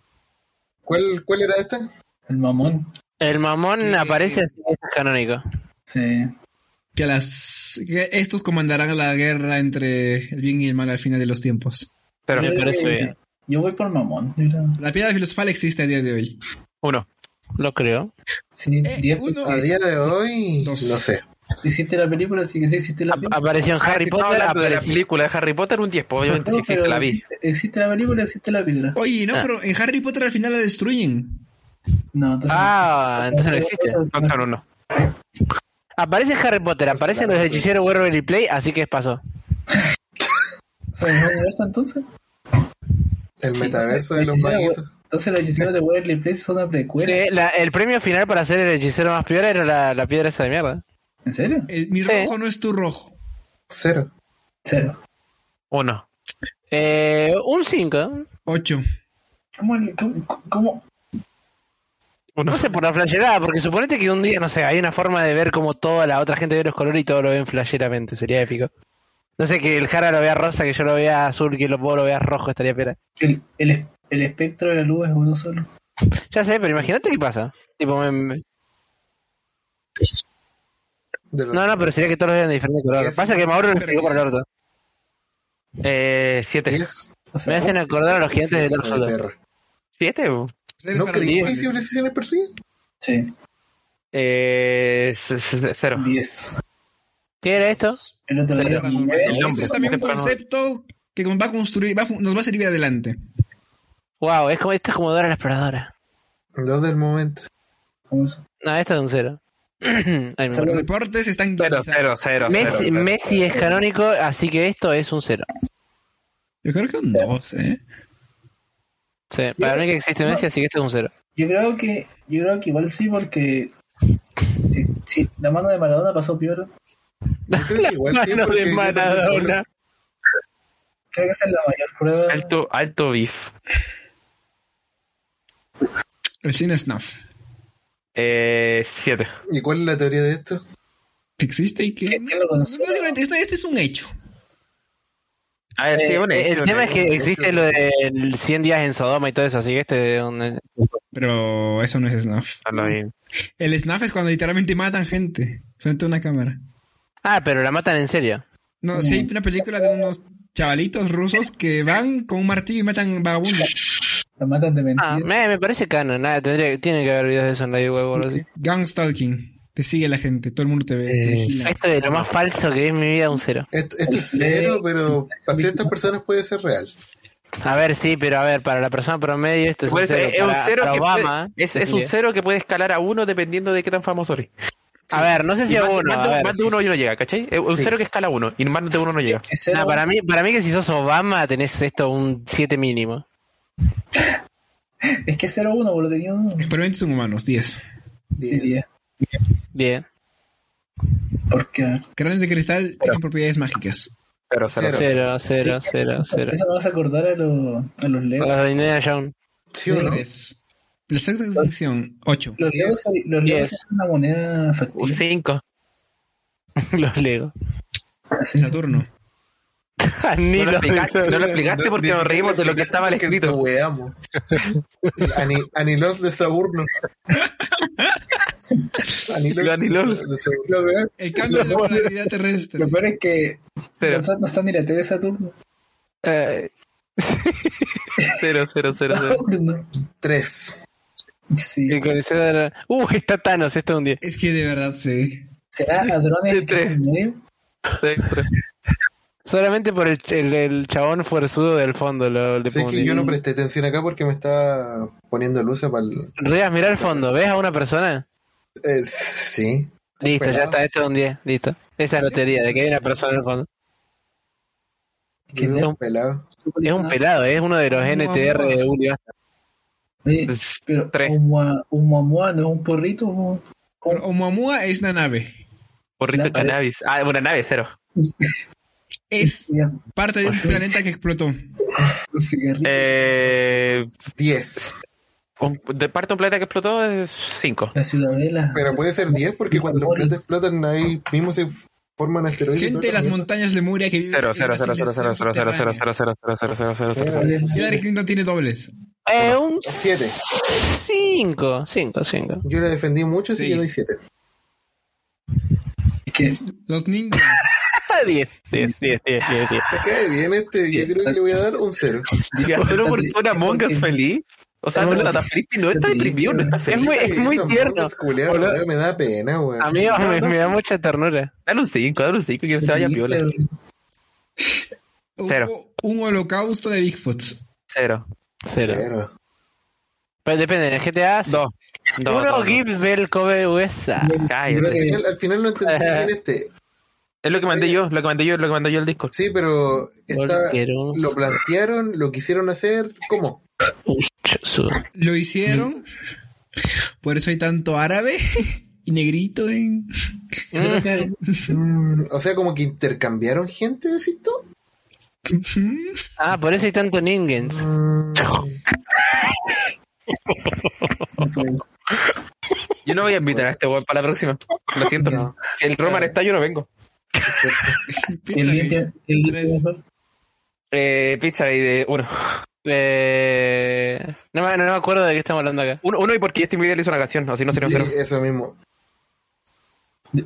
D: ¿Cuál, ¿Cuál era esta?
F: El mamón.
C: El mamón
B: Sí.
C: aparece así, eso es canónico.
F: Sí.
B: Que las que estos comandarán la guerra entre el bien y el mal al final de los tiempos.
E: Pero
C: Me parece bien.
F: Yo voy por mamón. yo creo.
B: La piedra filosofal existe a día de hoy.
E: uno.
C: Lo creo.
F: Sí,
B: Eh,
F: 10
B: uno-
D: A día de hoy, no
B: Dos.
D: sé.
F: Existe la película, así que sí existe la
C: Ap-
F: película.
C: apareció en Harry
E: Ah, Si estaba
C: Potter,
E: hablando de la
C: apareció.
E: película de Harry Potter, un 10, pues, obviamente sí,
F: No,
E: existe,
F: pero
E: la vi.
F: Existe la película, existe la película.
B: Oye, no,
C: Ah.
B: pero en Harry Potter al final la destruyen.
F: No, entonces.
C: Ah, entonces no existe.
E: No, son uno.
C: Aparece en Harry Potter, aparecen los hechiceros Werewolf y Play, así que pasó.
F: ¿Son el universo entonces?
D: El metaverso
F: Sí,
D: de los
F: hechicero,
D: maguitos.
F: Entonces los hechiceros de Waverly Place son una precuela.
C: Sí, la- el premio final para ser el hechicero más peor era la, la piedra esa de mierda.
F: ¿En serio?
B: El- mi
C: Sí.
B: rojo no es tu rojo.
D: Cero.
F: Cero.
E: Uno.
C: Eh, un 5.
B: Ocho.
F: ¿Cómo? el- cómo, cómo?
C: No sé, por la flasherada, porque suponete que un día, no sé, hay una forma de ver como toda la otra gente ve los colores y todo lo ven flasheramente, sería épico. No sé, que el Jara lo vea rosa, que yo lo vea azul, que lo, vos lo veas rojo, estaría pera.
F: El, el, es- el espectro de la luz es uno solo.
C: Ya sé, pero imagínate qué pasa. Tipo, me- me-
D: De los-
C: No, no, pero sería que todos los vean de diferente color.
D: Sí,
C: Pasa que Mauro lo explicó por el orto.
E: Eh, siete.
D: Diez.
F: O sea,
C: Me hacen acordar a los gigantes de Dark
D: Hijo de
C: Souls.
D: perra.
E: ¿Siete? bu.
B: Ustedes
D: ¿No
B: para
D: creí que hay
B: iguales.
D: civilizaciones perdidas?
F: Sí,
E: Eh, c- c- cero.
F: 10.
C: ¿Qué era esto?
F: El otro
C: Cero.
F: día.
B: Paranormal.
E: El
B: Ese
E: hombre,
B: es también un
E: temprano.
B: concepto que nos va a construir, va a fu- nos va a servir adelante.
C: Wow, es como, esto es como Dora la exploradora.
D: Dos del momento.
F: ¿Cómo eso?
C: No, esto es un cero. Ay, me
F: Solo-
B: Los reportes están
E: Cero,
B: guionizados.
E: cero, cero. cero,
C: Messi,
E: cero.
C: Messi es canónico, así que esto es un cero.
B: Yo creo que un dos, ¿eh?
C: Sí, para mí que existe Messi, así que esto es un cero.
F: Yo creo que, yo creo que igual sí, porque si, si la mano de Maradona pasó peor,
D: Yo creo que igual sí,
C: Mano
D: porque
C: de
D: yo también
C: Maradona.
F: creo que esa es la mayor prueba.
E: Alto, alto beef.
B: El cine snuff.
E: Eh, siete.
D: creo- ¿Y cuál es la teoría de esto?
B: Que existe y que...
F: ¿Qué- qué lo conoce?
B: No, digo, este, este es un hecho.
E: A ver, sí,
C: Eh,
E: bueno,
C: el
E: hecho, ¿no?
C: tema es que existe lo del 100 días en Sodoma y todo eso, así que este es un...
B: Pero eso no es snuff.
E: No, no, bien.
B: El snuff es cuando literalmente matan gente frente a una cámara.
C: Ah, pero la matan en serio.
B: No, sí hay una película de unos chavalitos rusos que van con un martillo y matan vagabundos.
F: La matan de mentira.
C: Ah, me, me parece cano, nada, tendría, tiene que haber videos de eso en la web o algo así.
B: Gang stalking. Te sigue la gente, todo el mundo te ve,
C: Eh,
B: te vigila.
C: Esto es lo más falso que es en mi vida, un cero.
D: Esto, esto es cero, pero para ciertas personas puede ser real.
C: A ver, sí, pero a ver, para la persona promedio esto es
E: Por
C: un
E: eso,
C: cero.
E: es, es un
C: Para-
E: cero
C: para
E: que
C: Obama. ¿eh?
E: puede- es,
C: así
E: es un
C: que-
E: cero que puede escalar a uno dependiendo de qué tan famoso eres.
C: A ver, no sé si
E: Y
C: a
E: más, de-
C: uno.
E: más de,
C: a ver,
E: más de
C: sí,
E: uno
C: sí.
E: no llega, ¿cachai? Es un
C: Sí.
E: cero que escala a uno y más de uno no llega.
F: Es cero,
C: Nah, para mí, para mí que si sos Obama tenés esto un 7 mínimo.
F: Es que es 0-1, boludo, tenía un...
B: Experimentos en humanos, 10.
F: Sí,
D: Diez.
F: ya.
C: Bien.
F: Porque
B: Cráneos de cristal tienen propiedades mágicas.
E: Cero, cero,
D: Cero.
E: cero.
C: Cero, cero, cero, Ah, cero.
F: eso me vas a acordar a, los a los
C: Con
F: Legos.
C: los de Indiana Jones.
D: ¿Sí o no?
B: Tres. La sexta sección, 8.
F: Los legos, los legos
E: Yes.
F: eran una moneda
E: O
F: facticia.
E: cinco.
C: los Lego. Ah,
F: Así.
B: Saturno.
C: Ni
E: No lo
C: los
E: explicaste,
C: Lego.
E: no lo explicaste porque nos reímos de lo que estaba al
D: Te
E: escrito.
D: weamos. El ani- Anilón de Saburno. Anilón,
E: Lo anilón.
D: de Saburno.
F: Lo peor,
B: El cambio de la polaridad terrestre.
F: lo peor es que
E: Cero.
F: no, no está ni la T de Saturno.
E: Eh, cero, cero, cero, cero.
F: Saturno.
D: Tres.
F: Sí.
C: El coliseo de la- Uh, está Thanos, esto es un 10.
B: Es que de verdad sí.
F: ¿Será ladrones
E: De
F: que
E: tres.
F: están en medio?
E: Sí, tres.
C: Solamente por el, el, el chabón fuerzudo del fondo. Lo, le
D: Sé
C: pongo un
D: que yo
C: 10.
D: no presté atención acá porque me estaba poniendo luz para el.
C: Rías, mira el fondo. ¿Ves a una persona?
D: Eh, sí.
C: Listo, ya
D: Esperado.
C: está, esto es un 10. Listo. Esa lotería de que hay una persona en el fondo.
F: ¿Quién
D: Veo
F: es?
D: un pelado.
C: Es
F: Ah,
C: un pelado, es uno de los NTR de Julio. Asta.
F: Oye,
C: pues,
F: pero
E: Tres.
F: un, mua- un muamua no es un porrito. un-
B: Pero Oumuamua es una nave.
E: Porrito
F: La pared.
E: cannabis. Ah, una nave, cero.
B: Es
F: un
B: parte
F: Ah,
B: de un planeta que explotó.
F: cigarrillo.
E: Eh,
D: Diez.
E: un- de parte de un planeta que explotó es cinco.
F: La ciudadela.
D: Pero puede ser diez porque cuando los planetas explotan ahí mismo se forman asteroides. y
B: Gente de
D: toda
B: las
D: esa
B: montañas Lemuria que vive
E: Cero,
B: en
E: cero,
B: las
E: cero, cero,
B: islas
E: cero, cero, cero, cero,
B: subterráneas.
E: cero, cero, cero, cero, cero, cero, cero, cero.
D: mierda.
B: Hillary Clinton tiene dobles.
C: Eh, un
D: Eh, Siete.
C: 5, 5, 5.
D: Yo la defendí mucho, así que
B: Seis.
D: doy siete.
F: Es que
B: Los ninjas.
C: 10, 10, 10, 10, 10.
D: Me cae bien este. Yo creo que le voy a dar un cero.
E: Ya, solo porque una Among Us
F: Porque-
E: feliz. O sea, no está tan feliz y no está deprimido, no está
C: Es
E: feliz.
C: muy, es muy
D: Esa
C: tierno.
D: mongas culiadas,
C: Boludo.
D: weón, me da pena, weón.
C: Amigos, me, me da mucha ternura.
E: Dale un 5, dale un 5 que se vaya piola. Cero.
B: Hubo un holocausto de Bigfoots.
E: Cero.
C: Cero.
D: Cero.
C: Pero depende, en el GTA. sí.
E: Dos. Dos.
C: Uno
E: dos,
C: Gibbs Bell Kobe USA.
E: dos.
D: Pero al
E: Cállate.
D: final, al final no entendí bien este.
E: Es lo que mandé yo, lo que mandé yo, lo que mandé yo el disco.
D: Sí, pero está-
C: Volqueros.
D: lo plantearon, lo quisieron hacer. ¿Cómo?
C: Uy, su-
B: Lo hicieron. Por eso hay tanto árabe y negrito en.
D: Mm, o sea, como que intercambiaron gente, decís tú.
C: Ah, por eso hay tanto Ningens.
D: Mm,
C: Oh,
E: Yo no voy a invitar a este weón para la próxima. Lo siento.
D: No.
E: Si el Roman está, yo no vengo.
F: El
B: Pizza
F: bien el
B: Tres.
E: Eh, pizza y de uno.
C: Eh, no, me, no me acuerdo de qué estamos hablando acá.
E: Uno, uno y porque Justin Bieber hizo una canción, así no sería un
D: sí,
E: cero.
D: eso mismo.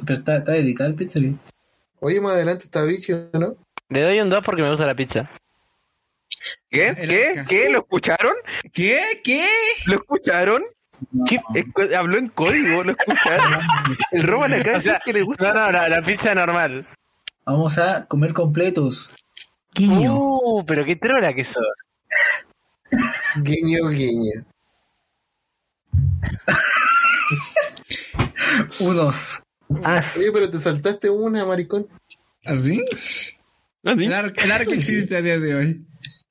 F: Pero está, está dedicado al pizzería.
D: Oye, más adelante está bicho, ¿no?
C: Le doy un 2 porque me gusta la pizza.
E: ¿Qué?
B: Era
E: ¿Qué?
B: acá.
E: ¿Qué? ¿Lo escucharon?
B: ¿Qué? ¿Qué?
E: ¿Lo escucharon?
C: Chip.
E: Es co- habló en código, lo escucharon. El Roman acá
C: O
E: dice
C: sea,
E: que le gusta.
C: No, no, la, la pizza normal.
F: Vamos a comer completos. Guiño.
C: Uh, pero qué trola que sos.
D: Guiño, guiño.
F: Unos. As.
D: Oye, pero te saltaste una, maricón.
B: ¿Así?
E: No, sí.
B: El arco, el arco existe a día de hoy.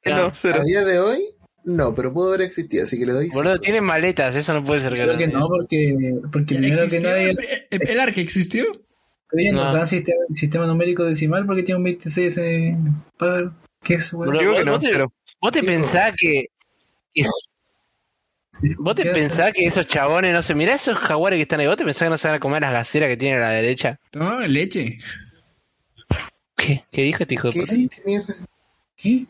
E: No, cero.
D: A día de hoy, no, pero pudo haber existido, así que le doy.
C: Boludo,
D: cinco.
C: tienen maletas, eso no puede ser
F: Creo que no, porque, porque
B: Ya
F: primero que
B: existió
F: nadie
B: el, el- el arco existió.
F: Oye,
C: No.
F: nos dan sistema, sistema numérico decimal porque tiene un 26 en par. ¿Qué es, güey?
C: Bro,
E: Yo que no,
C: ¿Vos te-
E: cero.
C: Vos te pensás que. que- Vos te
F: ¿Qué hace?
C: pensás que esos chabones, no sé, mirá esos jaguares que están ahí, vos te pensás que no se van a comer las gaceras que tienen a la derecha.
B: Toma leche.
C: ¿Qué, ¿Qué dijo este hijo de
D: ¿Qué
C: puta?
D: hiciste, mierda?
F: ¿Qué?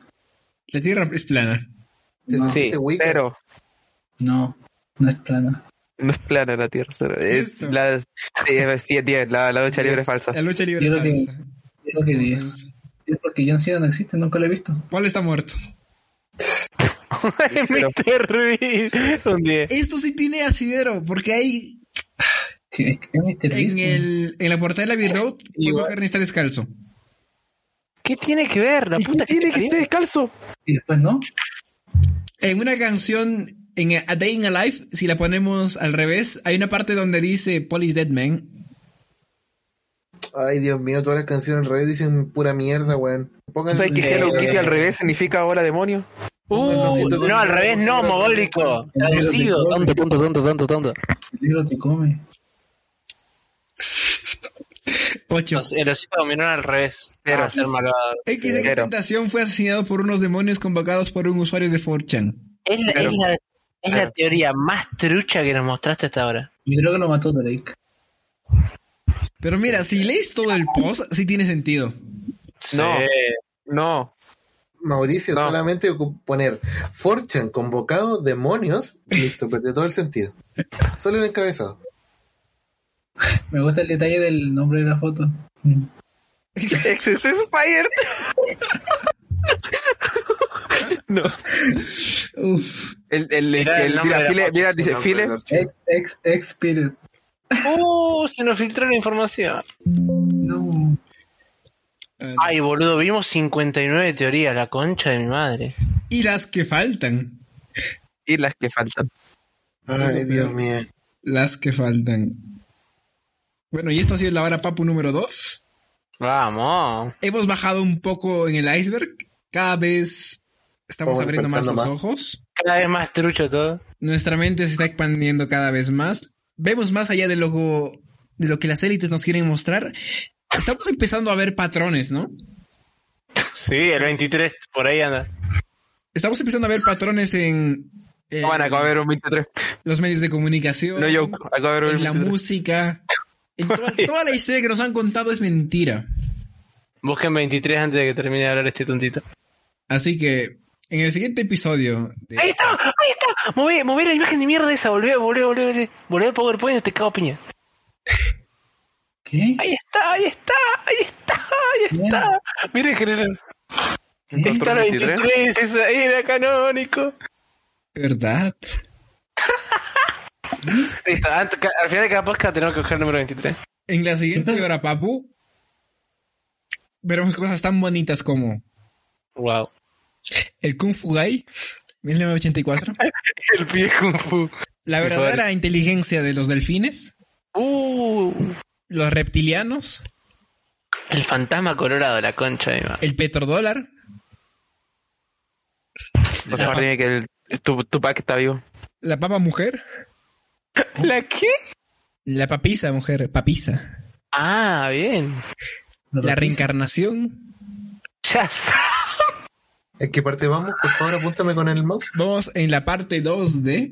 B: La tierra es plana.
D: Te
F: No.
D: sentiste
C: Sí,
D: Wicca.
E: Cero.
F: No, no es plana.
E: No es plana la Tierra, cero. Es
B: Eso.
E: la, sí, es 10, 10, la, la lucha libre es falsa.
B: La lucha libre es
F: Yo creo que-
B: falsa.
F: Es que 10. Es porque John Cena no existe, nunca lo he visto.
B: Paul está muerto.
C: Mr. Bean, Un 10.
B: Esto sí tiene asidero, porque hay
F: Que- Es que es Mr. Beast,
B: en, el, en la portada de la B-Road, Paul McCartney está descalzo.
C: ¿Qué tiene que ver? La puta
E: tiene que
C: te
E: estar
C: parió?
E: descalzo?
F: Y después no.
B: En una canción, en A Day in a Life, si la ponemos al revés, hay una parte donde dice Paul is dead man.
D: Ay, Dios mío, todas las canciones al revés dicen pura mierda, weón.
E: ¿Tú
D: Pongan
E: sabes que Hello Kitty al revés significa hola demonio?
C: Uh,
D: Siento que-
C: no, al revés, no, mogólico. Traducido. Tonto, tonto, tonto, tonto, tonto.
F: El libro te come.
B: Ocho.
C: Los- El osito dominó al revés.
E: Pero-
C: Para ser malvado.
B: XX
E: Cero.
B: Tentación fue asesinado por unos demonios convocados por un usuario de 4chan.
C: Es la,
E: Pero-
C: es la- Es la teoría más trucha que nos mostraste hasta ahora.
F: Yo creo que lo mató Drake.
B: Pero mira, si lees todo el post, sí tiene sentido.
E: No, no.
D: Mauricio,
E: No.
D: solamente ocu- poner Fortune convocado demonios, listo, perdió todo el sentido. Solo el encabezado.
F: Me gusta el detalle del nombre de la foto. Mm.
E: Excess Spider. no.
B: Uf.
E: El, el, el,
C: Mira
E: el-
C: el
E: mira,
C: nombre de la
E: File-
C: foto,
E: mira, dice File.
F: Ex, ex, ex Spirit.
C: ¡Uh! Se nos filtró la información.
F: No.
B: Ah,
C: Ay, boludo, vimos 59 teorías, la concha de mi madre.
B: Y las que faltan.
E: Y las que faltan.
D: Ay, Dios mío.
B: Las que faltan. Bueno, y esto ha sido la hora papu número 2.
C: Vamos.
B: Hemos bajado un poco en el iceberg. Cada vez estamos
D: Vamos
B: abriendo más los
D: despertando más.
B: ojos.
C: Cada vez más trucho todo.
B: Nuestra mente se está expandiendo cada vez más. Vemos más allá de lo, de lo que las élites nos quieren mostrar. Estamos empezando a ver patrones, ¿no?
C: Sí, el 23, por ahí anda.
B: Estamos empezando a ver patrones en eh,
E: No van a ver un 23.
B: los medios de comunicación,
E: No joke. Acabo de ver
B: en
E: un
B: la
E: 23.
B: música. En toda, toda la historia que nos han contado es mentira.
C: Busquen 23 antes de que termine de hablar este tontito.
B: Así que en el siguiente episodio de-
C: ¡Ahí está! ¡Ahí está! Moví, moví la imagen de mierda esa, volvió, volvió, volvió, volvió. Volvió al PowerPoint y te cago a piña.
F: ¿Qué?
C: ¡Ahí está! ¡Ahí está! ¡Ahí está! ¡Ahí está! Miren, general. Ahí está la
E: 23.
C: 23, esa era canónico.
B: verdad.
C: Listo, antes- ca- al final de cada podcast tenemos que buscar el número 23.
B: En la siguiente hora, Papu, veremos cosas tan bonitas como
C: Wow.
B: el Kung Fu Gai, 1984,
C: El pie Kung Fu.
B: la
C: Mejor.
B: verdadera inteligencia de los delfines,
C: Uh,
B: los reptilianos,
C: el fantasma colorado, la concha de mi madre.
B: el petrodólar,
E: Por favor, dime que el, tu, tu pack está vivo.
B: la papa mujer,
C: ¿La qué?
B: la papisa mujer, papisa,
C: Ah, bien.
F: No lo
B: la
F: sé.
B: reencarnación.
C: Ya sé.
D: ¿En qué parte vamos? Por favor, apúntame con el mouse.
B: Vamos en la parte 2 de...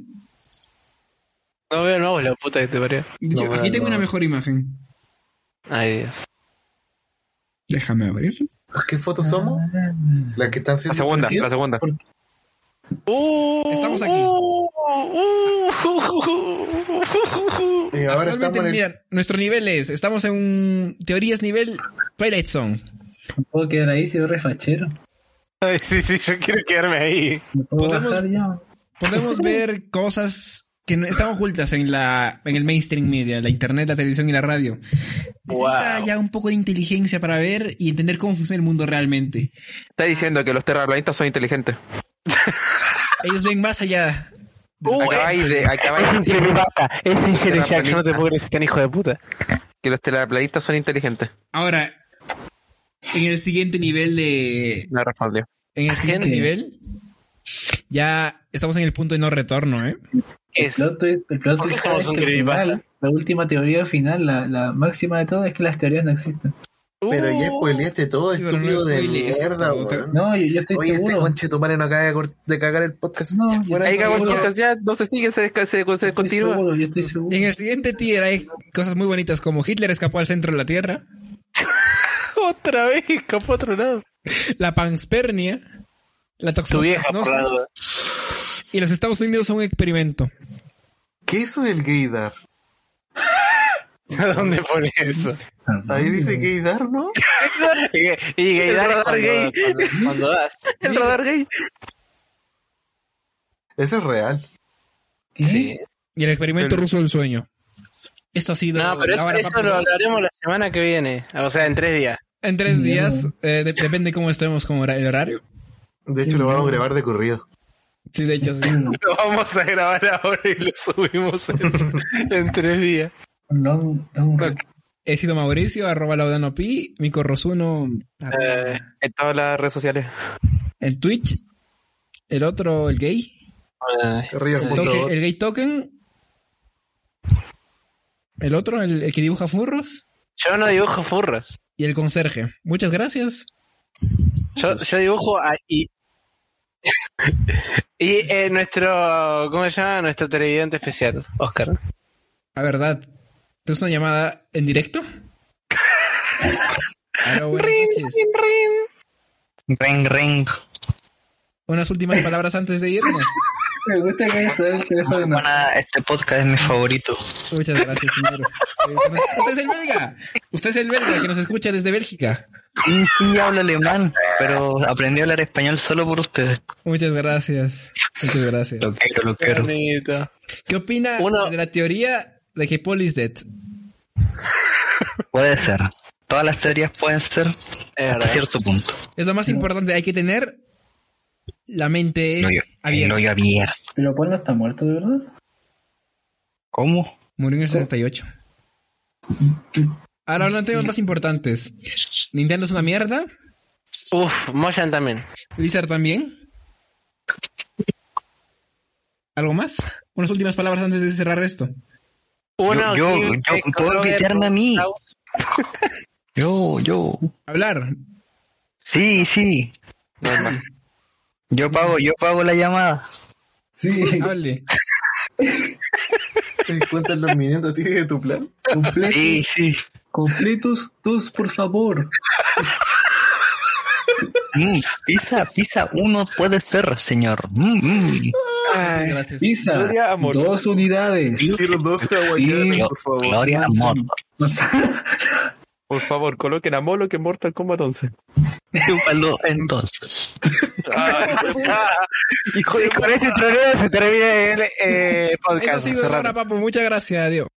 C: No veo el mouse, la puta que te parió.
B: De hecho,
D: No,
B: aquí
D: no.
B: tengo una mejor imagen.
C: Ay, Dios.
B: Déjame abrir.
D: ¿Qué fotos somos? Las que están
E: La
D: siendo
E: segunda, la
D: elegidas.
E: segunda.
C: Uh,
B: Estamos aquí.
C: uh, uh.
D: Y ahora
B: Actualmente,
D: estamos en el-
B: mira, nuestro nivel es, estamos en un... Teorías nivel Twilight Zone.
F: Me puedo quedar ahí si veo refachero.
C: Ay, sí, sí, yo quiero quedarme ahí.
F: Me puedo
B: Podemos-
F: bajar ya.
B: Podemos ver cosas que no- están ocultas en la en el mainstream media, la internet, la televisión y la radio. Necesita
C: Wow.
B: ya un poco de inteligencia para ver y entender cómo funciona el mundo realmente.
E: Está diciendo que los terraplanistas son inteligentes.
B: Ellos ven más allá. Uh,
E: Acabáis de, acabáis de decir
C: Es
E: Ingeniería
C: Jack,
E: Jack,
C: yo no te puedo creer si tan hijo de puta.
E: que los terraplanistas son inteligentes.
B: Ahora, en el siguiente nivel de
E: Me respondió.
B: en el siguiente
F: Gente.
B: nivel ya estamos en el punto de no retorno, ¿eh?
C: ¿Qué
F: El
C: es?
F: plot twist, el plot
C: ¿Por qué
F: twist
C: somos
F: es
C: un
F: que al
C: creepypasta?
F: final, la última teoría final, la, la máxima de todo es que las teorías no existen.
D: Pero ya
C: Uh,
D: spoileaste todo,
B: Sí, pero no
D: estúpido de
B: spoilees
D: mierda,
B: todo, te-
D: weón.
F: No, yo, yo estoy
D: Oye, este
F: seguro.
D: conche tu madre no acaba de, cor- de cagar el podcast.
F: No,
D: Ya,
F: yo-
D: fuera
E: Ahí
D: de-
E: acabó el
F: Seguro.
E: podcast, ya no se sigue, se, desca- se, se
F: Estoy
E: continúa.
F: seguro, yo estoy seguro.
B: En el siguiente tier hay cosas muy bonitas como Hitler escapó al centro de la Tierra,
C: Otra vez, escapó a otro lado.
B: la panspermia, la
C: Tu vieja, por la
B: toxoplasmosis
C: duda.
B: y los Estados Unidos son un experimento.
D: ¿Qué hizo el gaydar?
C: ¿A dónde pone eso?
D: Ahí dice gaydar, ¿no?
C: Y, y gaydar
E: radar
C: cuando,
E: gay.
C: cuando- cuando das.
E: El radar gay.
D: Eso es real.
F: ¿Qué?
C: Sí.
B: Y el experimento ruso del sueño. Esto ha sido
C: No, pero
B: la
C: eso,
B: hora
C: eso
B: papu
C: lo
B: dos.
C: hablaremos la semana que viene. O sea, en tres días.
B: en tres días. eh, de- depende cómo estemos con hora- el horario.
D: De hecho, lo vamos a grabar de corrido.
B: Sí, de hecho, sí.
C: Lo vamos a grabar ahora y lo subimos en, en tres días.
F: Long, long-
B: He sido Mauricio, arroba laudano pi, Mico Rosuno, arroba
C: Eh,
E: En todas las redes sociales.
B: el Twitch, el otro, el gay,
C: eh,
D: Río
B: el, toque- el gay token, el otro, el, el que dibuja furros
C: yo no dibujo furros.
G: Pues
B: y el conserje. Muchas gracias.
C: Yo, yo dibujo a, y Y eh, nuestro, ¿cómo se llama? Nuestro televidente especial, Oscar.
B: La verdad. ¿Tenemos una llamada en directo? Aló, buenas noches.
G: Ring, ring.
B: Unas últimas palabras antes de irnos.
F: Me gusta que eso el teléfono.
G: Buena, este podcast es mi favorito.
B: Muchas gracias, señor. Usted es el belga. Usted es el belga que nos escucha desde Bélgica.
G: Sí, sí, hablo alemán, pero aprendí a hablar español solo por ustedes.
B: Muchas gracias. Muchas gracias.
G: Lo quiero, lo quiero.
C: Bonito.
B: ¿Qué opina
C: Uno-
B: de la teoría de que Paul is dead?
G: Puede ser. Todas las teorías pueden ser
C: Es
G: hasta
C: verdad.
G: cierto punto.
B: Es lo más importante. Hay que tener la mente
G: No, yo,
B: abierta.
G: no, yo abierto.
F: Pero Paul no está muerto, de verdad.
G: ¿Cómo?
B: Murió en el 68. Ahora hablando de temas más importantes. Nintendo es una mierda.
C: Uf, Moyan también.
B: Blizzard también. ¿Algo más? Unas últimas palabras antes de cerrar esto.
C: Uno,
G: yo-
C: sí,
G: yo-
C: eh,
G: ¿puedo
C: Robert,
G: invitarme a mí? Yo, yo.
B: Hablar.
G: Sí, sí. Yo pago, yo pago la llamada.
D: Sí,
B: Hable.
D: ¿te cuentas los minutos tío, de tu plan?
F: Completos,
G: Sí, sí.
F: completos, dos, por favor.
G: Mm, pizza, pizza uno puede ser, señor. Mm, mm.
B: Muchas gracias.
F: Pizza,
E: Gloria, amor.
F: dos unidades.
D: Tiro dos hawaianas,
G: Glo-
D: por favor.
G: Gloria a amor.
E: Por favor, coloquen a Molo que Mortal Kombat 11.
G: Chúpalo entonces.
C: Y con este troleo se termina el eh,
B: Eso ha
C: podcast.
B: sido
C: cerramos.
G: eh,
B: Rara Papo. Muchas gracias. Adiós.